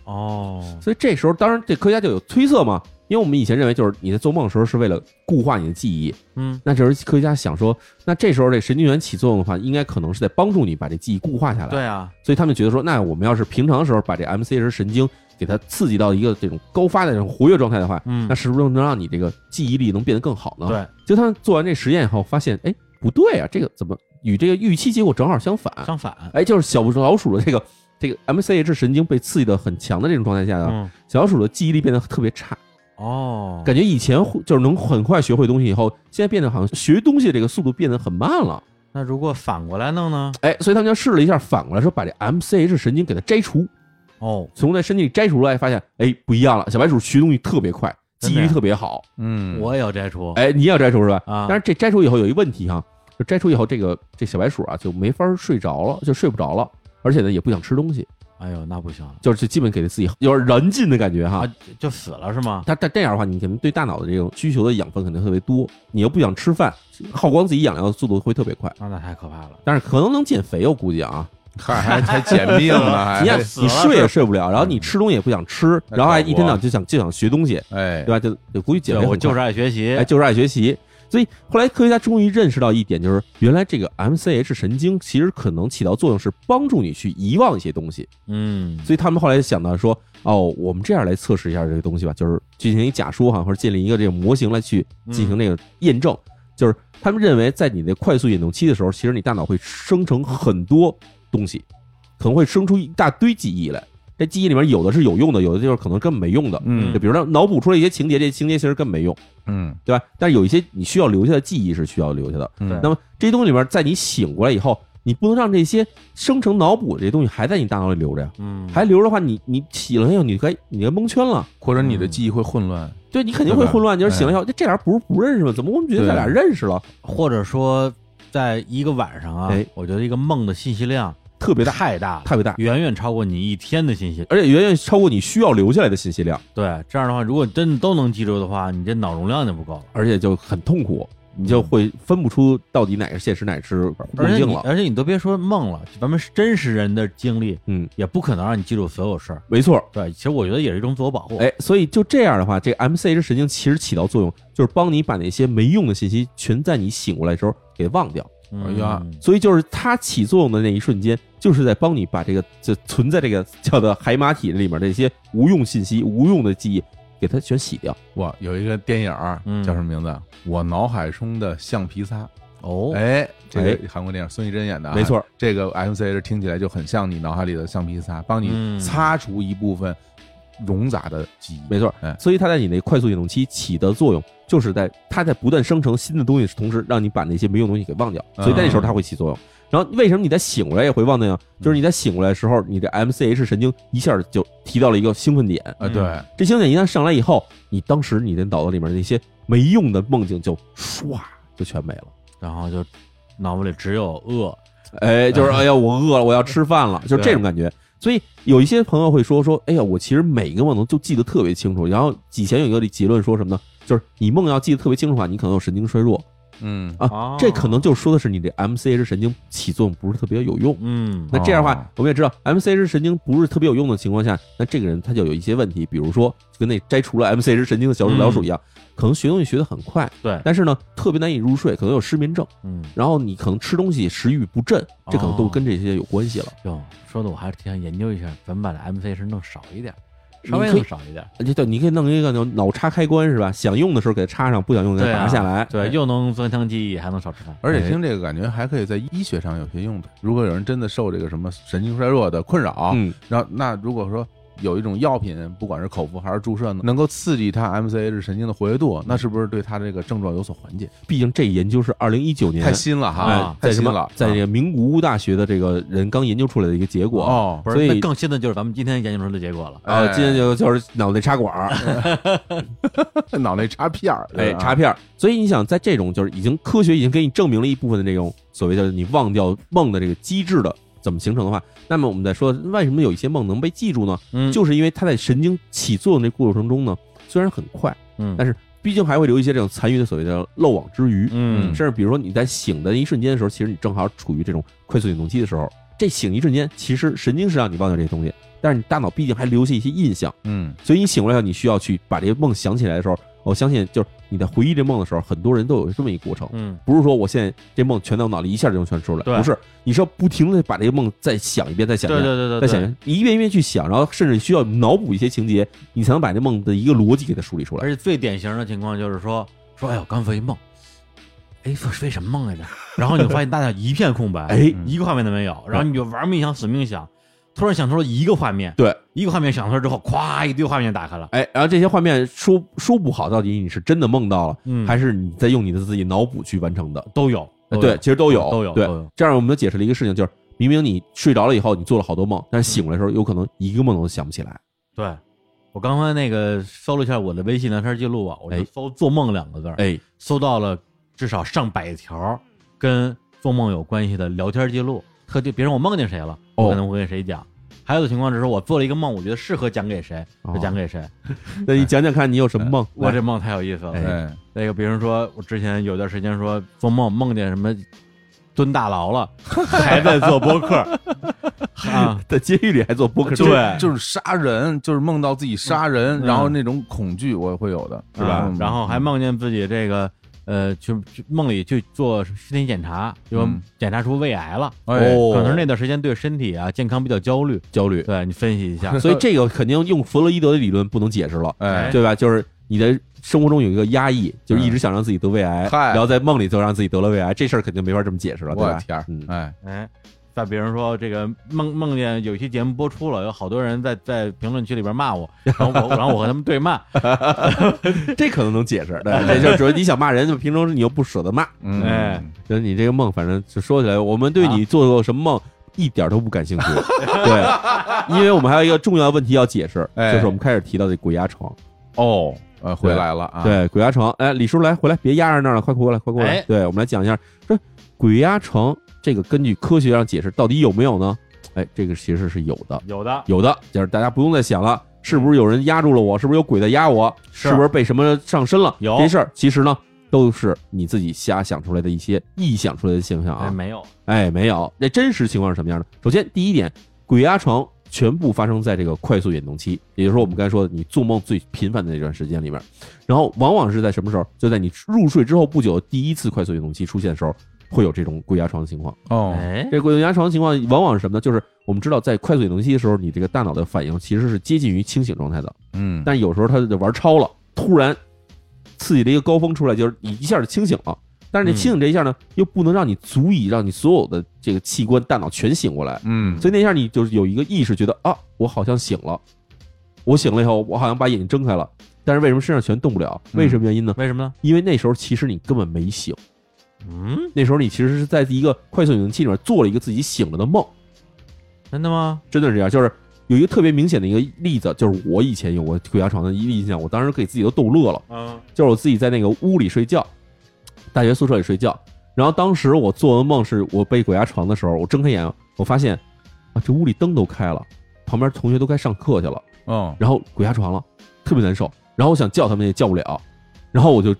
[SPEAKER 2] 哦，
[SPEAKER 1] 所以这时候，当然这科学家就有推测嘛，因为我们以前认为就是你在做梦的时候是为了固化你的记忆，
[SPEAKER 2] 嗯
[SPEAKER 1] 那这时候科学家想说，那这时候这神经元起作用的话，应该可能是在帮助你把这记忆固化下来。
[SPEAKER 2] 对，啊，
[SPEAKER 1] 所以他们觉得说，那我们要是平常的时候把这 MCH 神经给它刺激到一个这种高发的这种活跃状态的话，
[SPEAKER 2] 嗯
[SPEAKER 1] 那，是啊不是能让你这个记忆力能变得更好呢？，
[SPEAKER 2] 对，
[SPEAKER 1] 就他们做完这实验以后，发现哎不对啊，这个怎么与这个预期结果正好相反？
[SPEAKER 2] 相反，
[SPEAKER 1] 哎，就是小老鼠的这个这个 MCH 神经被刺激的很强的这种状态下呢，
[SPEAKER 2] 嗯，
[SPEAKER 1] 小老鼠的记忆力变得特别差，
[SPEAKER 2] 哦，
[SPEAKER 1] 感觉以前会就是能很快学会东西，以后现在变得好像学东西这个速度变得很慢了。
[SPEAKER 2] 那如果反过来弄呢？
[SPEAKER 1] 哎，所以他们就试了一下，反过来说把这 MCH 神经给它摘除，
[SPEAKER 2] 哦，
[SPEAKER 1] 从在身体里摘除出来，发现哎不一样了，小白鼠学东西特别快，
[SPEAKER 2] 真
[SPEAKER 1] 记
[SPEAKER 2] 的
[SPEAKER 1] 忆力
[SPEAKER 2] 呀
[SPEAKER 1] 特别好。
[SPEAKER 3] 嗯，
[SPEAKER 2] 我也要摘除，
[SPEAKER 1] 哎，你也要摘除是吧？
[SPEAKER 2] 啊
[SPEAKER 1] 但是这摘除以后有一问题哈、就摘除以后这个这小白鼠啊就没法睡着了，就睡不着了，而且呢也不想吃东西，
[SPEAKER 2] 哎呦，那不行
[SPEAKER 1] 就是基本给自己有点燃尽的感觉哈
[SPEAKER 2] 啊。，就死了是吗？
[SPEAKER 1] 它但这样的话，你可能对大脑的这种需求的养分可能特别多，你又不想吃饭，耗光自己养料的速度会特别快。
[SPEAKER 2] 那那太可怕了，
[SPEAKER 1] 但是可能能减肥，我估计啊，
[SPEAKER 3] 还还还减命 呢，还
[SPEAKER 1] 你想
[SPEAKER 2] 死
[SPEAKER 1] 你
[SPEAKER 2] 了
[SPEAKER 1] 睡也
[SPEAKER 2] 是
[SPEAKER 1] 睡不了，然后你吃东西也不想吃，
[SPEAKER 3] 那
[SPEAKER 1] 然后还
[SPEAKER 3] 可不
[SPEAKER 1] 一天到晚就想就想学东西，
[SPEAKER 3] 哎
[SPEAKER 1] 对，吧？就就估计减
[SPEAKER 2] 对
[SPEAKER 1] 肥
[SPEAKER 2] 我
[SPEAKER 1] 很
[SPEAKER 2] 就是
[SPEAKER 1] 快
[SPEAKER 2] 爱学习
[SPEAKER 1] 哎，，就是爱学习。所以后来科学家终于认识到一点，就是原来这个 MCH 神经其实可能起到作用是帮助你去遗忘一些东西，
[SPEAKER 2] 嗯，
[SPEAKER 1] 所以他们后来想到说，哦，我们这样来测试一下这个东西吧，就是进行一假说哈，或者建立一个这个模型来去进行这个验证。就是他们认为，在你的快速眼动期的时候，其实你大脑会生成很多东西，可能会生出一大堆记忆来。这记忆里面有的是有用的，有的就是可能根本没用的。
[SPEAKER 3] 嗯
[SPEAKER 1] 就比如说脑补出来一些情节，这些情节其实根本没用，
[SPEAKER 3] 嗯
[SPEAKER 1] 对吧？但是有一些你需要留下的记忆是需要留下的。
[SPEAKER 3] 嗯
[SPEAKER 1] 那么这些东西里面，在你醒过来以后，你不能让这些生成脑补的这些东西还在你大脑里留着呀。
[SPEAKER 2] 嗯，
[SPEAKER 1] 还留着的话，你你起了以后，你该你该蒙圈了，
[SPEAKER 3] 或者
[SPEAKER 1] 嗯
[SPEAKER 3] 你的记忆会混乱，
[SPEAKER 1] 对你肯定会混乱。就是醒
[SPEAKER 2] 哎
[SPEAKER 1] 了以后，这这俩人不是不认识吗？怎么我们觉得这俩人认识了？
[SPEAKER 2] 或者说。在一个晚上啊
[SPEAKER 1] 哎，
[SPEAKER 2] 我觉得一个梦的信息量
[SPEAKER 1] 特别大，
[SPEAKER 2] 太大了，
[SPEAKER 1] 特别大，
[SPEAKER 2] 远远超过你一天的信息。
[SPEAKER 1] 而且远远超过你需要留下来的信息量，
[SPEAKER 2] 对，这样的话，如果真的都能记住的话，你这脑容量就不够了。
[SPEAKER 1] 而且就很痛苦。你就会分不出到底哪个是现实，哪个是
[SPEAKER 2] 而
[SPEAKER 1] 梦
[SPEAKER 2] 且
[SPEAKER 1] 境
[SPEAKER 2] 你
[SPEAKER 1] 了。
[SPEAKER 2] 而且你都别说梦了，咱们真实人的经历
[SPEAKER 1] 嗯，
[SPEAKER 2] 也不可能让你记住所有事儿。
[SPEAKER 1] 没错，
[SPEAKER 2] 对，其实我觉得也是一种自我保护。
[SPEAKER 1] 哎，所以就这样的话，这 MCH 神经其实起到作用，就是帮你把那些没用的信息全在你醒过来的时候给忘掉。
[SPEAKER 2] 嗯，
[SPEAKER 3] 哎呀
[SPEAKER 1] 所以就是它起作用的那一瞬间，就是在帮你把这个就存在这个叫做海马体里面的一些无用信息、无用的记忆，给它全洗掉。
[SPEAKER 3] 哇，有一个电影儿
[SPEAKER 2] 嗯
[SPEAKER 3] 叫什么名字？啊我脑海中的橡皮擦。
[SPEAKER 2] 哦，
[SPEAKER 3] 哎，这个韩国电影孙艺珍演的，啊
[SPEAKER 1] 没错，
[SPEAKER 3] 这个 MCH 听起来就很像你脑海里的橡皮擦，帮
[SPEAKER 2] 嗯
[SPEAKER 3] 你擦除一部分冗杂的记忆。
[SPEAKER 1] 没错
[SPEAKER 3] 哎，
[SPEAKER 1] 所以它在你那快速运动期起的作用，就是在它在不断生成新的东西的同时，让你把那些没用的东西给忘掉。
[SPEAKER 3] 啊
[SPEAKER 1] 所以在那时候它会起作用。然后为什么你在醒过来也会忘掉
[SPEAKER 3] 嗯
[SPEAKER 1] 呢？就是你在醒过来的时候，你的 MCH 神经一下就提到了一个兴奋点，嗯
[SPEAKER 3] 啊，对，
[SPEAKER 1] 这兴奋点一旦上来以后，你当时你的脑子里面那些没用的梦境就唰就全没了。
[SPEAKER 2] 然后就脑子里只有饿，
[SPEAKER 1] 哎，就是哎呀，我饿了，我要吃饭了，就是这种感觉。所以有一些朋友会说说，哎呀，我其实每个梦都就记得特别清楚。然后以前有一个结论说什么呢？就是你梦要记得特别清楚的话，你可能有神经衰弱
[SPEAKER 3] 嗯，
[SPEAKER 1] 啊
[SPEAKER 2] 哦。
[SPEAKER 1] 这可能就说的是你这 MCH 神经起作用不是特别有用。
[SPEAKER 2] 嗯
[SPEAKER 1] 那这样的
[SPEAKER 3] 哦
[SPEAKER 1] 话，我们也知道 MCH 神经不是特别有用的情况下，那这个人他就有一些问题，比如说就跟那摘除了 MCH 神经的小鼠老鼠一样，可能学东西学得很快，
[SPEAKER 2] 对，
[SPEAKER 1] 但是呢特别难以入睡，可能有失眠症，
[SPEAKER 2] 嗯，
[SPEAKER 1] 然后你可能吃东西食欲不振，
[SPEAKER 3] 哦
[SPEAKER 1] 这可能都跟这些有关系了。
[SPEAKER 2] 哟，说的我还挺想研究一下，咱们把这 MC 是弄少一点，
[SPEAKER 1] 你
[SPEAKER 2] 稍微
[SPEAKER 1] 可以
[SPEAKER 2] 弄少一点，
[SPEAKER 1] 就对，你可以弄一个那种脑插开关是吧？想用的时候给它插上，不想用的给
[SPEAKER 2] 对
[SPEAKER 1] 它
[SPEAKER 2] 啊
[SPEAKER 1] 拔下来。哎
[SPEAKER 2] 对，又能增强记忆，还能少吃饭。哎
[SPEAKER 3] 而且听这个感觉还可以在医学上有些用途。如果有人真的受这个什么神经衰弱的困扰，
[SPEAKER 1] 嗯，
[SPEAKER 3] 然后那如果说有一种药品，不管是口服还是注射呢，能嗯够刺激它 MCH 神经的活跃度，那是不是对它这个症状有所缓解？哎
[SPEAKER 1] 毕竟这研究是二零一九年哎
[SPEAKER 3] 太新了哈
[SPEAKER 2] 啊，
[SPEAKER 1] 在
[SPEAKER 3] 太
[SPEAKER 1] 什
[SPEAKER 3] 新
[SPEAKER 1] 么
[SPEAKER 3] 了，
[SPEAKER 1] 在这个名古屋大学的这个人刚研究出来的一个结果。
[SPEAKER 3] 哦，
[SPEAKER 2] 不
[SPEAKER 1] 所
[SPEAKER 2] 是，
[SPEAKER 1] 以
[SPEAKER 2] 那更新的就是咱们今天研究出的结果了。
[SPEAKER 1] 啊，
[SPEAKER 3] 哎
[SPEAKER 1] 今天就就是脑袋插管 儿，
[SPEAKER 3] 脑内插片儿，
[SPEAKER 1] 哎，
[SPEAKER 3] 吧
[SPEAKER 1] 插片儿。所以你想，在这种就是已经科学已经给你证明了一部分的这种所谓的你忘掉梦的这个机制的怎么形成的话，那么我们再说为什么有一些梦能被记住呢？
[SPEAKER 2] 嗯
[SPEAKER 1] 就是因为它在神经起作用这过程中呢，虽然很快，
[SPEAKER 2] 嗯
[SPEAKER 1] 但是毕竟还会留一些这种残余的所谓的漏网之鱼。
[SPEAKER 2] 嗯
[SPEAKER 1] 甚至比如说你在醒的一瞬间的时候，其实你正好处于这种快速运动期的时候，这醒一瞬间，其实神经是让你忘掉这些东西，但是你大脑毕竟还留下一些印象。
[SPEAKER 3] 嗯，
[SPEAKER 1] 所以你醒过来后，你需要去把这些梦想起来的时候，我相信就是你在回忆这梦的时候，很多人都有这么一个过程，
[SPEAKER 2] 嗯
[SPEAKER 1] 不是说我现在这梦全到脑里一下就能全出来，
[SPEAKER 2] 对
[SPEAKER 1] 不是，你是要不停的把这个梦再想一遍，再想一
[SPEAKER 2] 对
[SPEAKER 1] 遍，
[SPEAKER 2] 呃对
[SPEAKER 1] 再
[SPEAKER 2] 对对
[SPEAKER 1] 想一
[SPEAKER 2] 对，
[SPEAKER 1] 遍，你一遍一遍去想，然后甚至需要脑补一些情节，你才能把这梦的一个逻辑给它梳理出来。
[SPEAKER 2] 而且最典型的情况就是说说，哎呦，刚做一梦，哎，做是为什么梦来着？然后你就发现大脑一片空白，
[SPEAKER 1] 哎，
[SPEAKER 3] 嗯
[SPEAKER 2] 一个画面都没有，然后你就玩命想，死命想，突然想出了一个画面，
[SPEAKER 1] 对，
[SPEAKER 2] 一个画面想出来之后，咵，一堆画面打开了，
[SPEAKER 1] 哎，然后这些画面说说不好，到底你是真的梦到了，
[SPEAKER 2] 嗯，
[SPEAKER 1] 还是你在用你的自己脑补去完成的？呃
[SPEAKER 2] 都有，都有哦
[SPEAKER 1] 对，其实都有，
[SPEAKER 2] 都有
[SPEAKER 1] 对
[SPEAKER 2] 都有，
[SPEAKER 1] 这样我们就解释了一个事情，就是明明你睡着了以后，你做了好多梦，但是醒过来的时候，有可能一个梦都想不起来。
[SPEAKER 2] 对。我刚才那个搜了一下我的微信聊天记录啊，我就
[SPEAKER 1] 哎
[SPEAKER 2] 搜“做梦”两个字儿，
[SPEAKER 1] 哎，
[SPEAKER 2] 搜到了至少上百条跟做梦有关系的聊天记录，特地，比如说我梦见谁了，
[SPEAKER 1] 哦
[SPEAKER 2] 我可能会跟谁讲。还有的情况就是我做了一个梦，我觉得适合讲给谁，
[SPEAKER 1] 哦
[SPEAKER 2] 就讲给谁。
[SPEAKER 1] 那你讲讲看你有什么梦？
[SPEAKER 2] 呃我这梦太有意思了。
[SPEAKER 1] 哎
[SPEAKER 3] 哎，
[SPEAKER 2] 那个，比如说我之前有段时间说做梦梦见什么蹲大牢了， 还在做播客啊，
[SPEAKER 1] 在监狱里还做播客，
[SPEAKER 2] 对
[SPEAKER 3] 就是杀人，就是梦到自己杀人，
[SPEAKER 2] 嗯
[SPEAKER 3] 然后那种恐惧我会有的，
[SPEAKER 2] 是吧？
[SPEAKER 3] 嗯
[SPEAKER 2] 然后还梦见自己这个呃，去去梦里去做身体检查，就
[SPEAKER 3] 嗯
[SPEAKER 2] 检查出胃癌了。
[SPEAKER 3] 哎
[SPEAKER 1] 哦
[SPEAKER 2] 可能那段时间对身体啊健康比较焦虑，
[SPEAKER 1] 焦虑。，
[SPEAKER 2] 对你分析一下
[SPEAKER 1] 所以这个肯定用弗洛伊德的理论不能解释了，
[SPEAKER 3] 哎，
[SPEAKER 1] 对吧？就是你的生活中有一个压抑，就是一直想让自己得胃癌，
[SPEAKER 3] 嗯嗨
[SPEAKER 1] 然后在梦里就让自己得了胃癌，这事儿肯定没法这么解释了，对
[SPEAKER 3] 我的
[SPEAKER 1] 吧？
[SPEAKER 3] 天儿
[SPEAKER 1] 嗯，
[SPEAKER 3] 哎，
[SPEAKER 2] 哎，再比如说这个梦梦见有期节目播出了，有好多人在在评论区里边骂我，然后我然后我和他们对骂，
[SPEAKER 1] 这可能能解释，对吧，
[SPEAKER 3] 哎
[SPEAKER 1] 这就是主要你想骂人，平时你又不舍得骂，
[SPEAKER 3] 嗯
[SPEAKER 2] 哎，
[SPEAKER 1] 就是你这个梦，反正就说起来，我们对你做过什么梦、一点都不感 兴趣。对，因为我们还有一个重要问题要解释，
[SPEAKER 3] 哎
[SPEAKER 1] 就是我们开始提到的鬼压床。
[SPEAKER 3] 哦，呃，回来了啊，，
[SPEAKER 1] 对，鬼压床。哎，李叔来，回来，别压着那儿了，快过来，快过来。
[SPEAKER 2] 哎
[SPEAKER 1] 对，我们来讲一下，说鬼压床这个根据科学上解释到底有没有呢？哎，这个其实是有的，
[SPEAKER 2] 有的
[SPEAKER 1] 有的，就是大家不用再想了，是不是有人压住了我？是不是有鬼在压我？
[SPEAKER 2] 是
[SPEAKER 1] 不是被什么上身了？
[SPEAKER 2] 有
[SPEAKER 1] 这事儿其实呢，都是你自己瞎想出来的一些臆想出来的现象
[SPEAKER 2] 哎，
[SPEAKER 1] 啊。
[SPEAKER 2] 没有，
[SPEAKER 1] 哎，没有，那真实情况是什么样的？首先，第一点，鬼压床全部发生在这个快速眼动期，也就是说我们刚才说的你做梦最频繁的那段时间里面。然后，往往是在什么时候？就在你入睡之后不久，第一次快速眼动期出现的时候，会有这种鬼压床的情况。
[SPEAKER 3] 哦，
[SPEAKER 2] 哎，
[SPEAKER 1] 这鬼压床的情况往往是什么呢？就是我们知道，在快速眼动期的时候，你这个大脑的反应其实是接近于清醒状态的，
[SPEAKER 3] 嗯，
[SPEAKER 1] 但有时候它就玩超了，突然刺激了一个高峰出来，就是你一下就清醒了。但是你
[SPEAKER 3] 嗯
[SPEAKER 1] 清醒这一下呢，又不能让你足以让你所有的这个器官、大脑全醒过来，
[SPEAKER 3] 嗯，
[SPEAKER 1] 所以那一下你就是有一个意识，觉得啊，我好像醒了，我醒了以后，我好像把眼睛睁开了，但是为什么身上全动不了？为
[SPEAKER 3] 嗯
[SPEAKER 1] 什么原因呢？
[SPEAKER 2] 为什么呢？
[SPEAKER 1] 因为那时候其实你根本没醒，
[SPEAKER 2] 嗯，
[SPEAKER 1] 那时候你其实是在一个快速眼动器里面做了一个自己醒了的梦。
[SPEAKER 2] 真的吗？
[SPEAKER 1] 真的是这样，就是有一个特别明显的一个例子，就是我以前有过鬼压床的一个印象，我当时给自己都逗乐了，
[SPEAKER 2] 嗯，
[SPEAKER 1] 就是我自己在那个屋里睡觉，大学宿舍里睡觉，然后当时我做完梦是我被鬼压床的时候，我睁开眼，我发现啊，这屋里灯都开了，旁边同学都该上课去了，
[SPEAKER 3] 哦，
[SPEAKER 1] 然后鬼压床了，特别难受，然后我想叫他们也叫不了，然后我就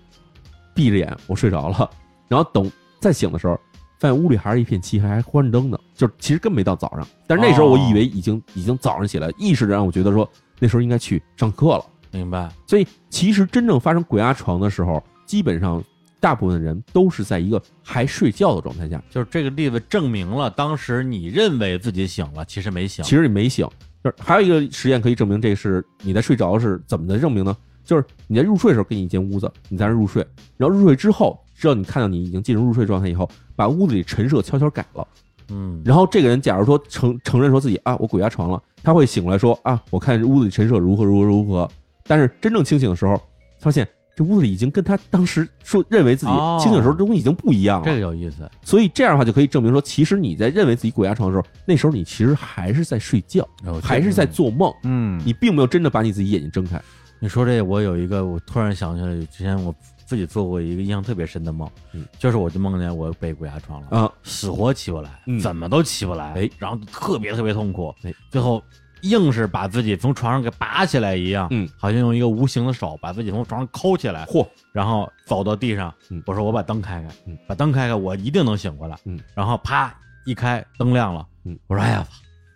[SPEAKER 1] 闭着眼我睡着了，然后等再醒的时候。发现屋里还是一片漆黑，还关着灯呢，就是其实根本没到早上。但是那时候我以为已经、已经早上起来，意识让我觉得说那时候应该去上课了。
[SPEAKER 2] 明白。
[SPEAKER 1] 所以其实真正发生鬼压床的时候，基本上大部分人都是在一个还睡觉的状态下，
[SPEAKER 2] 就是这个例子证明了，当时你认为自己醒了，其实没醒。
[SPEAKER 1] 其实你没醒。就是还有一个实验可以证明这是你在睡着是怎么的证明呢？就是你在入睡的时候给你一间屋子，你在那儿入睡，然后入睡之后，只要你看到你已经进入入睡状态以后，把屋子里陈设悄悄改了。
[SPEAKER 2] 嗯，
[SPEAKER 1] 然后这个人假如说承承认说自己啊我鬼压床了，他会醒过来说啊我看屋子里陈设如何如何如何。但是真正清醒的时候，发现这屋子里已经跟他当时说认为自己
[SPEAKER 2] 哦
[SPEAKER 1] 清醒的时候东西已经不一样了。
[SPEAKER 2] 这个有意思。
[SPEAKER 1] 所以这样的话就可以证明说，其实你在认为自己鬼压床的时候，那时候你其实还是在睡觉，还是在做梦，
[SPEAKER 3] 嗯，
[SPEAKER 1] 你并没有真的把你自己眼睛睁开。
[SPEAKER 2] 你说这，我有一个，我突然想起来，之前我自己做过一个印象特别深的梦，
[SPEAKER 1] 嗯
[SPEAKER 2] 就是我就梦见我被鬼压床了，
[SPEAKER 1] 啊
[SPEAKER 2] 死活起不来，
[SPEAKER 1] 嗯
[SPEAKER 2] 怎么都起不来，
[SPEAKER 1] 哎
[SPEAKER 2] 然后就特别特别痛苦，
[SPEAKER 1] 哎
[SPEAKER 2] 最后硬是把自己从床上给拔起来一样，
[SPEAKER 1] 嗯
[SPEAKER 2] 好像用一个无形的手把自己从床上抠起来，
[SPEAKER 1] 啊嚯，
[SPEAKER 2] 然后走到地上，
[SPEAKER 1] 嗯
[SPEAKER 2] 我说我把灯开开，
[SPEAKER 1] 嗯
[SPEAKER 2] 把灯开开，我一定能醒过来，
[SPEAKER 1] 嗯
[SPEAKER 2] 然后啪一开灯亮了，
[SPEAKER 1] 嗯
[SPEAKER 2] 我说哎呀，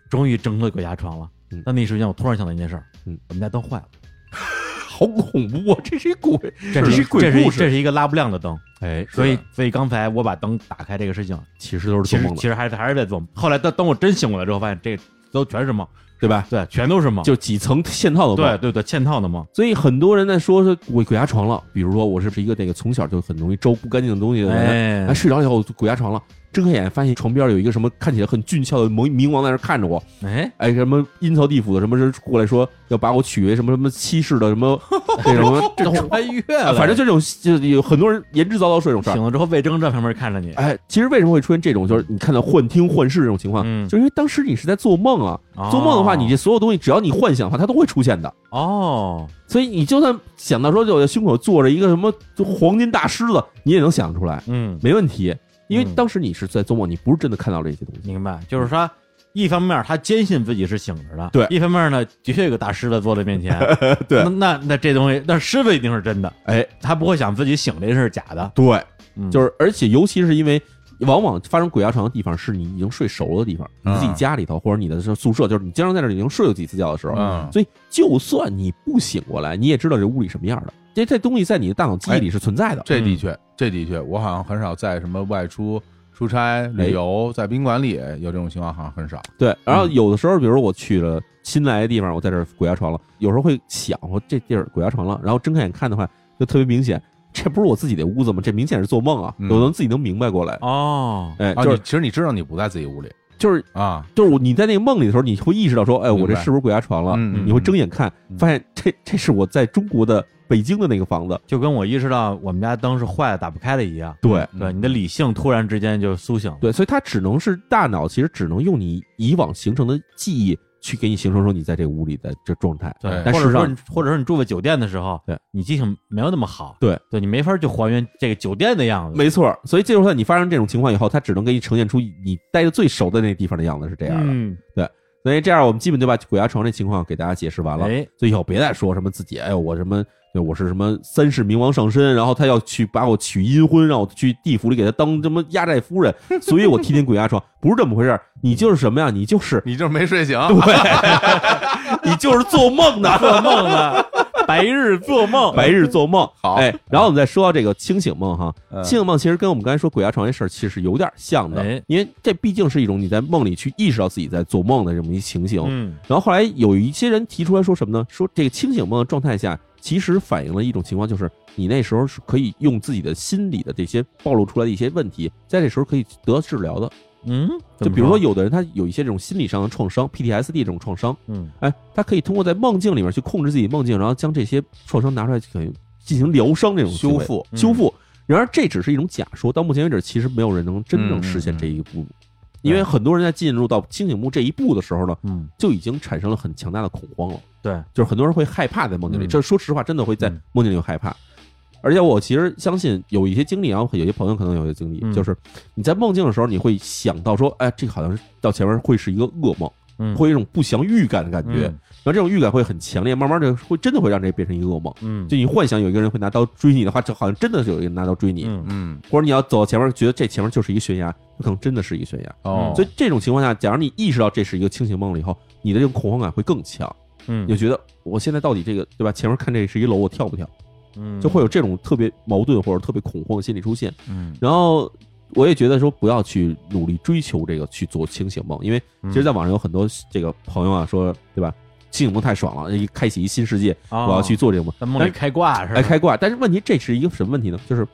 [SPEAKER 2] 终于挣脱鬼压床了，
[SPEAKER 1] 嗯
[SPEAKER 2] 但那一瞬间我突然想到一件事儿，
[SPEAKER 1] 嗯
[SPEAKER 2] 我们家灯坏了。
[SPEAKER 1] 好恐怖啊！这是一鬼，
[SPEAKER 2] 这
[SPEAKER 1] 是
[SPEAKER 2] 是
[SPEAKER 1] 一鬼
[SPEAKER 2] 这是
[SPEAKER 1] 故
[SPEAKER 2] 一
[SPEAKER 1] 事
[SPEAKER 2] 这是一个拉不亮的灯，
[SPEAKER 1] 哎，
[SPEAKER 2] 所以所以刚才我把灯打开这个事情，
[SPEAKER 1] 其实都是
[SPEAKER 2] 其
[SPEAKER 1] 做
[SPEAKER 2] 实
[SPEAKER 1] 梦
[SPEAKER 2] 其
[SPEAKER 1] 的，
[SPEAKER 2] 实还是还是在做梦。后来等等我真醒过来之后，发现这都全是梦，
[SPEAKER 1] 对吧？
[SPEAKER 2] 对，全都是梦，
[SPEAKER 1] 就几层嵌套的梦
[SPEAKER 2] 对。对对，嵌套的梦。
[SPEAKER 1] 所以很多人在说是鬼鬼压床了，比如说我是一个那个从小就很容易周不干净的东西的人，
[SPEAKER 2] 哎
[SPEAKER 1] 哎，，睡着以后鬼压床了，睁开眼发现床边有一个什么看起来很俊俏的冥冥王在那儿看着我，
[SPEAKER 2] 哎，
[SPEAKER 1] 哎，什么阴曹地府的什么人过来说要把我娶为什么什么七世的什 么那什么，
[SPEAKER 2] 这穿越
[SPEAKER 1] 哎
[SPEAKER 2] 了，
[SPEAKER 1] 反正就这种，就是有很多人言之凿凿说这种事儿
[SPEAKER 2] 醒。了之后，魏征在旁边看着你，
[SPEAKER 1] 哎，其实为什么会出现这种，就是你看到幻听幻视这种情况，
[SPEAKER 2] 嗯
[SPEAKER 1] 就是因为当时你是在做梦啊。
[SPEAKER 2] 哦
[SPEAKER 1] 做梦的话，你这所有东西只要你幻想的话，它都会出现的。
[SPEAKER 2] 哦，
[SPEAKER 1] 所以你就算想到说，我的胸口坐着一个什么黄金大狮子，你也能想出来，
[SPEAKER 2] 嗯，
[SPEAKER 1] 没问题。因为
[SPEAKER 2] 嗯
[SPEAKER 1] 当时你是在做梦，你不是真的看到了这些东西。
[SPEAKER 2] 明白，就是说。一方面他坚信自己是醒着的，
[SPEAKER 1] 对
[SPEAKER 2] 一方面呢，的确有个大狮子坐在面前，
[SPEAKER 1] 对
[SPEAKER 2] 那那那这东西，那狮子一定是真的，
[SPEAKER 1] 哎，
[SPEAKER 2] 他不会想自己醒这事是假的，
[SPEAKER 1] 对，
[SPEAKER 2] 嗯
[SPEAKER 1] 就是，而且尤其是因为，往往发生鬼压床的地方是你已经睡熟了的地方，你
[SPEAKER 3] 嗯
[SPEAKER 1] 自己家里头或者你的宿舍，就是你经常在这里已经睡过几次觉的时候，
[SPEAKER 3] 嗯
[SPEAKER 1] 所以就算你不醒过来，你也知道这屋里什么样的。这这东西在你的大脑记忆里是存在的。
[SPEAKER 3] 这的确，这的确，我好像很少在什么外出出差、旅游，在宾馆里有这种情况，好像很少。
[SPEAKER 1] 对，然后有的时候，比如说我去了新来的地方，我在这儿鬼压床了，有时候会想，我这地儿鬼压床了，然后睁开眼看的话，就特别明显，这不是我自己的屋子吗？这明显是做梦啊！
[SPEAKER 3] 嗯
[SPEAKER 1] 有的人自己能明白过来，
[SPEAKER 2] 哦，
[SPEAKER 1] 哎，
[SPEAKER 3] 啊，
[SPEAKER 1] 就
[SPEAKER 3] 你
[SPEAKER 1] 是
[SPEAKER 3] 其实你知道你不在自己屋里
[SPEAKER 1] 就是
[SPEAKER 3] 啊，
[SPEAKER 1] 就是你在那个梦里的时候，你会意识到说，哎，我
[SPEAKER 3] 明
[SPEAKER 1] 这
[SPEAKER 3] 白
[SPEAKER 1] 是不是鬼压床了？
[SPEAKER 3] 嗯
[SPEAKER 1] 你会睁眼看，
[SPEAKER 3] 嗯
[SPEAKER 1] 发现这这是我在中国的北京的那个房子，
[SPEAKER 2] 就跟我意识到我们家灯是坏的打不开的一样，
[SPEAKER 1] 对
[SPEAKER 3] 嗯
[SPEAKER 2] 对，你的理性突然之间就苏醒了。
[SPEAKER 1] 对，所以它只能是大脑，其实只能用你以往形成的记忆去给你形成说你在这屋里的这状态。
[SPEAKER 2] 对，
[SPEAKER 3] 但
[SPEAKER 2] 或
[SPEAKER 1] 事
[SPEAKER 2] 者
[SPEAKER 1] 实
[SPEAKER 2] 说
[SPEAKER 1] 上
[SPEAKER 2] 你或者说你住在酒店的时候，
[SPEAKER 1] 对
[SPEAKER 2] 你记性没有那么好，
[SPEAKER 1] 对，
[SPEAKER 2] 对你没法就还原这个酒店的样子。
[SPEAKER 1] 没错，所以就算你发生这种情况以后，它只能给你呈现出你待的最熟的那地方的样子是这样的。
[SPEAKER 2] 嗯，
[SPEAKER 1] 所以这样我们基本就把鬼压床这情况给大家解释完了。
[SPEAKER 2] 哎，
[SPEAKER 1] 所以以后别再说什么自己，哎呦，我什么，对我是什么三世冥王上身，然后他要去把我娶阴婚，让我去地府里给他当什么压寨夫人，所以我天天鬼压床，不是这么回事儿你就是什么呀？你就是
[SPEAKER 3] 你就是没睡醒，
[SPEAKER 1] 你就是做梦的，
[SPEAKER 2] 做梦呢，白日做梦，
[SPEAKER 1] 白日做梦。
[SPEAKER 3] 好
[SPEAKER 1] 哎，然后我们再说到这个清醒梦哈，
[SPEAKER 2] 嗯
[SPEAKER 1] 清醒梦其实跟我们刚才说鬼压床这事儿其实有点像的
[SPEAKER 2] 哎，
[SPEAKER 1] 因为这毕竟是一种你在梦里去意识到自己在做梦的这么一情形。
[SPEAKER 2] 嗯，
[SPEAKER 1] 然后后来有一些人提出来说什么呢？说这个清醒梦的状态下，其实反映了一种情况，就是你那时候是可以用自己的心理的这些暴露出来的一些问题，在这时候可以得到治疗的。
[SPEAKER 2] 嗯，
[SPEAKER 1] 就比如说，有的人他有一些这种心理上的创伤，PTSD 这种创伤，
[SPEAKER 2] 嗯，
[SPEAKER 1] 哎，他可以通过在梦境里面去控制自己梦境，然后将这些创伤拿出来，可以进行疗伤这种行
[SPEAKER 3] 修
[SPEAKER 1] 为
[SPEAKER 3] 复。
[SPEAKER 2] 嗯
[SPEAKER 1] 修复。然而这只是一种假说，到目前为止，其实没有人能真正实现这一步，因为很多人在进入到清醒梦这一步的时候呢，
[SPEAKER 2] 嗯，
[SPEAKER 1] 就已经产生了很强大的恐慌了。
[SPEAKER 2] 对，
[SPEAKER 1] 就是很多人会害怕在梦境里，
[SPEAKER 2] 嗯
[SPEAKER 1] 这说实话，真的会在
[SPEAKER 2] 嗯
[SPEAKER 1] 梦境里害怕。而且我其实相信有一些经历，然后有些朋友可能有些经历，
[SPEAKER 2] 嗯
[SPEAKER 1] 就是你在梦境的时候，你会想到说，哎，这个好像是到前面会是一个噩梦，
[SPEAKER 2] 嗯，
[SPEAKER 1] 会有一种不祥预感的感觉，
[SPEAKER 2] 嗯
[SPEAKER 1] 然后这种预感会很强烈，慢慢的会真的会让这变成一个噩梦。
[SPEAKER 2] 嗯，
[SPEAKER 1] 就你幻想有一个人会拿刀追你的话，这好像真的是有一个人拿刀追你，
[SPEAKER 2] 嗯
[SPEAKER 3] 嗯，
[SPEAKER 1] 或者你要走到前面，觉得这前面就是一个悬崖，可能真的是一个悬崖。
[SPEAKER 3] 哦，
[SPEAKER 1] 所以这种情况下，假如你意识到这是一个清醒梦了以后，你的这种恐慌感会更强。
[SPEAKER 2] 嗯，
[SPEAKER 1] 你就觉得我现在到底这个对吧？前面看这是一楼，我跳不跳？
[SPEAKER 2] 嗯
[SPEAKER 1] 就会有这种特别矛盾或者特别恐慌的心理出现。
[SPEAKER 2] 嗯，
[SPEAKER 1] 然后我也觉得说不要去努力追求这个去做清醒梦，因为
[SPEAKER 2] 嗯
[SPEAKER 1] 其实在网上有很多这个朋友啊说对吧？清醒梦太爽了，一开启一新世界，
[SPEAKER 2] 我
[SPEAKER 1] 我要去做哎这个梦，
[SPEAKER 2] 在梦里开挂哦是吧？
[SPEAKER 1] 来开挂。但是问题这是一个什么问题呢？就是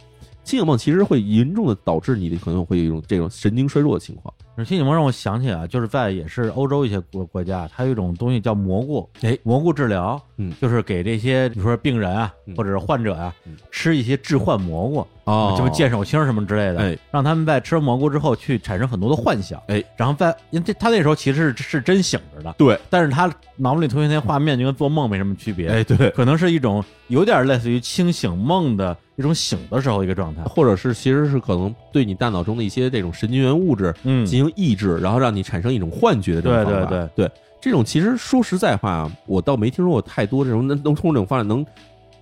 [SPEAKER 1] 清醒梦其实会严重的导致你的可能会有一种这种神经衰弱的情况。
[SPEAKER 2] 清醒梦让我想起啊，就是在也是欧洲一些国国家，它有一种东西叫蘑菇，
[SPEAKER 1] 哎，
[SPEAKER 2] 蘑菇治疗，
[SPEAKER 1] 嗯
[SPEAKER 2] 就是给这些比如说病人啊，
[SPEAKER 1] 嗯
[SPEAKER 2] 或者是患者啊
[SPEAKER 1] 嗯，
[SPEAKER 2] 吃一些致幻蘑菇，
[SPEAKER 1] 哦
[SPEAKER 2] 什么见手青什么之类的，
[SPEAKER 1] 哎
[SPEAKER 2] 让他们在吃了蘑菇之后去产生很多的幻想，
[SPEAKER 1] 哎，
[SPEAKER 2] 然后在因为这他那时候其实是是真醒着的，
[SPEAKER 1] 对，
[SPEAKER 2] 但是他脑子里出现那些画面就跟做梦没什么区别，
[SPEAKER 1] 哎对，
[SPEAKER 2] 可能是一种有点类似于清醒梦的一种醒的时候一个状态，
[SPEAKER 1] 或者是其实是可能对你大脑中的一些这种神经元物质
[SPEAKER 2] 嗯，
[SPEAKER 1] 进行抑制，然后让你产生一种幻觉的这种
[SPEAKER 2] 对
[SPEAKER 1] 方法。
[SPEAKER 2] 对
[SPEAKER 1] 对这种其实说实在话啊，我倒没听说过太多这种 能能通过这种方法能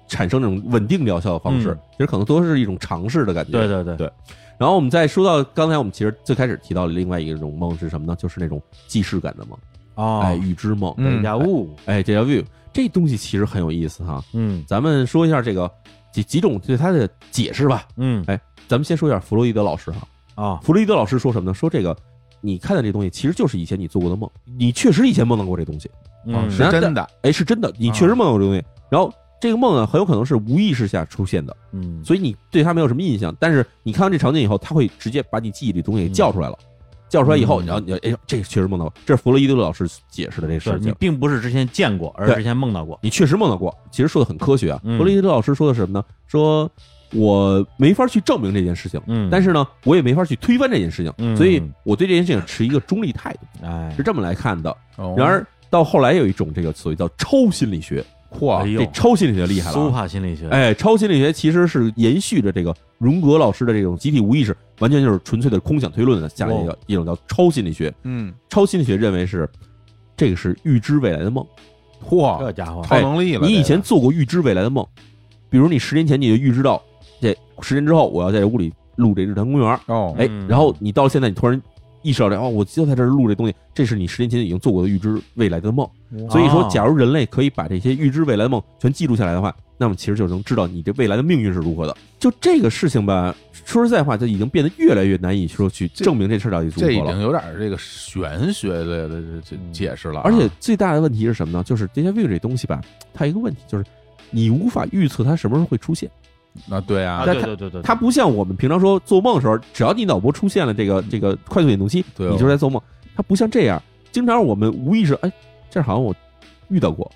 [SPEAKER 1] 产生这种稳定疗效的方式，
[SPEAKER 2] 嗯
[SPEAKER 1] 其实可能都是一种尝试的感觉。
[SPEAKER 2] 对对对
[SPEAKER 1] 对然后我们再说到刚才我们其实最开始提到的另外一个种梦是什么呢？就是那种既视感的梦，
[SPEAKER 2] 哦，
[SPEAKER 1] 哎，预知梦，
[SPEAKER 3] 嗯
[SPEAKER 2] 雅物，
[SPEAKER 1] 哎，deja vu，这东西其实很有意思哈。
[SPEAKER 2] 哦嗯
[SPEAKER 1] 咱们说一下这个几几种对它的解释吧。
[SPEAKER 2] 嗯
[SPEAKER 1] 哎咱们先说一下弗洛伊德老师哈，
[SPEAKER 2] 啊
[SPEAKER 1] 弗洛伊德老师说什么呢？说这个你看的这东西，其实就是以前你做过的梦，你确实以前梦到过这东西，
[SPEAKER 2] 嗯
[SPEAKER 3] 哦是真的，
[SPEAKER 1] 哎，是真的，你确实梦到过这东西。然后这个梦呢，很有可能是无意识下出现的，
[SPEAKER 2] 嗯
[SPEAKER 1] 所以你对它没有什么印象。但是你看完这场景以后，它会直接把你记忆里的东西给叫出来了。叫出来以后，
[SPEAKER 2] 嗯
[SPEAKER 1] 然后你就哎呦，这确实梦到过，这是弗洛伊德老师解释的这
[SPEAKER 2] 对
[SPEAKER 1] 事
[SPEAKER 2] 你
[SPEAKER 1] 情。
[SPEAKER 2] 并不是之前见过，而是
[SPEAKER 1] 对
[SPEAKER 2] 之前梦到过。
[SPEAKER 1] 你确实梦到过，其实说的很科学啊。
[SPEAKER 2] 嗯
[SPEAKER 1] 弗洛伊德老师说的是什么呢？说我没法去证明这件事情，
[SPEAKER 2] 嗯
[SPEAKER 1] 但是呢，我也没法去推翻这件事情，
[SPEAKER 2] 嗯
[SPEAKER 1] 所以我对这件事情持一个中立态度。
[SPEAKER 2] 哎
[SPEAKER 1] 是，这么来看的。
[SPEAKER 3] 哦
[SPEAKER 1] 然而到后来有一种这个所谓叫超心理学，
[SPEAKER 2] 哎
[SPEAKER 3] 嚯，
[SPEAKER 2] 呦
[SPEAKER 1] 这超心理学厉害了
[SPEAKER 2] 苏
[SPEAKER 1] 啊。
[SPEAKER 2] 帕心理学，，
[SPEAKER 1] 哎，超心理学其实是延续着这个荣格老师的这种集体无意识，完全就是纯粹的空想推论的下来一个一种叫超心理学。
[SPEAKER 3] 嗯，
[SPEAKER 1] 超心理学认为是这个是预知未来的梦，
[SPEAKER 2] 这
[SPEAKER 3] 嚯，
[SPEAKER 2] 家伙，
[SPEAKER 3] 超能力了，
[SPEAKER 1] 哎你以前
[SPEAKER 3] 这
[SPEAKER 1] 做过预知未来的梦，比如你十年前你就预知到这十年之后我要在这屋里录这日坛公园，
[SPEAKER 3] 个哦，
[SPEAKER 1] 哎
[SPEAKER 2] 嗯，
[SPEAKER 1] 然后你到现在你突然意识到这哦，我就在这儿录这东西，这是你十年前已经做过的预知未来的梦。所以说，
[SPEAKER 2] 哦
[SPEAKER 1] 假如人类可以把这些预知未来的梦全记录下来的话，那么其实就能知道你这未来的命运是如何的。就这个事情吧，说实在话，就已经变得越来越难以说去
[SPEAKER 3] 这
[SPEAKER 1] 证明这事儿到底
[SPEAKER 3] 这
[SPEAKER 1] 是
[SPEAKER 3] 已
[SPEAKER 1] 如何
[SPEAKER 3] 经
[SPEAKER 1] 了。嗯
[SPEAKER 3] 有点这个玄学的这这解释了啊，
[SPEAKER 1] 而且最大的问题是什么呢？就是 deja vu 这东西吧，它有一个问题就是。你无法预测它什么时候会出现，
[SPEAKER 3] 啊，对啊
[SPEAKER 2] 啊，
[SPEAKER 1] 但
[SPEAKER 2] 对
[SPEAKER 1] 他
[SPEAKER 2] 对对对，
[SPEAKER 1] 它不像我们平常说做梦的时候，只要你脑波出现了这个这个快速眼动期，
[SPEAKER 3] 对哦
[SPEAKER 1] 你就是在做梦。它不像这样，经常我们无意识，哎，这好像我遇到过，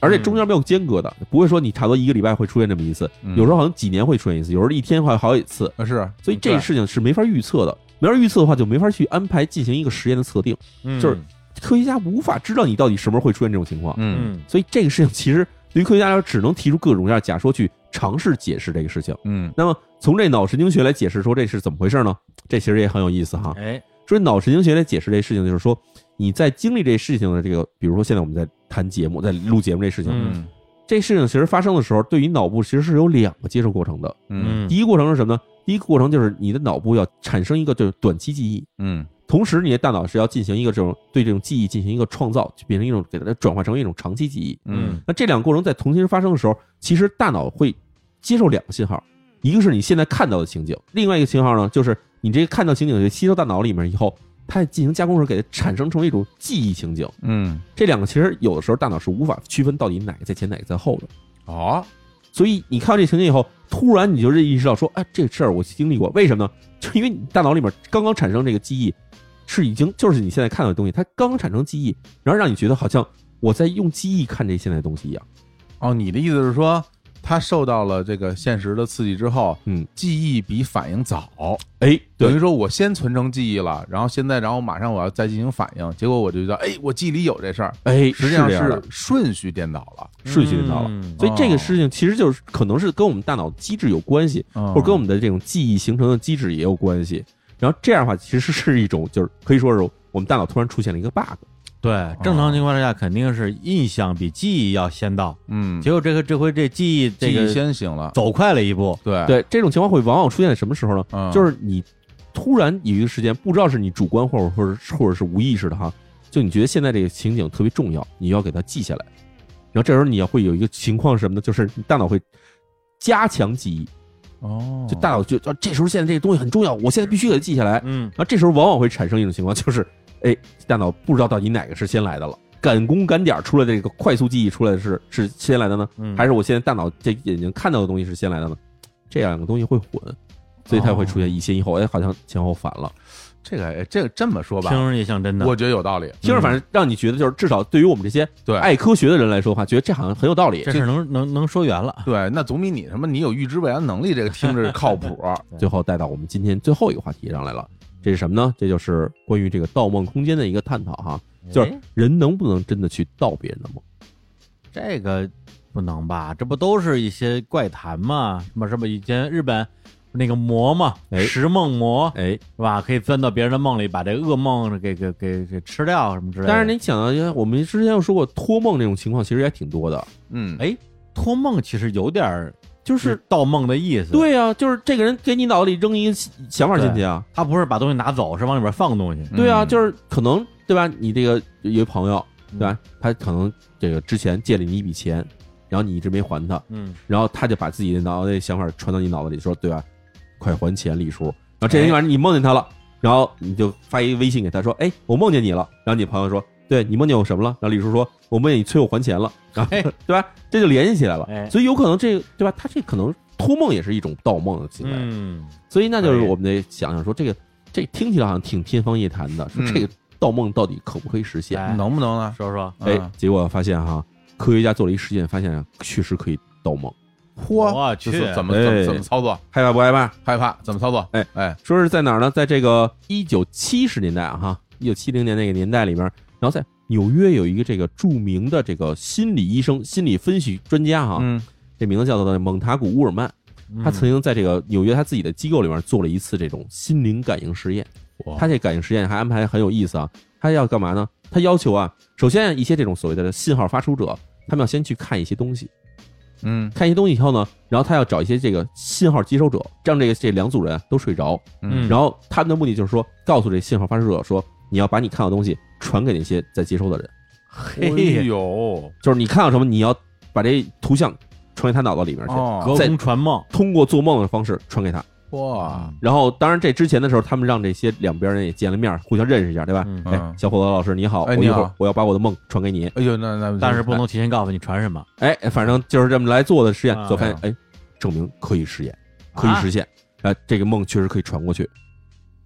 [SPEAKER 1] 而且中间没有间隔的，不会说你差不多一个礼拜会出现这么一次，
[SPEAKER 3] 嗯
[SPEAKER 1] 有时候好像几年会出现一次，有时候一天会好几次，
[SPEAKER 3] 啊是，
[SPEAKER 1] 所以这事情是没法预测的。没法预测的话，就没法去安排进行一个实验的测定，
[SPEAKER 2] 嗯
[SPEAKER 1] 就是科学家无法知道你到底什么时候会出现这种情况，
[SPEAKER 3] 嗯
[SPEAKER 2] 嗯
[SPEAKER 1] 所以这个事情其实对于科学家来说，只能提出各种各样的假说去尝试解释这个事情。
[SPEAKER 3] 嗯
[SPEAKER 1] 那么从这脑神经学来解释说这是怎么回事呢？这其实也很有意思哈。
[SPEAKER 2] 哎
[SPEAKER 1] 说脑神经学来解释这事情，就是说你在经历这事情的这个，比如说现在我们在谈节目，在录节目这事情，
[SPEAKER 2] 嗯
[SPEAKER 1] 这事情其实发生的时候，对于脑部其实是有两个接受过程的。
[SPEAKER 3] 嗯
[SPEAKER 1] 第一个过程是什么呢？第一个过程就是你的脑部要产生一个就是短期记忆，
[SPEAKER 3] 嗯
[SPEAKER 1] 同时你的大脑是要进行一个这种对这种记忆进行一个创造，就变成一种给它转化成一种长期记忆。
[SPEAKER 3] 嗯
[SPEAKER 1] 那这两个过程在同时发生的时候，其实大脑会接受两个信号，一个是你现在看到的情景，另外一个信号呢，就是你这个看到情景就吸收到脑里面以后，它进行加工时候给它产生成一种记忆情景。
[SPEAKER 3] 嗯，
[SPEAKER 1] 这两个其实有的时候大脑是无法区分到底哪个在前哪个在后的。
[SPEAKER 3] 哦，
[SPEAKER 1] 所以你看到这情景以后，突然你就意识到说，哎，这事儿我经历过，为什么呢？就因为你大脑里面刚刚产生这个记忆，是已经就是你现在看到的东西，它刚刚产生记忆，然后让你觉得好像我在用记忆看这现在的东西一样。
[SPEAKER 3] 哦，你的意思是说，他受到了这个现实的刺激之后，
[SPEAKER 1] 嗯，
[SPEAKER 3] 记忆比反应早，
[SPEAKER 1] 哎，
[SPEAKER 3] 等于说我先存成记忆了，然后现在，然后马上我要再进行反应，结果我就觉得，哎，我记忆里有这事儿，
[SPEAKER 1] 哎，
[SPEAKER 3] 实际
[SPEAKER 1] 是
[SPEAKER 3] 上
[SPEAKER 1] 这样
[SPEAKER 3] 是
[SPEAKER 1] 的，
[SPEAKER 3] 顺序颠倒了，
[SPEAKER 1] 顺序颠倒了。
[SPEAKER 2] 嗯
[SPEAKER 1] 所以这个事情其实就是可能是跟我们大脑机制有关系，
[SPEAKER 3] 或
[SPEAKER 1] 或者跟我们的这种记忆形成的机制也有关系。然后这样的话，其实是一种就是可以说是我们大脑突然出现了一个 bug。
[SPEAKER 2] 对正常情况之下肯定是印象比记忆要先到，
[SPEAKER 3] 嗯，
[SPEAKER 2] 结果这个这回这记忆这
[SPEAKER 3] 记忆
[SPEAKER 2] 个
[SPEAKER 3] 先醒了，
[SPEAKER 2] 走快了一步，
[SPEAKER 3] 对，
[SPEAKER 1] 对，这种情况会往往出现在什么时候呢？
[SPEAKER 3] 嗯
[SPEAKER 1] 就是你突然有一个时间，不知道是你主观或者或者或者是无意识的哈，就你觉得现在这个情景特别重要，你要给它记下来。然后这时候你要会有一个情况是什么呢？就是你大脑会加强记忆，
[SPEAKER 3] 哦，
[SPEAKER 1] 就大脑就啊，这时候现在这个东西很重要，我现在必须给它记下来。
[SPEAKER 2] 嗯
[SPEAKER 1] 然后这时候往往会产生一种情况，就是哎，大脑不知道到底哪个是先来的了。赶工赶点儿出来的这个快速记忆出来的是是先来的呢，
[SPEAKER 2] 嗯，
[SPEAKER 1] 还是我现在大脑这眼睛看到的东西是先来的呢？这两个东西会混，所以它会出
[SPEAKER 2] 哦
[SPEAKER 1] 现一先一后，哎，好像前后反了。
[SPEAKER 3] 这个，哎这个这么说
[SPEAKER 2] 听
[SPEAKER 3] 吧，
[SPEAKER 2] 着也像真的，
[SPEAKER 3] 我觉得有道理，
[SPEAKER 2] 嗯
[SPEAKER 1] 听着，反正让你觉得就是至少对于我们这些
[SPEAKER 3] 对
[SPEAKER 1] 爱科学的人来说的话，觉得这好像很有道理
[SPEAKER 2] 这。事儿能能能说圆了，
[SPEAKER 3] 嗯对，那总比你什么你有预知未来能力这个听着靠谱，
[SPEAKER 1] 最后带到我们今天最后一个话题上来了，这是什么呢？这就是关于这个盗梦空间的一个探讨哈，就是
[SPEAKER 2] 哎
[SPEAKER 1] 人能不能真的去盗别人的梦？
[SPEAKER 2] 这个不能吧？这不都是一些怪谈吗？什么什么以前日本那个魔嘛，
[SPEAKER 1] 哎
[SPEAKER 2] 食梦魔
[SPEAKER 1] 哎，
[SPEAKER 2] 是吧？可以钻到别人的梦里，把这噩梦给给给给吃掉什么之类的。
[SPEAKER 1] 但是你想到，我们之前有说过托梦这种情况，其实也挺多的。
[SPEAKER 3] 嗯，
[SPEAKER 2] 哎，托梦其实有点儿
[SPEAKER 1] 就
[SPEAKER 2] 就是盗梦的意思，，
[SPEAKER 1] 对呀、就是这个人给你脑里扔一个想法进去啊，
[SPEAKER 2] 他不是把东西拿走，是往里边放东西。
[SPEAKER 3] 嗯
[SPEAKER 1] 对啊，就是可能对吧？你这个有一朋友对吧？他可能这个之前借了你一笔钱，然后你一直没还他，
[SPEAKER 2] 嗯，
[SPEAKER 1] 然后他就把自己的脑袋想法传到你脑子里，说对吧？快还钱，李叔。
[SPEAKER 2] 哎
[SPEAKER 1] 然后这天晚上你梦见他了，然后你就发一微信给他说，哎，我梦见你了。然后你朋友说，对你梦见我什么了？然后李叔说，我梦见你催我还钱 了，然后
[SPEAKER 2] 哎
[SPEAKER 1] 对吧？这就联系起来了。
[SPEAKER 2] 哎
[SPEAKER 1] 所以有可能这个对吧？他这可能托梦也是一种盗梦的行为。
[SPEAKER 2] 嗯，
[SPEAKER 1] 所以那就是
[SPEAKER 2] 可以
[SPEAKER 1] 我们得想想说，这个这听起来好像挺天方夜谭的，说
[SPEAKER 3] 嗯
[SPEAKER 1] 这个盗梦到底可不可以实现？
[SPEAKER 2] 哎
[SPEAKER 3] 能不能啊嗯呢？
[SPEAKER 2] 说说，
[SPEAKER 1] 哎，结果发现哈，科学家做了一实验，发现确实可以盗梦，
[SPEAKER 3] 嚯，
[SPEAKER 2] 我
[SPEAKER 3] 这
[SPEAKER 2] 去，
[SPEAKER 3] 是怎么怎么怎么操作？
[SPEAKER 1] 害怕不害怕？
[SPEAKER 3] 害怕怎么操作？
[SPEAKER 1] 哎
[SPEAKER 3] 哎，
[SPEAKER 1] 说是在哪儿呢？在这个一九七十年代啊，哈，一九七零年那个年代里面，然后在纽约有一个这个著名的这个心理医生、心理分析专家
[SPEAKER 2] 啊
[SPEAKER 1] 哈，
[SPEAKER 3] 嗯
[SPEAKER 1] 这名字叫做蒙塔古·乌尔曼，
[SPEAKER 2] 嗯
[SPEAKER 1] 他曾经在这个纽约他自己的机构里面做了一次这种心灵感应实验。
[SPEAKER 2] 哇
[SPEAKER 1] 他这感应实验还安排很有意思啊，他要干嘛呢？他要求啊，首先一些这种所谓的信号发出者，他们要先去看一些东西，
[SPEAKER 3] 嗯
[SPEAKER 1] 看一些东西以后呢，然后他要找一些这个信号接收者，让这个这两组人都睡着，
[SPEAKER 2] 嗯
[SPEAKER 1] 然后他们的目的就是说，告诉这信号发出者说，你要把你看到的东西传给那些在接收的人，
[SPEAKER 3] 哎
[SPEAKER 2] 嘿，
[SPEAKER 3] 呦，
[SPEAKER 1] 就是你看到什么，你要把这图像传给他脑子里面去，
[SPEAKER 3] 哦，
[SPEAKER 2] 隔空传梦，
[SPEAKER 1] 通过做梦的方式传给他。
[SPEAKER 3] 哇，
[SPEAKER 2] 嗯
[SPEAKER 1] 然后，当然这之前的时候，他们让这些两边人也见了面，互相认识一下，对吧？
[SPEAKER 2] 嗯
[SPEAKER 1] 哎
[SPEAKER 3] 嗯，
[SPEAKER 1] 小伙子老师你好，
[SPEAKER 3] 哎
[SPEAKER 1] 我一会
[SPEAKER 3] 你
[SPEAKER 1] 儿
[SPEAKER 3] 好
[SPEAKER 1] 我要把我的梦传给你。
[SPEAKER 3] 哎呦，那那
[SPEAKER 2] 但是不能提前告诉你传什么，
[SPEAKER 1] 哎，反正就是这么来做的实验，
[SPEAKER 2] 啊
[SPEAKER 1] 就发现哎，证明可以实验，可以实现。
[SPEAKER 3] 啊
[SPEAKER 1] 哎，这个梦确实可以传过去。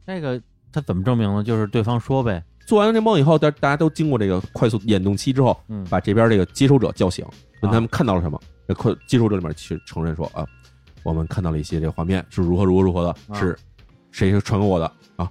[SPEAKER 2] 这个他怎么证明呢？就是对方说呗，
[SPEAKER 1] 做完了这梦以后，大大家都经过这个快速眼动期之后，
[SPEAKER 2] 嗯，
[SPEAKER 1] 把这边这个接收者叫醒，问他
[SPEAKER 2] 啊
[SPEAKER 1] 们看到了什么。这快接收者里面去承认说啊，我们看到了一些这个画面是如何如何如何的，
[SPEAKER 2] 啊
[SPEAKER 1] 是谁是传给我的啊，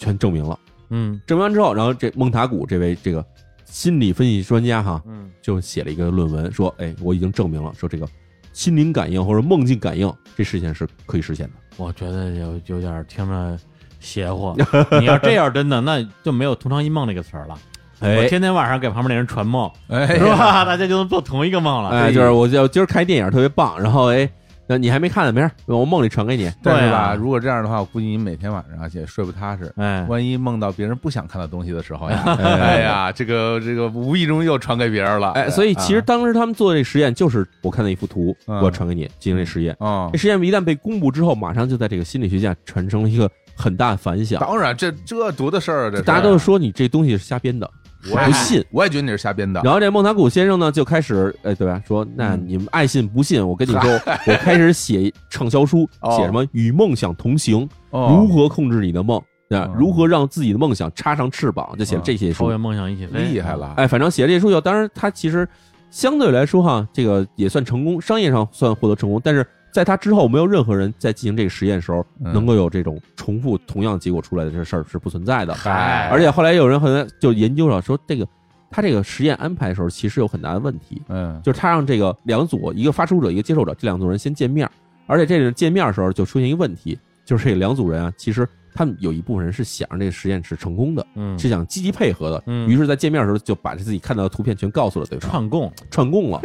[SPEAKER 1] 全证明了。
[SPEAKER 2] 嗯
[SPEAKER 1] 证明完之后，然后这蒙塔古这位这个心理分析专家哈，
[SPEAKER 2] 嗯，
[SPEAKER 1] 就写了一个论文，说，哎，我已经证明了，说这个心灵感应或者梦境感应这事情是可以实现的。
[SPEAKER 2] 我觉得有有点儿听着邪乎。你要这样，真的那就没有“同床异梦”这个词儿了。我
[SPEAKER 1] 哎
[SPEAKER 2] 天天晚上给旁边那人传梦，
[SPEAKER 3] 哎
[SPEAKER 2] 是吧？大家就能做同一个梦了。
[SPEAKER 1] 哎，就是我就今儿看一电影特别棒，然后哎，那你还没看呢，明儿我梦里传给你。
[SPEAKER 3] 但是
[SPEAKER 2] 对
[SPEAKER 3] 吧，
[SPEAKER 2] 啊
[SPEAKER 3] 如果这样的话，我估计你每天晚上啊也睡不踏实。
[SPEAKER 2] 哎，
[SPEAKER 3] 万一梦到别人不想看的东西的时候呀，哎呀，这个这个无意中又传给别人了。啊
[SPEAKER 1] 哎，所以其实当时他们做这实验，就是我看到一幅图，
[SPEAKER 3] 嗯
[SPEAKER 1] 我要传给你进行这实验。
[SPEAKER 3] 啊，
[SPEAKER 1] 这实验一旦被公布之后，马上就在这个心理学界产生了一个很大的反响，
[SPEAKER 3] 当然这这多的事儿，这是
[SPEAKER 1] 大家都是说你这东西是瞎编的，
[SPEAKER 3] 我哎
[SPEAKER 1] 不信。
[SPEAKER 3] 我也觉得你是瞎编的。
[SPEAKER 1] 然后这孟塔古先生呢，就开始，哎，对吧？说那你们爱信不信，我跟你说， 我开始写畅销书，
[SPEAKER 3] 哦
[SPEAKER 1] 写什么《与梦想同行》，如
[SPEAKER 3] 哦，
[SPEAKER 1] 何控制你的梦，啊
[SPEAKER 3] 哦，
[SPEAKER 1] 如何让自己的梦想插上翅膀，就写
[SPEAKER 3] 哦
[SPEAKER 1] 这些
[SPEAKER 2] 超
[SPEAKER 1] 书
[SPEAKER 2] 越。梦想一起飞，
[SPEAKER 3] 厉害！了，
[SPEAKER 1] 哎，反正写了这些书以后，当然他其实相对来说哈，这个也算成功，商业上算获得成功，但是在他之后，没有任何人在进行这个实验时候
[SPEAKER 3] 嗯
[SPEAKER 1] 能够有这种重复同样结果出来的这事儿是不存在的。
[SPEAKER 3] 嗨
[SPEAKER 1] 而且后来有人后来就研究了，说这个他这个实验安排的时候，其实有很大的问题，
[SPEAKER 3] 嗯，
[SPEAKER 1] 就是他让这个两组，一个发出者，一个接受者，这两组人先见面儿，而且这个见面儿的时候就出现一个问题，就是这两组人啊，其实他们有一部分人是想让这个实验是成功的，
[SPEAKER 2] 嗯，
[SPEAKER 1] 是想积极配合的，
[SPEAKER 2] 嗯
[SPEAKER 1] 于是，在见面的时候就把自己看到的图片全告诉了对方，
[SPEAKER 2] 串供，
[SPEAKER 1] 串供了。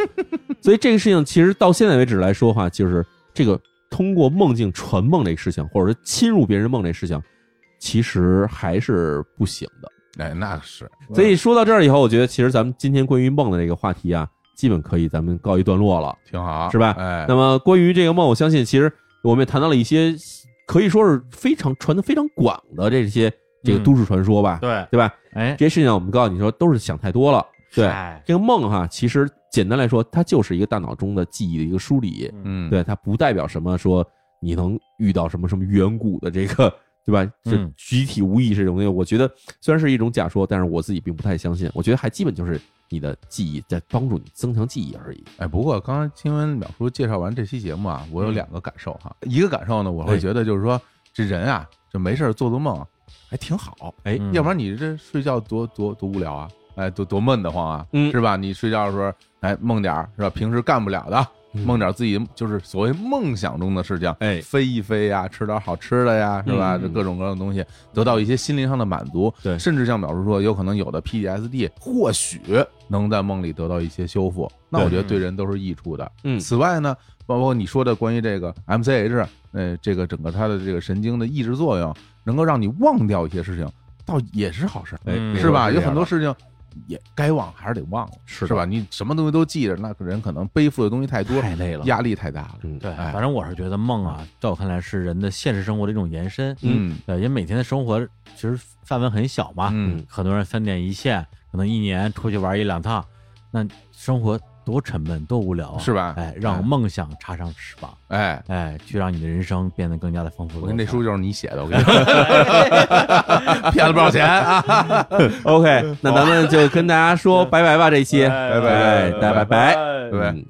[SPEAKER 1] 所以这个事情其实到现在为止来说哈，就是这个通过梦境传梦这个事情，或者说侵入别人梦这事情，其实还是不行的。
[SPEAKER 3] 哎，那是，
[SPEAKER 2] 嗯
[SPEAKER 1] 所以说到这儿以后，我觉得其实咱们今天关于梦的这个话题啊，基本可以咱们告一段落了。
[SPEAKER 3] 挺好，
[SPEAKER 1] 是吧
[SPEAKER 3] 哎
[SPEAKER 1] 那，么关于这个梦，我相信其实我们也谈到了一些可以说是非常传的非常广的这些这个
[SPEAKER 2] 嗯
[SPEAKER 1] 都市传说吧，
[SPEAKER 2] 对，
[SPEAKER 1] 对吧？
[SPEAKER 2] 哎，
[SPEAKER 1] 这些事情我们告诉你说都是想太多了。对，
[SPEAKER 2] 哎
[SPEAKER 1] 这个梦哈，其实简单来说，它就是一个大脑中的记忆的一个梳理，
[SPEAKER 3] 嗯，，
[SPEAKER 1] 对，它不代表什么说你能遇到什么什么远古的这个。对吧？这
[SPEAKER 2] 嗯
[SPEAKER 1] 集体无意识这种东西，我觉得虽然是一种假说，但是我自己并不太相信。我觉得还基本就是你的记忆在帮助你增强记忆而已。
[SPEAKER 3] 哎，不过刚刚听完淼叔介绍完这期节目啊，我有
[SPEAKER 2] 嗯
[SPEAKER 3] 两个感受哈，一个感受呢，我会
[SPEAKER 1] 哎
[SPEAKER 3] 觉得就是说这人啊，就没事儿做做梦啊还挺好，
[SPEAKER 1] 哎
[SPEAKER 2] 嗯
[SPEAKER 3] 要不然你这睡觉多多多无聊啊，哎，多多闷得慌啊，
[SPEAKER 1] 嗯
[SPEAKER 3] 是吧？你睡觉的时候，哎，梦点儿是吧？平时干不了的，
[SPEAKER 1] 嗯
[SPEAKER 3] 梦点儿自己就是所谓梦想中的事情，
[SPEAKER 1] 哎
[SPEAKER 3] 飞一飞呀，吃点好吃的呀，是吧？
[SPEAKER 1] 嗯
[SPEAKER 3] 这各种各样的东西，得到一些心灵上的满足，
[SPEAKER 1] 对
[SPEAKER 3] 甚至像表叔说，有可能有的 PTSD 或许能在梦里得到一些修复，那
[SPEAKER 1] 对
[SPEAKER 3] 我觉得对人都是益处的。
[SPEAKER 1] 嗯
[SPEAKER 3] 此外呢，包括你说的关于这个 MCH，呃，这个整个它的这个神经的抑制作用，能够让你忘掉一些事情，倒也是好事儿，
[SPEAKER 1] 哎，
[SPEAKER 2] 嗯
[SPEAKER 3] 是吧？
[SPEAKER 1] 这
[SPEAKER 3] 有
[SPEAKER 1] 样
[SPEAKER 3] 很多
[SPEAKER 1] 的
[SPEAKER 3] 事情也该忘还是得忘了，
[SPEAKER 1] 是的
[SPEAKER 3] 吧？你什么东西都记着，那个人可能背负的东西太多，
[SPEAKER 2] 太累了，
[SPEAKER 3] 压力太大了。
[SPEAKER 1] 嗯，
[SPEAKER 2] 对，
[SPEAKER 3] 哎
[SPEAKER 2] 反正我是觉得梦啊，在我看来是人的现实生活的一种延伸。
[SPEAKER 1] 嗯
[SPEAKER 2] 对，因为每天的生活其实范围很小嘛，
[SPEAKER 3] 嗯
[SPEAKER 2] 很多人三点一线，可能一年出去玩一两趟，那生活多沉闷，多无聊啊，
[SPEAKER 3] 是吧
[SPEAKER 2] 哎，
[SPEAKER 3] 哎
[SPEAKER 2] 让梦想插上翅膀，
[SPEAKER 3] 哎，
[SPEAKER 2] 哎，去让你的人生变得更加的丰富多彩。
[SPEAKER 3] 我跟这书就是你写的，我跟你说，骗了不少钱啊！
[SPEAKER 1] OK，那咱们就跟大家说拜拜吧，这一期，
[SPEAKER 2] 拜
[SPEAKER 3] 拜
[SPEAKER 1] 哎
[SPEAKER 3] 拜
[SPEAKER 1] 大家拜拜，
[SPEAKER 3] 拜拜
[SPEAKER 1] 嗯